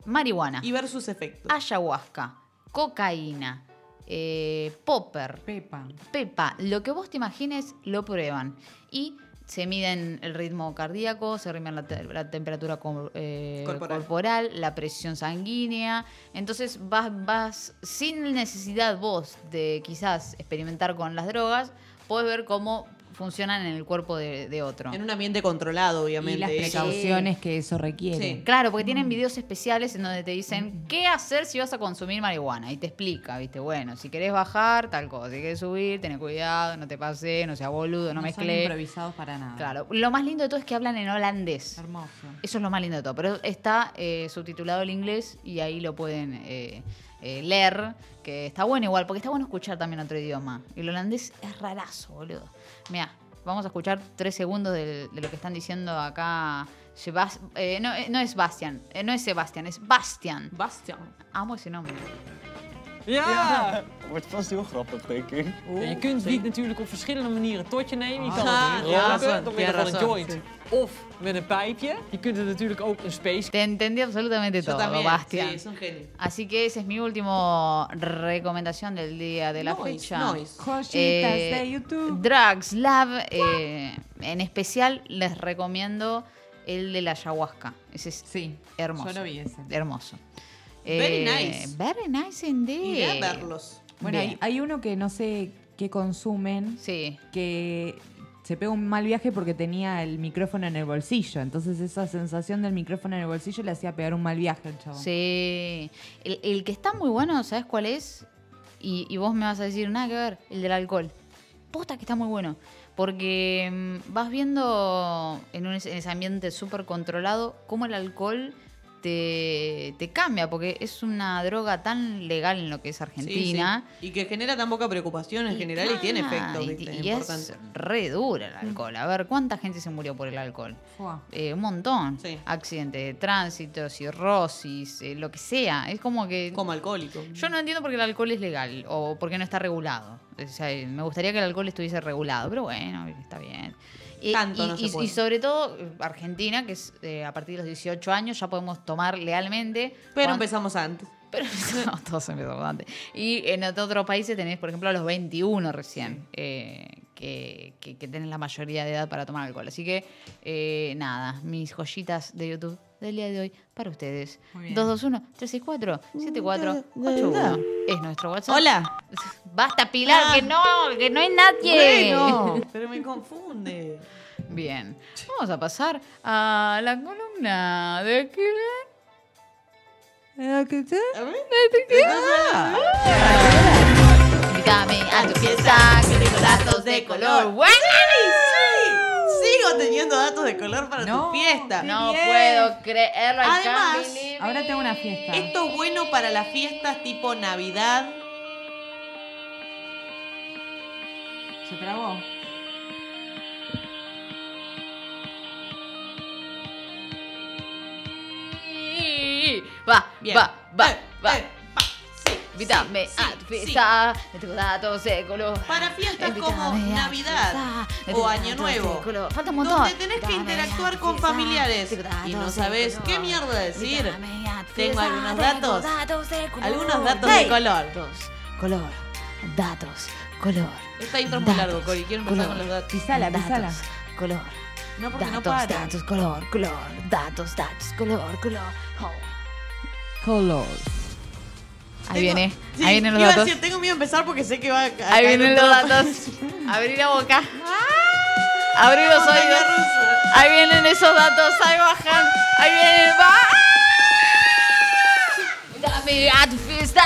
Speaker 2: Marihuana
Speaker 3: Y ver sus efectos.
Speaker 2: ayahuasca, cocaína, eh, popper,
Speaker 5: Pepa.
Speaker 2: pepa, lo que vos te imagines lo prueban. Y se miden el ritmo cardíaco, se miden la, te- la temperatura cor- eh,
Speaker 3: Corporal.
Speaker 2: corporal. la presión sanguínea. Entonces vas, vas sin necesidad vos de quizás experimentar con las drogas, podés ver cómo funcionan en el cuerpo de, de otro.
Speaker 3: En un ambiente controlado,
Speaker 5: Y las
Speaker 3: obviamente. ¿eh?
Speaker 5: precauciones que eso requiere.
Speaker 3: Sí.
Speaker 2: Claro, porque tienen videos especiales en donde te dicen qué hacer si vas a consumir marihuana. Y te explica, ¿viste? Bueno, si querés bajar, tal cosa. Si querés subir, ten cuidado, no te pases, no seas boludo, no,
Speaker 5: son
Speaker 2: mezcles.
Speaker 5: improvisados para nada.
Speaker 2: Claro. Lo más lindo de todo es que hablan en holandés.
Speaker 5: Hermoso.
Speaker 2: Eso es lo más lindo de todo. Pero está eh, subtitulado al inglés y ahí lo pueden eh, eh, leer, que está bueno igual, porque está bueno escuchar también otro idioma. Y el holandés es rarazo, boludo. Mira, vamos a escuchar tres segundos del- de, lo que están diciendo acá. Sebas- eh, no, eh, no es Bastian, eh, no es Sebastian, es Bastian.
Speaker 3: Bastian.
Speaker 2: Amo ese nombre.
Speaker 7: Ja! Wordt vast heel grappig, denk ik. En je kunt wiet natuurlijk op verschillende manieren tot je nemen. Je kan
Speaker 3: Ah,
Speaker 7: het
Speaker 3: ja,
Speaker 7: roken
Speaker 3: razón,
Speaker 7: door middel
Speaker 3: ja,
Speaker 7: van een
Speaker 3: razón,
Speaker 7: joint. Of met een pijpje. Je kunt het natuurlijk ook een space
Speaker 2: Te entendí absolutamente
Speaker 3: Yo
Speaker 2: todo,
Speaker 3: también.
Speaker 2: Bastian.
Speaker 3: Sí, es un genio.
Speaker 2: Así que esa es mi última recomendación del día de la
Speaker 3: Noise,
Speaker 2: fecha.
Speaker 3: noise.
Speaker 5: Joyitas
Speaker 2: Eh,
Speaker 5: de YouTube.
Speaker 2: Drugs Lab, eh, en especial les recomiendo el de la ayahuasca. Ese es
Speaker 5: Sí.
Speaker 2: hermoso.
Speaker 5: Yo lo vi ese.
Speaker 2: Hermoso. Eh,
Speaker 3: Very nice.
Speaker 2: Very nice indeed.
Speaker 3: Iré a verlos.
Speaker 5: Bueno,
Speaker 2: Bien.
Speaker 5: hay, hay uno que no sé qué consumen,
Speaker 2: Sí.
Speaker 5: que se pega un mal viaje porque tenía el micrófono en el bolsillo. Entonces esa sensación del micrófono en el bolsillo le hacía pegar un mal viaje al chavo.
Speaker 2: Sí. El, el que está muy bueno, ¿sabes cuál es? Y, y vos me vas a decir, nada que ver, el del alcohol. Posta que está muy bueno. Porque mm, vas viendo en, un, en ese ambiente súper controlado cómo el alcohol te, te cambia. Porque es una droga tan legal en lo que es
Speaker 3: Sí,
Speaker 2: Argentina.
Speaker 3: sí. Y que genera tan poca preocupación en general y tiene
Speaker 2: claro,
Speaker 3: efectos,
Speaker 2: y-
Speaker 3: ¿viste?
Speaker 2: Y, es
Speaker 3: Importante.
Speaker 2: re dura el alcohol. A ver, ¿cuánta gente se murió por el alcohol?
Speaker 5: Fua.
Speaker 2: Eh, un montón.
Speaker 3: Sí.
Speaker 2: Accidentes de tránsito, cirrosis, eh, lo que sea. Es como que.
Speaker 3: Como alcohólico.
Speaker 2: Yo no entiendo por qué el alcohol es legal o por qué no está regulado. O sea, eh, me gustaría que el alcohol estuviese regulado, pero bueno, está bien. Y,
Speaker 3: Tanto
Speaker 2: y-
Speaker 3: no se
Speaker 2: y-
Speaker 3: puede.
Speaker 2: y sobre todo eh, Argentina, que es eh, a partir de los 18 años ya podemos tomar lealmente.
Speaker 3: Pero
Speaker 2: Cuan-
Speaker 3: empezamos antes.
Speaker 2: pero no, todos son importantes. Y en ot- otros países tenés, por ejemplo, a los 21 recién, eh, que, que- que tenés la mayoría de edad para tomar alcohol. Así que, eh, nada, mis joyitas de YouTube del día de hoy para ustedes. 221-364-7481. Es nuestro WhatsApp.
Speaker 3: Hola.
Speaker 2: Basta, Pilar,
Speaker 3: Ah.
Speaker 2: que no, que no hay nadie.
Speaker 3: Bueno,
Speaker 2: Eh.
Speaker 3: pero me confunde.
Speaker 2: Bien, vamos a pasar a la columna de Killer.
Speaker 3: A ver. Ah.
Speaker 2: Invítame a tu fiesta, que tengo datos de color.
Speaker 3: Sigo teniendo datos de color para
Speaker 5: No,
Speaker 3: tu fiesta.
Speaker 2: No
Speaker 5: Bien.
Speaker 2: puedo creerlo. I can't
Speaker 3: Además, ah.
Speaker 2: believe
Speaker 5: ahora
Speaker 2: it.
Speaker 5: tengo una fiesta.
Speaker 3: Esto es bueno para las fiestas tipo Navidad.
Speaker 5: ¿Se trabó?
Speaker 2: Va,
Speaker 3: Bien.
Speaker 2: va, va,
Speaker 3: Eh,
Speaker 2: va.
Speaker 3: eh, va. Sí,
Speaker 2: Invítame
Speaker 3: sí,
Speaker 2: a
Speaker 3: sí,
Speaker 2: tu
Speaker 3: sí.
Speaker 2: fiesta. No tengo datos de color.
Speaker 3: Para fiestas
Speaker 2: Invítame
Speaker 3: como
Speaker 2: a tu
Speaker 3: Navidad
Speaker 2: fiesta, no
Speaker 3: o
Speaker 2: tengo
Speaker 3: Año
Speaker 2: datos de
Speaker 3: Nuevo,
Speaker 2: color. Falta un montón.
Speaker 3: donde tenés que
Speaker 2: Invítame a
Speaker 3: interactuar
Speaker 2: tu
Speaker 3: con
Speaker 2: fiesta,
Speaker 3: familiares
Speaker 2: tengo datos
Speaker 3: y no
Speaker 2: de
Speaker 3: sabés
Speaker 2: color.
Speaker 3: qué mierda decir.
Speaker 2: Invítame a tu
Speaker 3: Tengo
Speaker 2: fiesta,
Speaker 3: algunos
Speaker 2: tengo
Speaker 3: datos.
Speaker 2: de color.
Speaker 3: Algunos datos
Speaker 2: Hey.
Speaker 3: de color.
Speaker 2: Datos, color, datos, color.
Speaker 3: Esta intro es muy
Speaker 2: Datos,
Speaker 3: largo, Cori. Quiero empezar
Speaker 2: color.
Speaker 3: con los datos.
Speaker 5: Pisala, pisala.
Speaker 2: Datos, color.
Speaker 3: No, porque no
Speaker 2: Datos,
Speaker 3: para.
Speaker 2: datos, color, color, datos, datos, color, color. Oh.
Speaker 5: Colors.
Speaker 2: Ahí
Speaker 3: Tengo-
Speaker 2: viene,
Speaker 3: Sí,
Speaker 2: ahí vienen los
Speaker 3: iba a
Speaker 2: datos.
Speaker 3: decir, tengo miedo a empezar porque sé que va a ca-
Speaker 2: Ahí
Speaker 3: caer
Speaker 2: vienen
Speaker 3: todo.
Speaker 2: los datos. Abrí la boca. Abrí los
Speaker 3: Montaña
Speaker 2: oídos.
Speaker 3: rusa.
Speaker 2: Ahí vienen esos datos, ahí bajan. Ahí vienen. va. Dame a tu fiesta,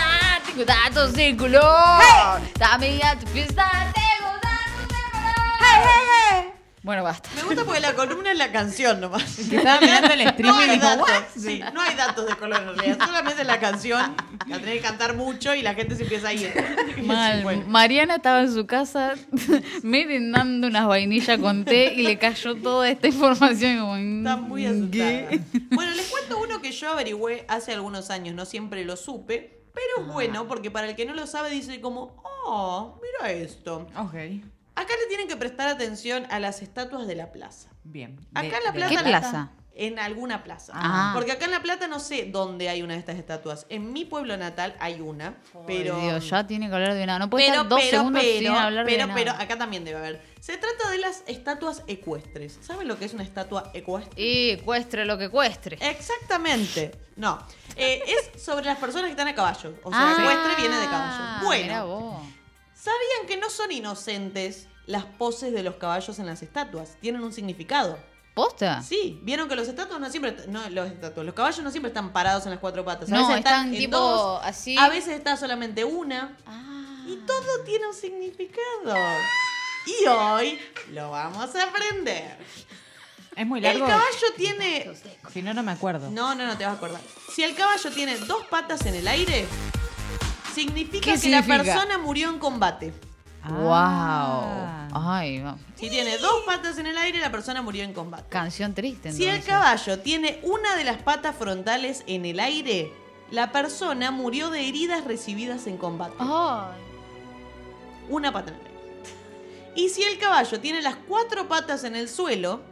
Speaker 2: tengo datos de color. Dame a tu fiesta, tengo datos de color. Bueno, basta.
Speaker 3: Me gusta porque la columna es la canción nomás.
Speaker 5: estaba mirando el stream
Speaker 3: no
Speaker 5: y
Speaker 3: hay
Speaker 5: dijo,
Speaker 3: datos,
Speaker 5: "What?"
Speaker 3: sí, no hay datos de color en realidad. Solamente la canción la tenés que cantar mucho y la gente se empieza a ir.
Speaker 2: Mal.
Speaker 3: Bueno,
Speaker 2: Mariana estaba en su casa merendando unas vainillas con té y le cayó toda esta información. y como, "Mm,
Speaker 3: está muy asustada.
Speaker 2: ¿qué?
Speaker 3: Bueno, les cuento uno que yo averigüé hace algunos años, no siempre lo supe, pero es bueno porque para el que no lo sabe dice como, oh, mira esto.
Speaker 5: Ok.
Speaker 3: Acá le tienen que prestar atención a las estatuas de la plaza.
Speaker 5: Bien.
Speaker 3: Acá en La
Speaker 5: de-
Speaker 3: Plata.
Speaker 2: ¿Qué
Speaker 3: la-
Speaker 2: plaza?
Speaker 3: Eh, en alguna plaza.
Speaker 2: Ah.
Speaker 3: Porque acá en La Plata no sé dónde hay una de estas estatuas. En mi pueblo natal hay una, pero...
Speaker 2: Dios, ya tiene que hablar de nada. No puede
Speaker 3: Pero,
Speaker 2: estar dos
Speaker 3: pero,
Speaker 2: segundos sin
Speaker 3: pero,
Speaker 2: hablar de
Speaker 3: pero,
Speaker 2: nada.
Speaker 3: pero, acá también debe haber. Se trata de las estatuas ecuestres. ¿Saben lo que es una estatua ecuestre?
Speaker 2: Y cuestre lo que cuestre.
Speaker 3: Exactamente. No. Eh, es sobre las personas que están a caballo. O sea,
Speaker 2: Ah,
Speaker 3: ecuestre viene de caballo.
Speaker 2: mirá
Speaker 3: Bueno,
Speaker 2: vos.
Speaker 3: ¿sabían que no son inocentes las poses de los caballos en las estatuas? Tienen un significado.
Speaker 2: ¿Posta?
Speaker 3: Sí, vieron que los estatuas no siempre. No, los estatuas. Los caballos no siempre están parados en las cuatro patas. A
Speaker 2: No,
Speaker 3: veces están,
Speaker 2: están
Speaker 3: en
Speaker 2: tipo
Speaker 3: dos,
Speaker 2: así.
Speaker 3: A veces está solamente una.
Speaker 2: Ah.
Speaker 3: Y todo tiene un significado. Y hoy lo vamos a aprender.
Speaker 5: Es muy
Speaker 3: El
Speaker 5: largo.
Speaker 3: caballo tiene.
Speaker 5: Si no, no me acuerdo.
Speaker 3: No, no, no te vas a acordar. Si el caballo tiene dos patas en el aire, significa
Speaker 2: ¿Qué
Speaker 3: que la
Speaker 2: significa?
Speaker 3: persona murió en combate.
Speaker 5: Ah.
Speaker 2: Wow. Ay, va-
Speaker 3: Si tiene dos patas en el aire, la persona murió en combate.
Speaker 2: canción triste.
Speaker 3: Si el
Speaker 2: entonces.
Speaker 3: caballo tiene una de las patas frontales en el aire, la persona murió de heridas recibidas en combate.
Speaker 2: Ay.
Speaker 3: Una pata en el aire. Y si el caballo tiene las cuatro patas en el suelo,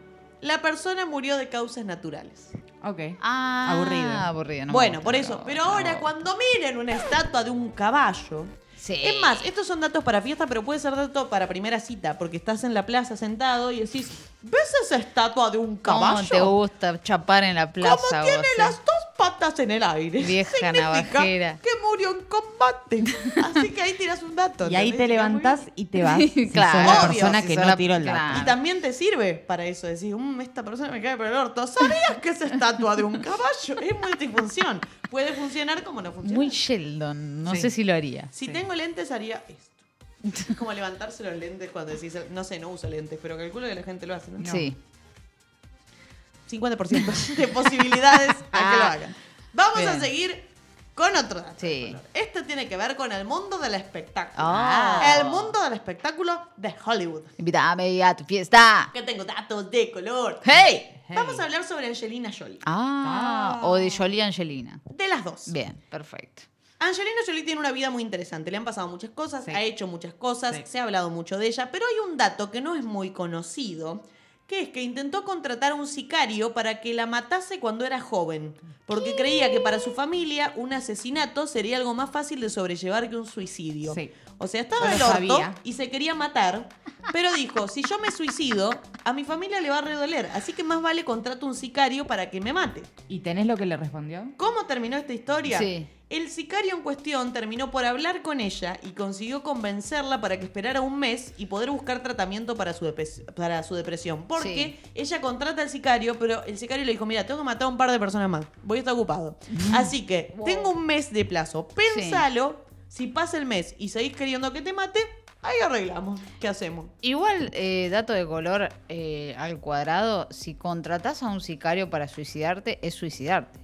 Speaker 3: la persona murió de causas naturales.
Speaker 5: Ok.
Speaker 2: Ah,
Speaker 5: Aburrido.
Speaker 2: aburrido, no me
Speaker 3: bueno,
Speaker 2: gusta,
Speaker 3: por eso. Pero
Speaker 2: no me
Speaker 3: ahora,
Speaker 2: gusta.
Speaker 3: cuando miren una estatua de un caballo.
Speaker 2: Sí.
Speaker 3: Es más, estos son datos para fiesta, pero puede ser dato para primera cita, porque estás en la plaza sentado y decís, ¿ves esa estatua de un
Speaker 2: ¿Cómo te
Speaker 3: caballo?
Speaker 2: gusta chapar en la plaza?
Speaker 3: Como
Speaker 2: vos,
Speaker 3: tiene
Speaker 2: eh?
Speaker 3: las dos patas en el aire.
Speaker 2: Vieja
Speaker 3: Significa
Speaker 2: navajera.
Speaker 3: Que murió en combate. Así que ahí tiras un dato.
Speaker 5: Y ahí te
Speaker 3: ¿entendés? Está muy bien.
Speaker 5: levantás y te vas. si
Speaker 2: Claro.
Speaker 5: sos la
Speaker 3: Obvio,
Speaker 5: persona
Speaker 2: si
Speaker 5: que
Speaker 2: sos
Speaker 5: no
Speaker 2: la-
Speaker 5: tiró el dato.
Speaker 2: claro.
Speaker 3: Y también te sirve para eso, decir, "Mm, esta persona me cae por el orto. ¿Sabías que es estatua de un caballo? Es multifunción. Puede funcionar como no funciona.
Speaker 2: Muy Sheldon. No
Speaker 5: Sí.
Speaker 2: sé si lo haría.
Speaker 3: Si tengo lentes, haría esto. Es como levantarse los lentes cuando decís, no sé, no uso lentes, pero calculo que la gente lo hace, ¿no?
Speaker 2: Sí.
Speaker 3: 50% de posibilidades a que lo
Speaker 2: Ah.
Speaker 3: hagan. Vamos a
Speaker 2: Bien.
Speaker 3: seguir con otro dato.
Speaker 2: Sí.
Speaker 3: de color. Esto tiene que ver con el mundo del espectáculo.
Speaker 2: Ah.
Speaker 3: El mundo del espectáculo de Hollywood.
Speaker 2: Invítame a tu fiesta.
Speaker 3: Que tengo datos de color.
Speaker 2: ¡Hey!
Speaker 3: Vamos a hablar sobre Angelina Jolie.
Speaker 2: Ah, o de Jolie Angelina.
Speaker 3: De las dos.
Speaker 2: Bien, perfecto.
Speaker 3: Angelina Jolie tiene una vida muy interesante. Le han pasado muchas cosas, ha hecho muchas cosas, se ha hablado mucho de ella, pero hay un dato que no es muy conocido, que es que intentó contratar a un sicario para que la matase cuando era joven, porque creía que para su familia un asesinato sería algo más fácil de sobrellevar que un suicidio.
Speaker 5: Sí.
Speaker 3: O sea, estaba
Speaker 5: Lo
Speaker 3: el orto
Speaker 5: sabía.
Speaker 3: y se quería matar, pero dijo, si yo me suicido, a mi familia le va a redoler, así que más vale contrato un sicario para que me mate.
Speaker 5: ¿Y tenés lo que le respondió?
Speaker 3: ¿Cómo terminó esta historia?
Speaker 2: Sí.
Speaker 3: El sicario en cuestión terminó por hablar con ella y consiguió convencerla para que esperara un mes y poder buscar tratamiento para su, depes- para su depresión. Porque ella contrata al sicario, pero el sicario le dijo, mira, tengo que matar a un par de personas más. Voy a estar ocupado. Así que tengo un mes de plazo. Pénsalo. Si pasa el mes y seguís queriendo que te mate, ahí arreglamos. ¿Qué hacemos?
Speaker 2: Igual, eh, dato de color eh, al cuadrado, si contratás a un sicario para suicidarte, es suicidarte.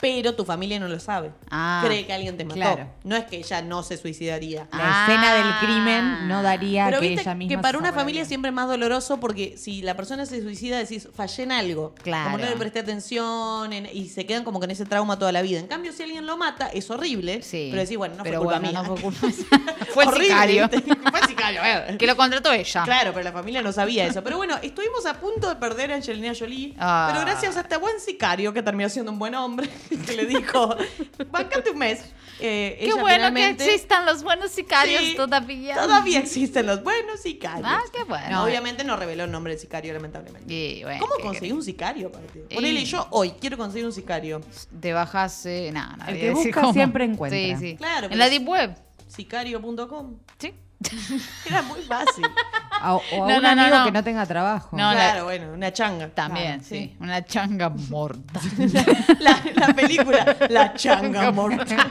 Speaker 3: Pero tu familia no lo sabe.
Speaker 2: Ah.
Speaker 3: Cree que alguien te mató.
Speaker 5: Claro.
Speaker 3: No es que ella no se suicidaría.
Speaker 5: La
Speaker 2: Ah.
Speaker 5: escena del crimen no daría
Speaker 3: Pero
Speaker 5: que
Speaker 3: viste
Speaker 5: ella misma
Speaker 3: que
Speaker 5: se
Speaker 3: para una
Speaker 5: saborea.
Speaker 3: familia siempre es más doloroso porque si la persona se suicida decís, fallé en algo.
Speaker 2: Claro.
Speaker 3: Como no le presté atención en- y se quedan como con ese trauma toda la vida. En cambio, si alguien lo mata, es horrible.
Speaker 2: Sí.
Speaker 3: Pero decís, bueno, no
Speaker 2: Pero
Speaker 3: fue culpa
Speaker 2: bueno,
Speaker 3: mía.
Speaker 2: no fue culpa- Fue el
Speaker 3: Horrible,
Speaker 2: sicario.
Speaker 3: ¿viste? fue el sicario, eh.
Speaker 2: Que lo contrató ella.
Speaker 3: Claro, pero la familia no sabía eso. Pero bueno, estuvimos a punto de perder a Angelina Jolie.
Speaker 2: Ah.
Speaker 3: Pero gracias a este buen sicario que terminó siendo un buen hombre, que le dijo, bancate un mes. Eh,
Speaker 2: Qué
Speaker 3: ella
Speaker 2: bueno
Speaker 3: finalmente-
Speaker 2: que existan los buenos sicarios
Speaker 3: Sí,
Speaker 2: todavía.
Speaker 3: Todavía existen los buenos sicarios.
Speaker 2: Ah, qué bueno.
Speaker 3: No, obviamente no reveló el nombre del sicario, lamentablemente.
Speaker 2: Y, bueno,
Speaker 3: ¿Cómo
Speaker 2: ¿qué
Speaker 3: conseguí un sicario? aparte?
Speaker 2: Y-
Speaker 3: Ponele yo hoy, quiero conseguir un sicario.
Speaker 2: querés? Te bajas. eh, nada, no
Speaker 5: El
Speaker 2: voy a
Speaker 5: que
Speaker 2: decir
Speaker 5: busca
Speaker 2: cómo.
Speaker 5: siempre encuentra.
Speaker 2: Sí, sí.
Speaker 3: Claro,
Speaker 2: En
Speaker 3: pero
Speaker 2: la
Speaker 3: es-
Speaker 2: Deep Web.
Speaker 3: Sicario.com.
Speaker 2: Sí.
Speaker 3: Era muy fácil.
Speaker 5: A- o a
Speaker 2: No, no,
Speaker 5: un
Speaker 2: no,
Speaker 5: amigo
Speaker 2: no.
Speaker 5: que no tenga trabajo.
Speaker 2: No,
Speaker 3: claro, bueno, una changa.
Speaker 2: También,
Speaker 3: Claro,
Speaker 2: sí. Una changa morta.
Speaker 3: La, la película, La Changa Mortal.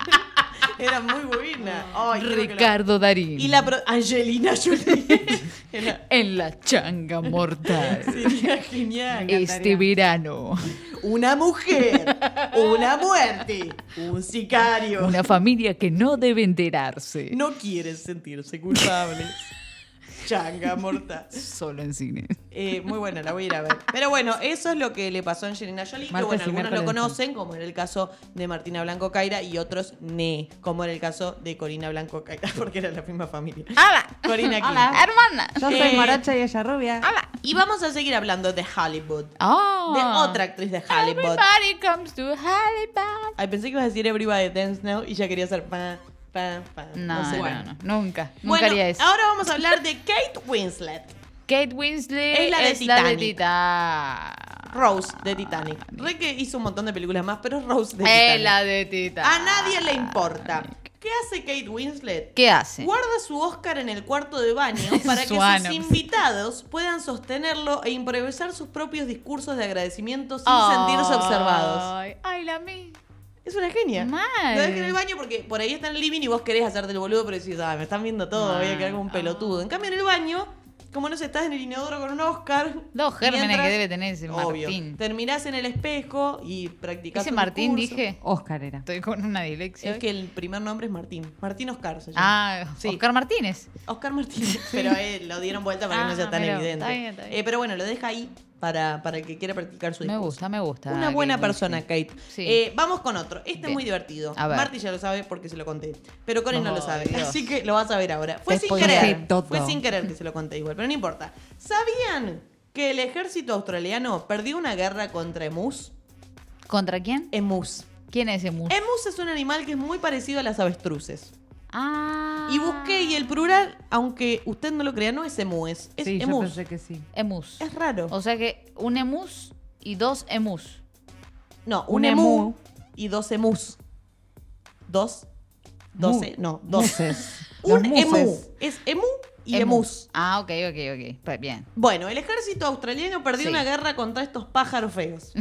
Speaker 3: Era muy buena. Ay, creo que la-
Speaker 2: Ricardo Darín.
Speaker 3: Y la pro- Angelina Jolie. Era-
Speaker 2: En la changa mortal.
Speaker 3: Sería genial.
Speaker 2: este verano.
Speaker 3: Una mujer, una muerte, un sicario.
Speaker 2: Una familia que no debe enterarse.
Speaker 3: No quieres sentirse culpable. Changa mortal.
Speaker 2: Solo en cine.
Speaker 3: Eh, muy buena, la voy a ir a ver. Pero bueno, eso es lo que le pasó a Angelina Jolie. que
Speaker 5: Martes
Speaker 3: bueno,
Speaker 5: y
Speaker 3: algunos lo
Speaker 5: miércoles
Speaker 3: conocen, como en el caso de Martina Blanco Caira, y otros ne, como en el caso de Corina Blanco Caira, porque era la misma familia.
Speaker 2: ¡Hala!
Speaker 3: Corina King.
Speaker 2: ¡Hermana!
Speaker 5: Yo
Speaker 3: Eh,
Speaker 5: soy morocha y ella rubia.
Speaker 2: ¡Hala!
Speaker 3: Y vamos a seguir hablando de Hollywood.
Speaker 2: Oh.
Speaker 3: De otra actriz de Hollywood.
Speaker 2: Everybody comes to Hollywood.
Speaker 3: Ay, pensé que ibas a decir Everybody Dance Now y ya quería hacer pa, pa, pa.
Speaker 2: No, no,
Speaker 3: sé.
Speaker 2: no, no, nunca.
Speaker 3: Bueno,
Speaker 2: nunca haría eso.
Speaker 3: ahora vamos a hablar de Kate Winslet.
Speaker 2: Kate Winslet
Speaker 3: Es la de Titanic.
Speaker 2: Titanic.
Speaker 3: Rose de Titanic. Re que hizo un montón de películas más, pero es Rose de
Speaker 2: Es Eh,
Speaker 3: Titanic.
Speaker 2: la de Titanic.
Speaker 3: A nadie le importa. ¿Qué hace Kate Winslet?
Speaker 2: ¿Qué hace?
Speaker 3: Guarda su Oscar en el cuarto de baño para que
Speaker 2: Su ano.
Speaker 3: sus invitados puedan sostenerlo e improvisar sus propios discursos de agradecimiento sin
Speaker 2: Ay,
Speaker 3: sentirse observados.
Speaker 2: Ay, la mí.
Speaker 3: Es una genia.
Speaker 2: Mal.
Speaker 3: Lo dejé en el baño porque por ahí está en el living y vos querés hacerte el boludo, pero decís, ah, me están viendo todo, voy a quedar como un pelotudo.
Speaker 2: Ah.
Speaker 3: En cambio, en el baño, como no sé, estás en el inodoro con un Oscar.
Speaker 2: Dos gérmenes
Speaker 3: mientras-
Speaker 2: que debe tener ese
Speaker 3: Obvio,
Speaker 2: Martín.
Speaker 3: Terminás en el espejo y practicás.
Speaker 2: Ese
Speaker 3: tu
Speaker 2: Martín
Speaker 3: discurso.
Speaker 2: dije.
Speaker 5: Oscar era.
Speaker 2: Estoy con una dislexia.
Speaker 3: Es que el primer nombre es Martín. Martín Oscar se llama.
Speaker 2: Ah,
Speaker 3: Sí.
Speaker 2: Oscar Martínez.
Speaker 3: Oscar Martínez. Pero eh, lo dieron vuelta para que no
Speaker 2: Ah,
Speaker 3: sea tan
Speaker 2: pero,
Speaker 3: evidente.
Speaker 2: está bien, está bien.
Speaker 3: Eh, pero bueno, lo deja ahí para, para el que quiera practicar su
Speaker 2: Me
Speaker 3: discurso.
Speaker 2: gusta, me gusta.
Speaker 3: Una buena
Speaker 2: Kate
Speaker 3: persona,
Speaker 2: Winslet.
Speaker 3: Kate.
Speaker 2: Sí.
Speaker 3: Eh, vamos con otro. Este es
Speaker 2: Bien.
Speaker 3: muy divertido.
Speaker 2: A ver.
Speaker 3: Marty ya lo sabe porque se lo conté. Pero Corin no
Speaker 2: Oh,
Speaker 3: lo sabe.
Speaker 2: Dios.
Speaker 3: Así que lo vas a ver ahora. Fue
Speaker 5: Te
Speaker 3: sin
Speaker 5: spoileaste
Speaker 3: querer.
Speaker 5: todo.
Speaker 3: Fue sin querer que se lo conté igual, pero no importa. ¿Sabían que el ejército australiano perdió una guerra contra emus?
Speaker 2: ¿Contra quién?
Speaker 3: Emus.
Speaker 2: ¿Quién es ese mundo?
Speaker 3: Emus es un animal que es muy parecido a las avestruces.
Speaker 2: Ah.
Speaker 3: Y busqué y el plural, aunque usted no lo crea, no es emu, es, es
Speaker 5: Sí, yo
Speaker 3: emus.
Speaker 5: pensé que sí.
Speaker 2: Emus.
Speaker 3: Es raro.
Speaker 2: O sea que un emus y dos emus.
Speaker 3: No,
Speaker 5: Un
Speaker 3: un, emu,
Speaker 5: emu.
Speaker 3: y dos emus. Dos. Doce. No, doce.
Speaker 5: Muses.
Speaker 3: Un
Speaker 5: Los muses.
Speaker 3: emu. Es emu y emus.
Speaker 2: Ah, ok, ok, ok. Pues bien.
Speaker 3: Bueno, el ejército australiano perdió
Speaker 2: Sí.
Speaker 3: una guerra contra estos pájaros feos.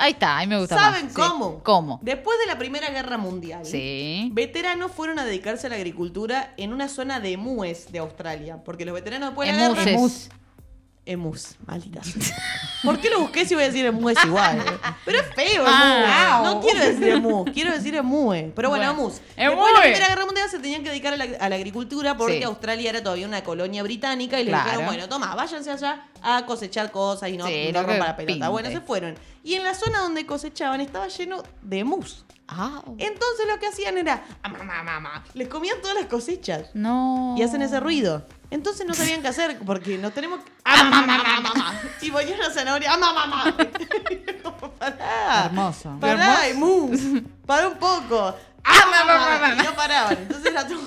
Speaker 2: ahí está, ahí me gusta más.
Speaker 3: ¿Saben
Speaker 2: Sí.
Speaker 3: cómo?
Speaker 2: ¿Cómo?
Speaker 3: Después de la Primera Guerra Mundial,
Speaker 2: Sí.
Speaker 3: veteranos fueron a dedicarse a la agricultura en una zona de emúes de Australia. Porque los veteranos después de la guerra...
Speaker 2: Emuses.
Speaker 3: Emus, maldita. sea. ¿Por qué lo busqué si voy a decir emú es igual? Pero es feo, emú.
Speaker 2: Ah.
Speaker 3: no quiero decir emú, quiero decir emue. Pero bueno,
Speaker 2: Bueno.
Speaker 3: emus. Después de la
Speaker 2: Emue.
Speaker 3: Primera Guerra Mundial se tenían que dedicar a la, a la agricultura porque
Speaker 2: Sí.
Speaker 3: Australia era todavía una colonia británica y les
Speaker 2: Claro.
Speaker 3: dijeron, bueno, toma, váyanse allá a cosechar cosas y no,
Speaker 2: Sí,
Speaker 3: no
Speaker 2: lo que
Speaker 3: rompan la pelota. Bueno,
Speaker 2: pinte.
Speaker 3: se fueron. Y en la zona donde cosechaban estaba lleno de emus.
Speaker 2: Ah.
Speaker 3: Entonces lo que hacían era, "Ah, "Ama, ama, ama, ama". les comían todas las cosechas
Speaker 2: No.
Speaker 3: y hacen ese ruido. Entonces no sabían qué hacer porque nos tenemos que. ¡Ah, mamá, mamá, mamá! Y volvieron a zanahoria. ¡Ah, mamá, mamá! Como, pará.
Speaker 5: Hermoso.
Speaker 3: Pará, Emu. Pará un poco. ¡Ah, mamá, mamá! Y no paraban. Entonces era todo,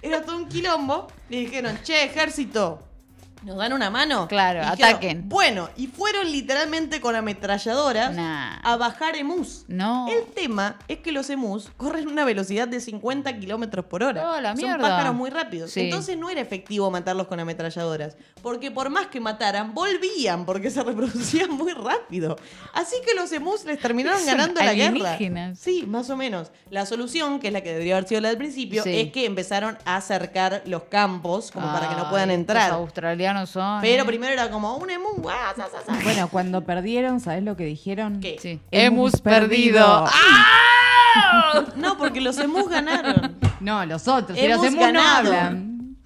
Speaker 3: era todo un quilombo. Le dijeron, che, ejército. ¿Nos dan una mano?
Speaker 2: Claro,
Speaker 3: Y dijeron,
Speaker 2: ataquen.
Speaker 3: Bueno, y fueron literalmente con ametralladoras
Speaker 2: Nah.
Speaker 3: a bajar emus.
Speaker 2: No.
Speaker 3: El tema es que los emus corren una velocidad de 50 kilómetros por hora.
Speaker 2: Oh, la
Speaker 3: Son
Speaker 2: mierda.
Speaker 3: pájaros muy rápidos.
Speaker 2: Sí.
Speaker 3: Entonces no era efectivo matarlos con ametralladoras. Porque por más que mataran, volvían porque se reproducían muy rápido. Así que los emus les terminaron
Speaker 2: Son
Speaker 3: ganando la guerra.
Speaker 2: alienígenas.
Speaker 3: Sí, más o menos. La solución, que es la que debería haber sido la del principio,
Speaker 2: Sí.
Speaker 3: es que empezaron a cercar los campos como para que no puedan
Speaker 2: Ay, Los
Speaker 3: entrar.
Speaker 2: australianos son.
Speaker 3: Pero
Speaker 2: ¿eh?
Speaker 3: primero era como un emu. ah, sa, sa, sa.
Speaker 5: Bueno, cuando perdieron, ¿sabés lo que dijeron?
Speaker 3: ¿Qué?
Speaker 2: Sí.
Speaker 5: Hemos
Speaker 2: Hemos perdido.
Speaker 5: perdido.
Speaker 2: ¡Ah!
Speaker 3: No, porque los emus ganaron.
Speaker 5: No, los otros. Si
Speaker 3: Hemos
Speaker 5: los emus no
Speaker 3: ganado.
Speaker 5: hablan.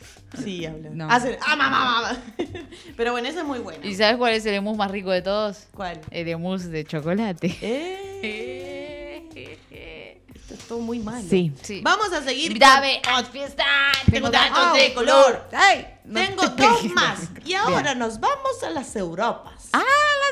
Speaker 3: Sí, hablan.
Speaker 5: No.
Speaker 3: Hacen ah, mamá, mamá. Pero bueno, esa es muy buena.
Speaker 2: ¿Y Eh. sabes cuál es el emus más rico de todos?
Speaker 3: ¿Cuál?
Speaker 2: El emus de chocolate.
Speaker 3: Eh. Esto es todo muy malo.
Speaker 5: Sí.
Speaker 2: Sí.
Speaker 3: Vamos a seguir. con-
Speaker 2: Invítame a fiesta.
Speaker 3: Tengo datos de color. Tengo
Speaker 5: te-
Speaker 3: dos más. Y ahora nos vamos a las Europas.
Speaker 2: Ah,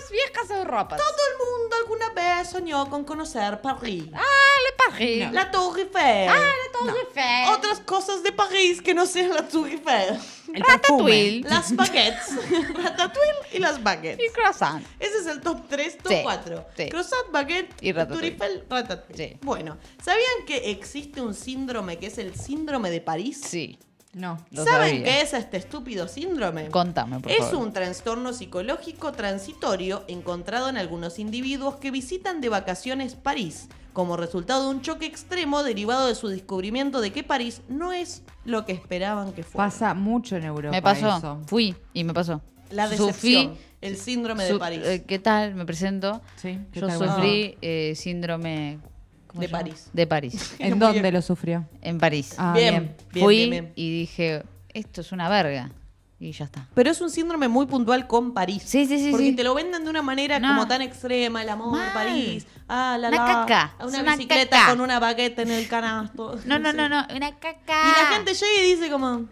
Speaker 2: las viejas Europas.
Speaker 3: Todo el mundo alguna vez soñó con conocer París.
Speaker 2: Ah, le pagué.
Speaker 3: La Torre Eiffel.
Speaker 2: Ah, la Torre Eiffel.
Speaker 3: Otras cosas de París que no sean la Torre Eiffel.
Speaker 5: El
Speaker 2: Ratatouille.
Speaker 3: Las baguettes. Ratatouille y las baguettes.
Speaker 2: Y croissant.
Speaker 3: Ese es el top 3, top
Speaker 2: Sí,
Speaker 3: 4.
Speaker 2: sí.
Speaker 3: Croissant, baguette,
Speaker 2: Y ratatouille.
Speaker 3: turifel, ratatouille.
Speaker 2: Sí.
Speaker 3: Bueno, ¿sabían que existe un síndrome que es el síndrome de París?
Speaker 2: Sí.
Speaker 5: No.
Speaker 2: lo
Speaker 3: ¿Saben
Speaker 2: sabía.
Speaker 3: qué es este estúpido síndrome?
Speaker 2: Contame, por
Speaker 3: es
Speaker 2: favor.
Speaker 3: un trastorno psicológico transitorio encontrado en algunos individuos que visitan de vacaciones París, como resultado de un choque extremo derivado de su descubrimiento de que París no es lo que esperaban que fuera.
Speaker 5: Pasa mucho en Europa.
Speaker 2: Me pasó.
Speaker 5: eso.
Speaker 2: Fui y me pasó.
Speaker 3: La decepción, el síndrome de
Speaker 2: su-
Speaker 3: París.
Speaker 2: eh, ¿Qué tal? Me presento.
Speaker 5: Sí, ¿qué
Speaker 2: Yo
Speaker 5: tal, bueno?
Speaker 2: sufrí eh, síndrome. ¿cómo
Speaker 3: Ah. De
Speaker 2: se llama?
Speaker 3: París.
Speaker 2: De París.
Speaker 5: ¿En
Speaker 3: Ah. Muy
Speaker 5: dónde
Speaker 3: bien.
Speaker 5: lo sufrió?
Speaker 2: En París.
Speaker 5: Ah,
Speaker 3: bien,
Speaker 5: bien.
Speaker 3: bien,
Speaker 2: Fui
Speaker 3: bien, bien.
Speaker 2: y dije, esto es una verga. Y ya está.
Speaker 3: Pero es un síndrome muy puntual con París.
Speaker 2: Sí, sí, sí,
Speaker 3: Porque
Speaker 2: sí.
Speaker 3: te lo venden de una manera
Speaker 2: No.
Speaker 3: como tan extrema, el amor,
Speaker 2: Mal.
Speaker 3: París. Ah, la,
Speaker 2: Una
Speaker 3: la.
Speaker 2: caca,
Speaker 3: Una,
Speaker 2: es una
Speaker 3: bicicleta
Speaker 2: caca.
Speaker 3: con una baguette en el canasto.
Speaker 2: No, Ah. no,
Speaker 3: sé.
Speaker 2: no, no. Una caca.
Speaker 3: Y la gente llega y dice como...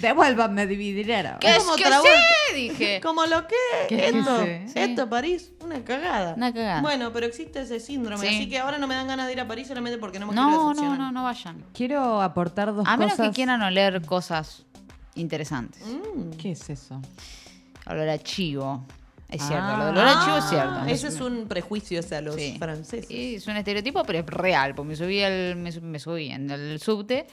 Speaker 1: Devuélvanme mi dinero.
Speaker 2: ¿Qué es
Speaker 3: Como
Speaker 2: que
Speaker 3: Travolta.
Speaker 2: sé? Dije.
Speaker 3: Como lo que
Speaker 2: ¿Qué
Speaker 3: esto,
Speaker 2: dice? Sí.
Speaker 3: esto París, una cagada.
Speaker 2: Una cagada.
Speaker 3: Bueno, pero existe ese síndrome,
Speaker 2: Sí.
Speaker 3: así que ahora no me dan ganas de ir a París solamente porque no me quiero
Speaker 2: No, no,
Speaker 3: decepcionar.
Speaker 2: no, no vayan.
Speaker 1: Quiero aportar dos
Speaker 2: A menos
Speaker 1: cosas. ¿Mm?
Speaker 2: que quieran oler cosas interesantes.
Speaker 1: ¿Qué es eso?
Speaker 2: Olor a chivo. Es
Speaker 1: Ah.
Speaker 2: cierto, lo del olor a chivo es cierto.
Speaker 3: Ah, Ese es un prejuicio hacia los
Speaker 2: Sí.
Speaker 3: franceses.
Speaker 2: Sí, es un estereotipo, pero es real. Porque me subí, al, me, sub- me subí en el subte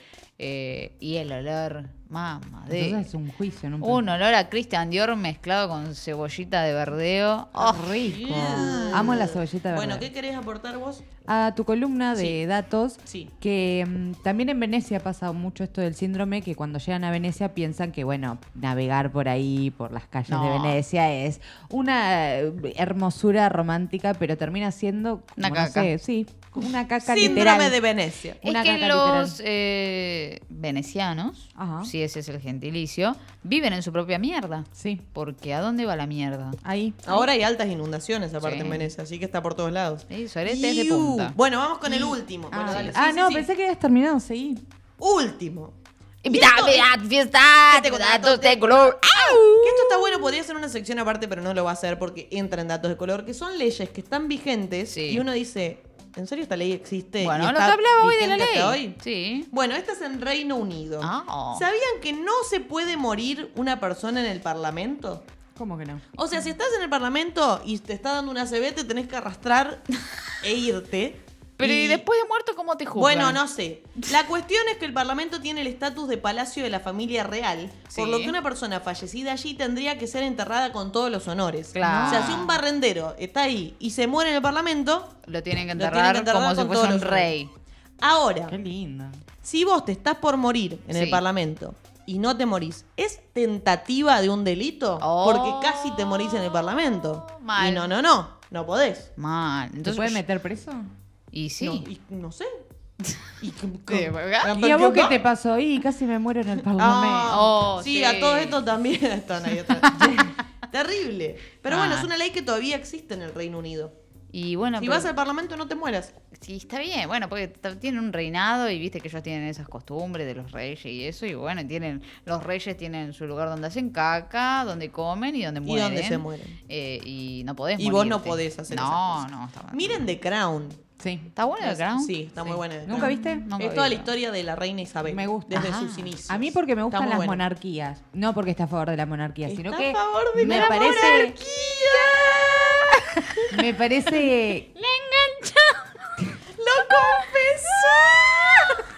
Speaker 2: eh, y el olor, mamá,
Speaker 1: Entonces
Speaker 2: de
Speaker 1: es un juicio, ¿no?
Speaker 2: un olor a Christian Dior mezclado con cebollita de verdeo. Oh,
Speaker 1: rico.
Speaker 3: Yeah.
Speaker 1: Amo la cebollita de
Speaker 3: Bueno,
Speaker 1: verdad.
Speaker 3: ¿qué querés aportar vos?
Speaker 1: a tu columna de
Speaker 3: Sí.
Speaker 1: datos
Speaker 3: Sí.
Speaker 1: que mm, también en Venecia ha pasado mucho esto del síndrome que cuando llegan a Venecia piensan que bueno navegar por ahí por las calles de
Speaker 2: No.
Speaker 1: Venecia es una eh, hermosura romántica pero termina siendo como,
Speaker 2: Una
Speaker 1: no
Speaker 2: caca.
Speaker 1: sé, sí como una caca
Speaker 3: Síndrome
Speaker 1: literal
Speaker 3: de Venecia.
Speaker 2: Es
Speaker 1: Una
Speaker 2: que
Speaker 1: caca
Speaker 2: los eh, venecianos,
Speaker 1: Ajá.
Speaker 2: si ese es el gentilicio, viven en su propia mierda.
Speaker 1: sí
Speaker 2: Porque ¿a dónde va la mierda?
Speaker 1: ahí
Speaker 3: Ahora hay altas inundaciones aparte
Speaker 2: Sí.
Speaker 3: en Venecia, así que está por todos lados.
Speaker 2: Sí, Sorete es de
Speaker 3: Iu.
Speaker 2: punta.
Speaker 3: Bueno, vamos con el último.
Speaker 1: ah,
Speaker 3: Bueno, dale, sí,
Speaker 1: ah,
Speaker 3: sí,
Speaker 1: no
Speaker 3: sí.
Speaker 1: pensé que habías terminado seguí
Speaker 3: Último.
Speaker 2: Invítame a fiesta,
Speaker 3: Que tengo
Speaker 2: datos de
Speaker 3: datos.
Speaker 2: color.
Speaker 3: Que esto está bueno, podría ser una sección aparte, pero no lo va a hacer porque entran datos de color, que son leyes que están vigentes
Speaker 2: Sí.
Speaker 3: y uno dice, ¿en serio esta ley existe?
Speaker 2: Bueno,
Speaker 3: y
Speaker 2: lo que
Speaker 3: está
Speaker 2: hablaba hoy de la
Speaker 3: vigente
Speaker 2: ley.
Speaker 3: hasta
Speaker 2: Sí.
Speaker 3: Bueno, esta es en Reino Unido.
Speaker 2: Ah.
Speaker 3: ¿Sabían que no se puede morir una persona en el Parlamento?
Speaker 1: cómo que no
Speaker 3: O sea, si estás en el Parlamento y te está dando una CB, te tenés que arrastrar e irte.
Speaker 2: Pero y después de muerto, ¿cómo te juzgan?
Speaker 3: Bueno, no sé. La cuestión es que el Parlamento tiene el estatus de Palacio de la Familia Real, por
Speaker 2: Sí.
Speaker 3: lo que una persona fallecida allí tendría que ser enterrada con todos los honores.
Speaker 2: Claro.
Speaker 3: O sea, si un barrendero está ahí y se muere en el Parlamento,
Speaker 2: Lo tienen que
Speaker 3: Lo tienen que
Speaker 2: enterrar,
Speaker 3: enterrar
Speaker 2: como
Speaker 3: con
Speaker 2: si
Speaker 3: todos
Speaker 2: fuese un
Speaker 3: los
Speaker 2: rey.
Speaker 3: ahora,
Speaker 1: qué lindo
Speaker 3: si vos te estás por morir en el
Speaker 2: Sí.
Speaker 3: Parlamento y no te morís, ¿es tentativa de un delito?
Speaker 2: Oh.
Speaker 3: Porque casi te morís en el Parlamento.
Speaker 2: Mal.
Speaker 3: Y no, no, no, no podés.
Speaker 2: Mal.
Speaker 1: ¿Te
Speaker 2: Entonces,
Speaker 1: puede meter preso?
Speaker 2: Y sí.
Speaker 3: No, y no sé. Y-
Speaker 2: ¿verdad?
Speaker 1: ¿Y a vos qué te pasó? Y casi me muero en el
Speaker 3: Ah,
Speaker 1: parlamento.
Speaker 2: Oh,
Speaker 3: sí,
Speaker 2: sí.
Speaker 3: a todos estos también están ahí atrás. Terrible. Pero bueno,
Speaker 2: Ah.
Speaker 3: es una ley que todavía existe en el Reino Unido.
Speaker 2: Y bueno,
Speaker 3: si
Speaker 2: pero-
Speaker 3: vas al Parlamento no te mueras.
Speaker 2: sí, está bien. Bueno, porque t- tienen un reinado y viste que ellos tienen esas costumbres de los reyes y eso. Y bueno, tienen los reyes tienen su lugar donde hacen caca, donde comen y donde
Speaker 3: Y
Speaker 2: mueren.
Speaker 3: donde se mueren.
Speaker 2: Eh, y no podés
Speaker 3: Y vos no
Speaker 2: morirte.
Speaker 3: podés hacer esas
Speaker 2: No,
Speaker 3: cosas.
Speaker 2: no. Está bueno.
Speaker 3: Miren The Crown.
Speaker 1: Sí.
Speaker 2: Ah. ¿Está bueno el ground?
Speaker 3: Sí, está muy buena. The
Speaker 1: ¿Nunca
Speaker 3: Crown.
Speaker 1: viste?
Speaker 2: Nunca
Speaker 3: Es toda
Speaker 2: vi,
Speaker 3: la
Speaker 2: no.
Speaker 3: historia de la reina Isabel.
Speaker 1: Me gusta.
Speaker 3: Desde
Speaker 1: Ajá.
Speaker 3: sus inicios.
Speaker 1: A mí porque me
Speaker 3: Está
Speaker 1: gustan
Speaker 3: muy
Speaker 1: las
Speaker 3: buena.
Speaker 1: monarquías. No porque esté a favor de la monarquía,
Speaker 3: Está
Speaker 1: sino
Speaker 3: a
Speaker 1: que
Speaker 3: favor de
Speaker 1: me
Speaker 3: la
Speaker 1: parece
Speaker 3: monarquía.
Speaker 1: me parece
Speaker 3: ¡Lo confesó!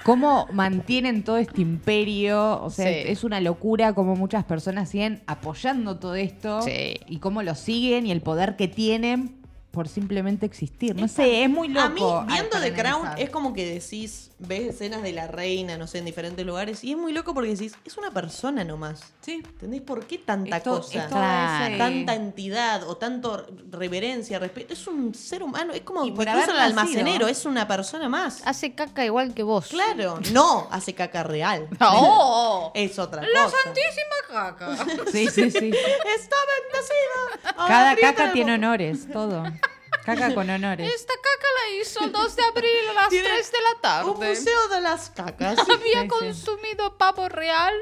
Speaker 1: cómo mantienen todo este imperio, o sea,
Speaker 2: Sí.
Speaker 1: es una locura cómo muchas personas siguen apoyando todo esto
Speaker 2: Sí.
Speaker 1: y cómo lo siguen y el poder que tienen por simplemente existir. No sé, es muy loco.
Speaker 3: A mí, viendo
Speaker 1: Ay,
Speaker 3: The
Speaker 1: para
Speaker 3: Crown,
Speaker 1: analizar.
Speaker 3: es como que decís, ves escenas de la reina, no sé, en diferentes lugares, y es muy loco porque decís, es una persona nomás.
Speaker 1: Sí.
Speaker 3: ¿Entendés por qué tanta
Speaker 1: Es to- es
Speaker 3: cosa?
Speaker 1: todo
Speaker 2: Claro.
Speaker 1: ese-
Speaker 3: Tanta entidad o tanto reverencia, respeto. Es un ser humano, es como
Speaker 1: Y por
Speaker 3: incluso
Speaker 1: haber
Speaker 3: el
Speaker 1: nacido. Ah,
Speaker 3: almacenero, es una persona más.
Speaker 2: Hace caca igual que vos.
Speaker 3: Claro, no hace caca real.
Speaker 2: ¡Oh!
Speaker 3: Es otra
Speaker 2: ¡La
Speaker 3: cosa.
Speaker 2: santísima caca!
Speaker 1: Sí, sí, sí.
Speaker 3: ¡Está bendecida! Ahora
Speaker 1: Cada
Speaker 3: grita
Speaker 1: caca
Speaker 3: el
Speaker 1: tiene
Speaker 3: mo-
Speaker 1: honores, todo. Caca con honores.
Speaker 2: Esta caca la hizo el 2 de abril a las
Speaker 3: Tiene
Speaker 2: 3 de la tarde.
Speaker 3: Un museo de las cacas.
Speaker 2: Había
Speaker 1: Sí, sí.
Speaker 2: consumido pavo real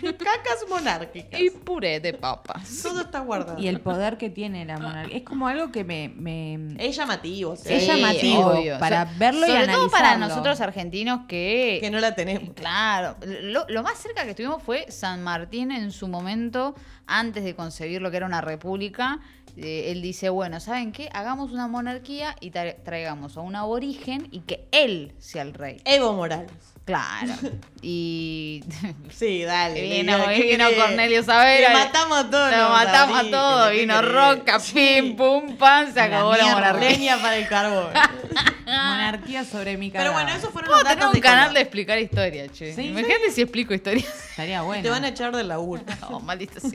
Speaker 3: cacas monárquicas.
Speaker 2: y puré de papas.
Speaker 3: Todo está guardado.
Speaker 1: Y el poder que tiene la monarquía. Es como algo que me. me-
Speaker 3: Es llamativo, o sea,
Speaker 1: Es Sí. llamativo para verlo y
Speaker 2: Sobre todo para
Speaker 1: analizarlo.
Speaker 2: nosotros argentinos que...
Speaker 3: que no la tenemos.
Speaker 2: Claro, lo, lo más cerca que estuvimos fue San Martín en su momento, antes de concebir lo que era una república. Eh, él dice, bueno, ¿saben qué? Hagamos una monarquía y tra- traigamos a un aborigen y que él sea el rey.
Speaker 3: Evo Morales.
Speaker 2: Claro. Y
Speaker 3: Sí, dale.
Speaker 2: Vino-
Speaker 3: Lidia, ¿qué
Speaker 2: vino
Speaker 3: querés?
Speaker 2: Cornelio Saavedra.
Speaker 3: Te matamos a todos.
Speaker 2: Lo
Speaker 3: nos
Speaker 2: matamos a
Speaker 3: abriste,
Speaker 2: todos.
Speaker 3: ¿qué
Speaker 2: Vino
Speaker 3: querés?
Speaker 2: Roca,
Speaker 3: Sí.
Speaker 2: pim, pum, pan, se
Speaker 1: La
Speaker 2: acabó la
Speaker 1: mierda.
Speaker 2: monarquía.
Speaker 3: Leña para el carbón.
Speaker 1: Monarquía sobre mi cara.
Speaker 3: ah. Pero bueno, esos fueron los
Speaker 2: Vamos a tener
Speaker 3: datos
Speaker 2: un canal de
Speaker 3: color.
Speaker 2: explicar historia, che.
Speaker 1: Sí,
Speaker 2: Imagínate si explico historias.
Speaker 1: Estaría bueno.
Speaker 3: Te van a echar del laburo.
Speaker 2: No, maldita sea.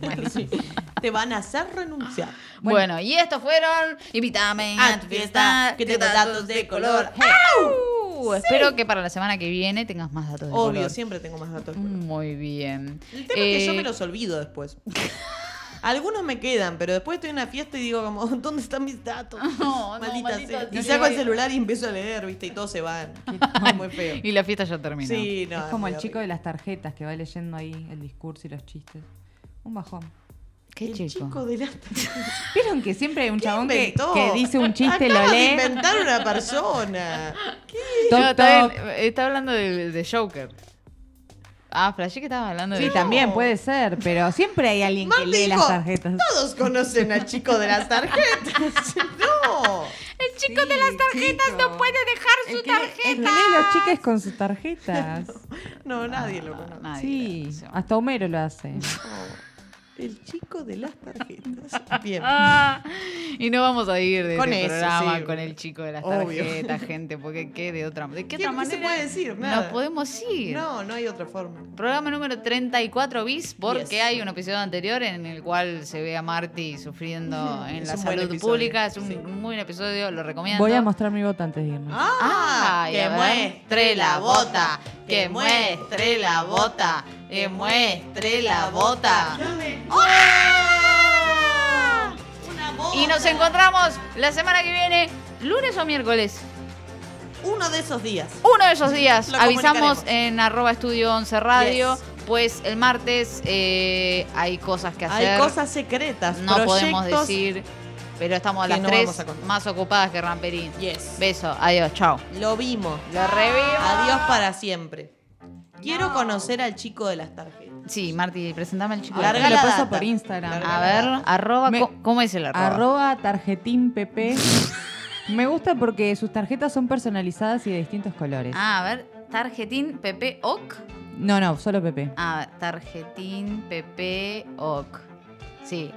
Speaker 3: Te van a hacer renunciar.
Speaker 2: Bueno, y estos fueron. Invítame a tu fiesta.
Speaker 3: Ah, que tengo datos de color.
Speaker 2: Uh, Espero que para la semana que viene tengas más datos de
Speaker 3: Obvio,
Speaker 2: color.
Speaker 3: siempre tengo más datos. de color.
Speaker 2: Muy bien.
Speaker 3: El tema es que yo
Speaker 2: Eh,
Speaker 3: me los olvido después. Algunos me quedan, pero después estoy en una fiesta y digo como, ¿dónde están mis datos?
Speaker 2: No, no,
Speaker 3: maldita
Speaker 2: maldita
Speaker 3: sea.
Speaker 2: sea.
Speaker 3: Y saco el celular y empiezo a leer, ¿viste? Y todos se van. Es muy feo.
Speaker 2: Y la fiesta ya terminó.
Speaker 3: Sí, no.
Speaker 1: es como
Speaker 3: muy
Speaker 1: el chico
Speaker 3: horrible.
Speaker 1: de las tarjetas que va leyendo ahí el discurso y los chistes. Un bajón.
Speaker 2: ¿Qué
Speaker 3: El
Speaker 2: chico?
Speaker 3: chico de las...
Speaker 1: ¿Vieron que siempre hay un
Speaker 3: ¿Qué
Speaker 1: chabón que,
Speaker 3: inventó?
Speaker 1: que dice un chiste,
Speaker 3: Acaba
Speaker 1: lo
Speaker 3: de
Speaker 1: lee,
Speaker 3: inventar una persona.
Speaker 1: toc,
Speaker 2: No, está,
Speaker 1: toc.
Speaker 2: bien, está hablando de, de Joker. Ah, flashé que estaba hablando de
Speaker 1: Sí, también puede ser, pero siempre hay alguien que
Speaker 3: Martín
Speaker 1: lee las
Speaker 3: dijo,
Speaker 1: tarjetas.
Speaker 3: Todos conocen al chico de las tarjetas. No.
Speaker 2: El chico de las tarjetas no puede dejar
Speaker 1: El que, lee- el que lee los chicos con sus tarjetas.
Speaker 3: No, nadie lo conoce.
Speaker 1: Sí, hasta Homero lo hace.
Speaker 3: El chico de las tarjetas. Bien.
Speaker 2: y no vamos a ir de
Speaker 3: Con
Speaker 2: este
Speaker 3: eso,
Speaker 2: programa
Speaker 3: sí.
Speaker 2: con el chico de las
Speaker 3: Obvio.
Speaker 2: tarjetas, gente, porque qué de otra, de qué
Speaker 3: ¿Qué
Speaker 2: otra
Speaker 3: más
Speaker 2: manera
Speaker 3: se puede decir?
Speaker 2: nos
Speaker 3: Nada.
Speaker 2: podemos ir.
Speaker 3: No, no hay otra forma.
Speaker 2: Programa número 34 bis, porque
Speaker 3: Yes.
Speaker 2: hay un episodio anterior en el cual se ve a Marty sufriendo en
Speaker 3: Es
Speaker 2: la
Speaker 3: un buen
Speaker 2: salud
Speaker 3: episodio,
Speaker 2: pública. Es un
Speaker 3: sí.
Speaker 2: muy buen episodio, lo recomiendo.
Speaker 1: Voy a mostrar mi bota antes de irme.
Speaker 3: ¡Ah!
Speaker 2: y a ver. ¡Oh!
Speaker 3: ¡Ah! Una bota.
Speaker 2: Y nos encontramos la semana que viene, lunes o miércoles.
Speaker 3: Uno de esos días.
Speaker 2: Uno de esos días.
Speaker 3: Lo
Speaker 2: Avisamos
Speaker 3: comunicaremos.
Speaker 2: en arroba estudio 11 radio.
Speaker 3: Yes.
Speaker 2: Pues el martes eh, hay cosas que hacer.
Speaker 3: Hay cosas secretas.
Speaker 2: no podemos
Speaker 3: proyectos.
Speaker 2: decir, pero estamos a
Speaker 3: que
Speaker 2: las
Speaker 3: no
Speaker 2: tres
Speaker 3: vamos a contar.
Speaker 2: más ocupadas que Ramperín.
Speaker 3: Yes.
Speaker 2: Beso, adiós, chao.
Speaker 3: Lo vimos.
Speaker 2: Lo revivo.
Speaker 3: Adiós para siempre. Quiero conocer al chico de las tarjetas.
Speaker 2: Sí, Marti, presentame al chico.
Speaker 1: Larga
Speaker 3: Larga
Speaker 1: lo
Speaker 3: la
Speaker 1: paso
Speaker 3: data.
Speaker 1: por Instagram.
Speaker 3: Larga
Speaker 2: A
Speaker 3: la
Speaker 2: ver,
Speaker 3: data.
Speaker 2: arroba,
Speaker 1: Me-
Speaker 2: co- ¿cómo es el arroba?
Speaker 1: Arroba tarjetín PP. Me gusta porque sus tarjetas son personalizadas y de distintos colores.
Speaker 2: Ah, a ver, tarjetín, pepe, ok.
Speaker 1: No, no, solo PP.
Speaker 2: Ah, tarjetín, pepe, ok. Sí,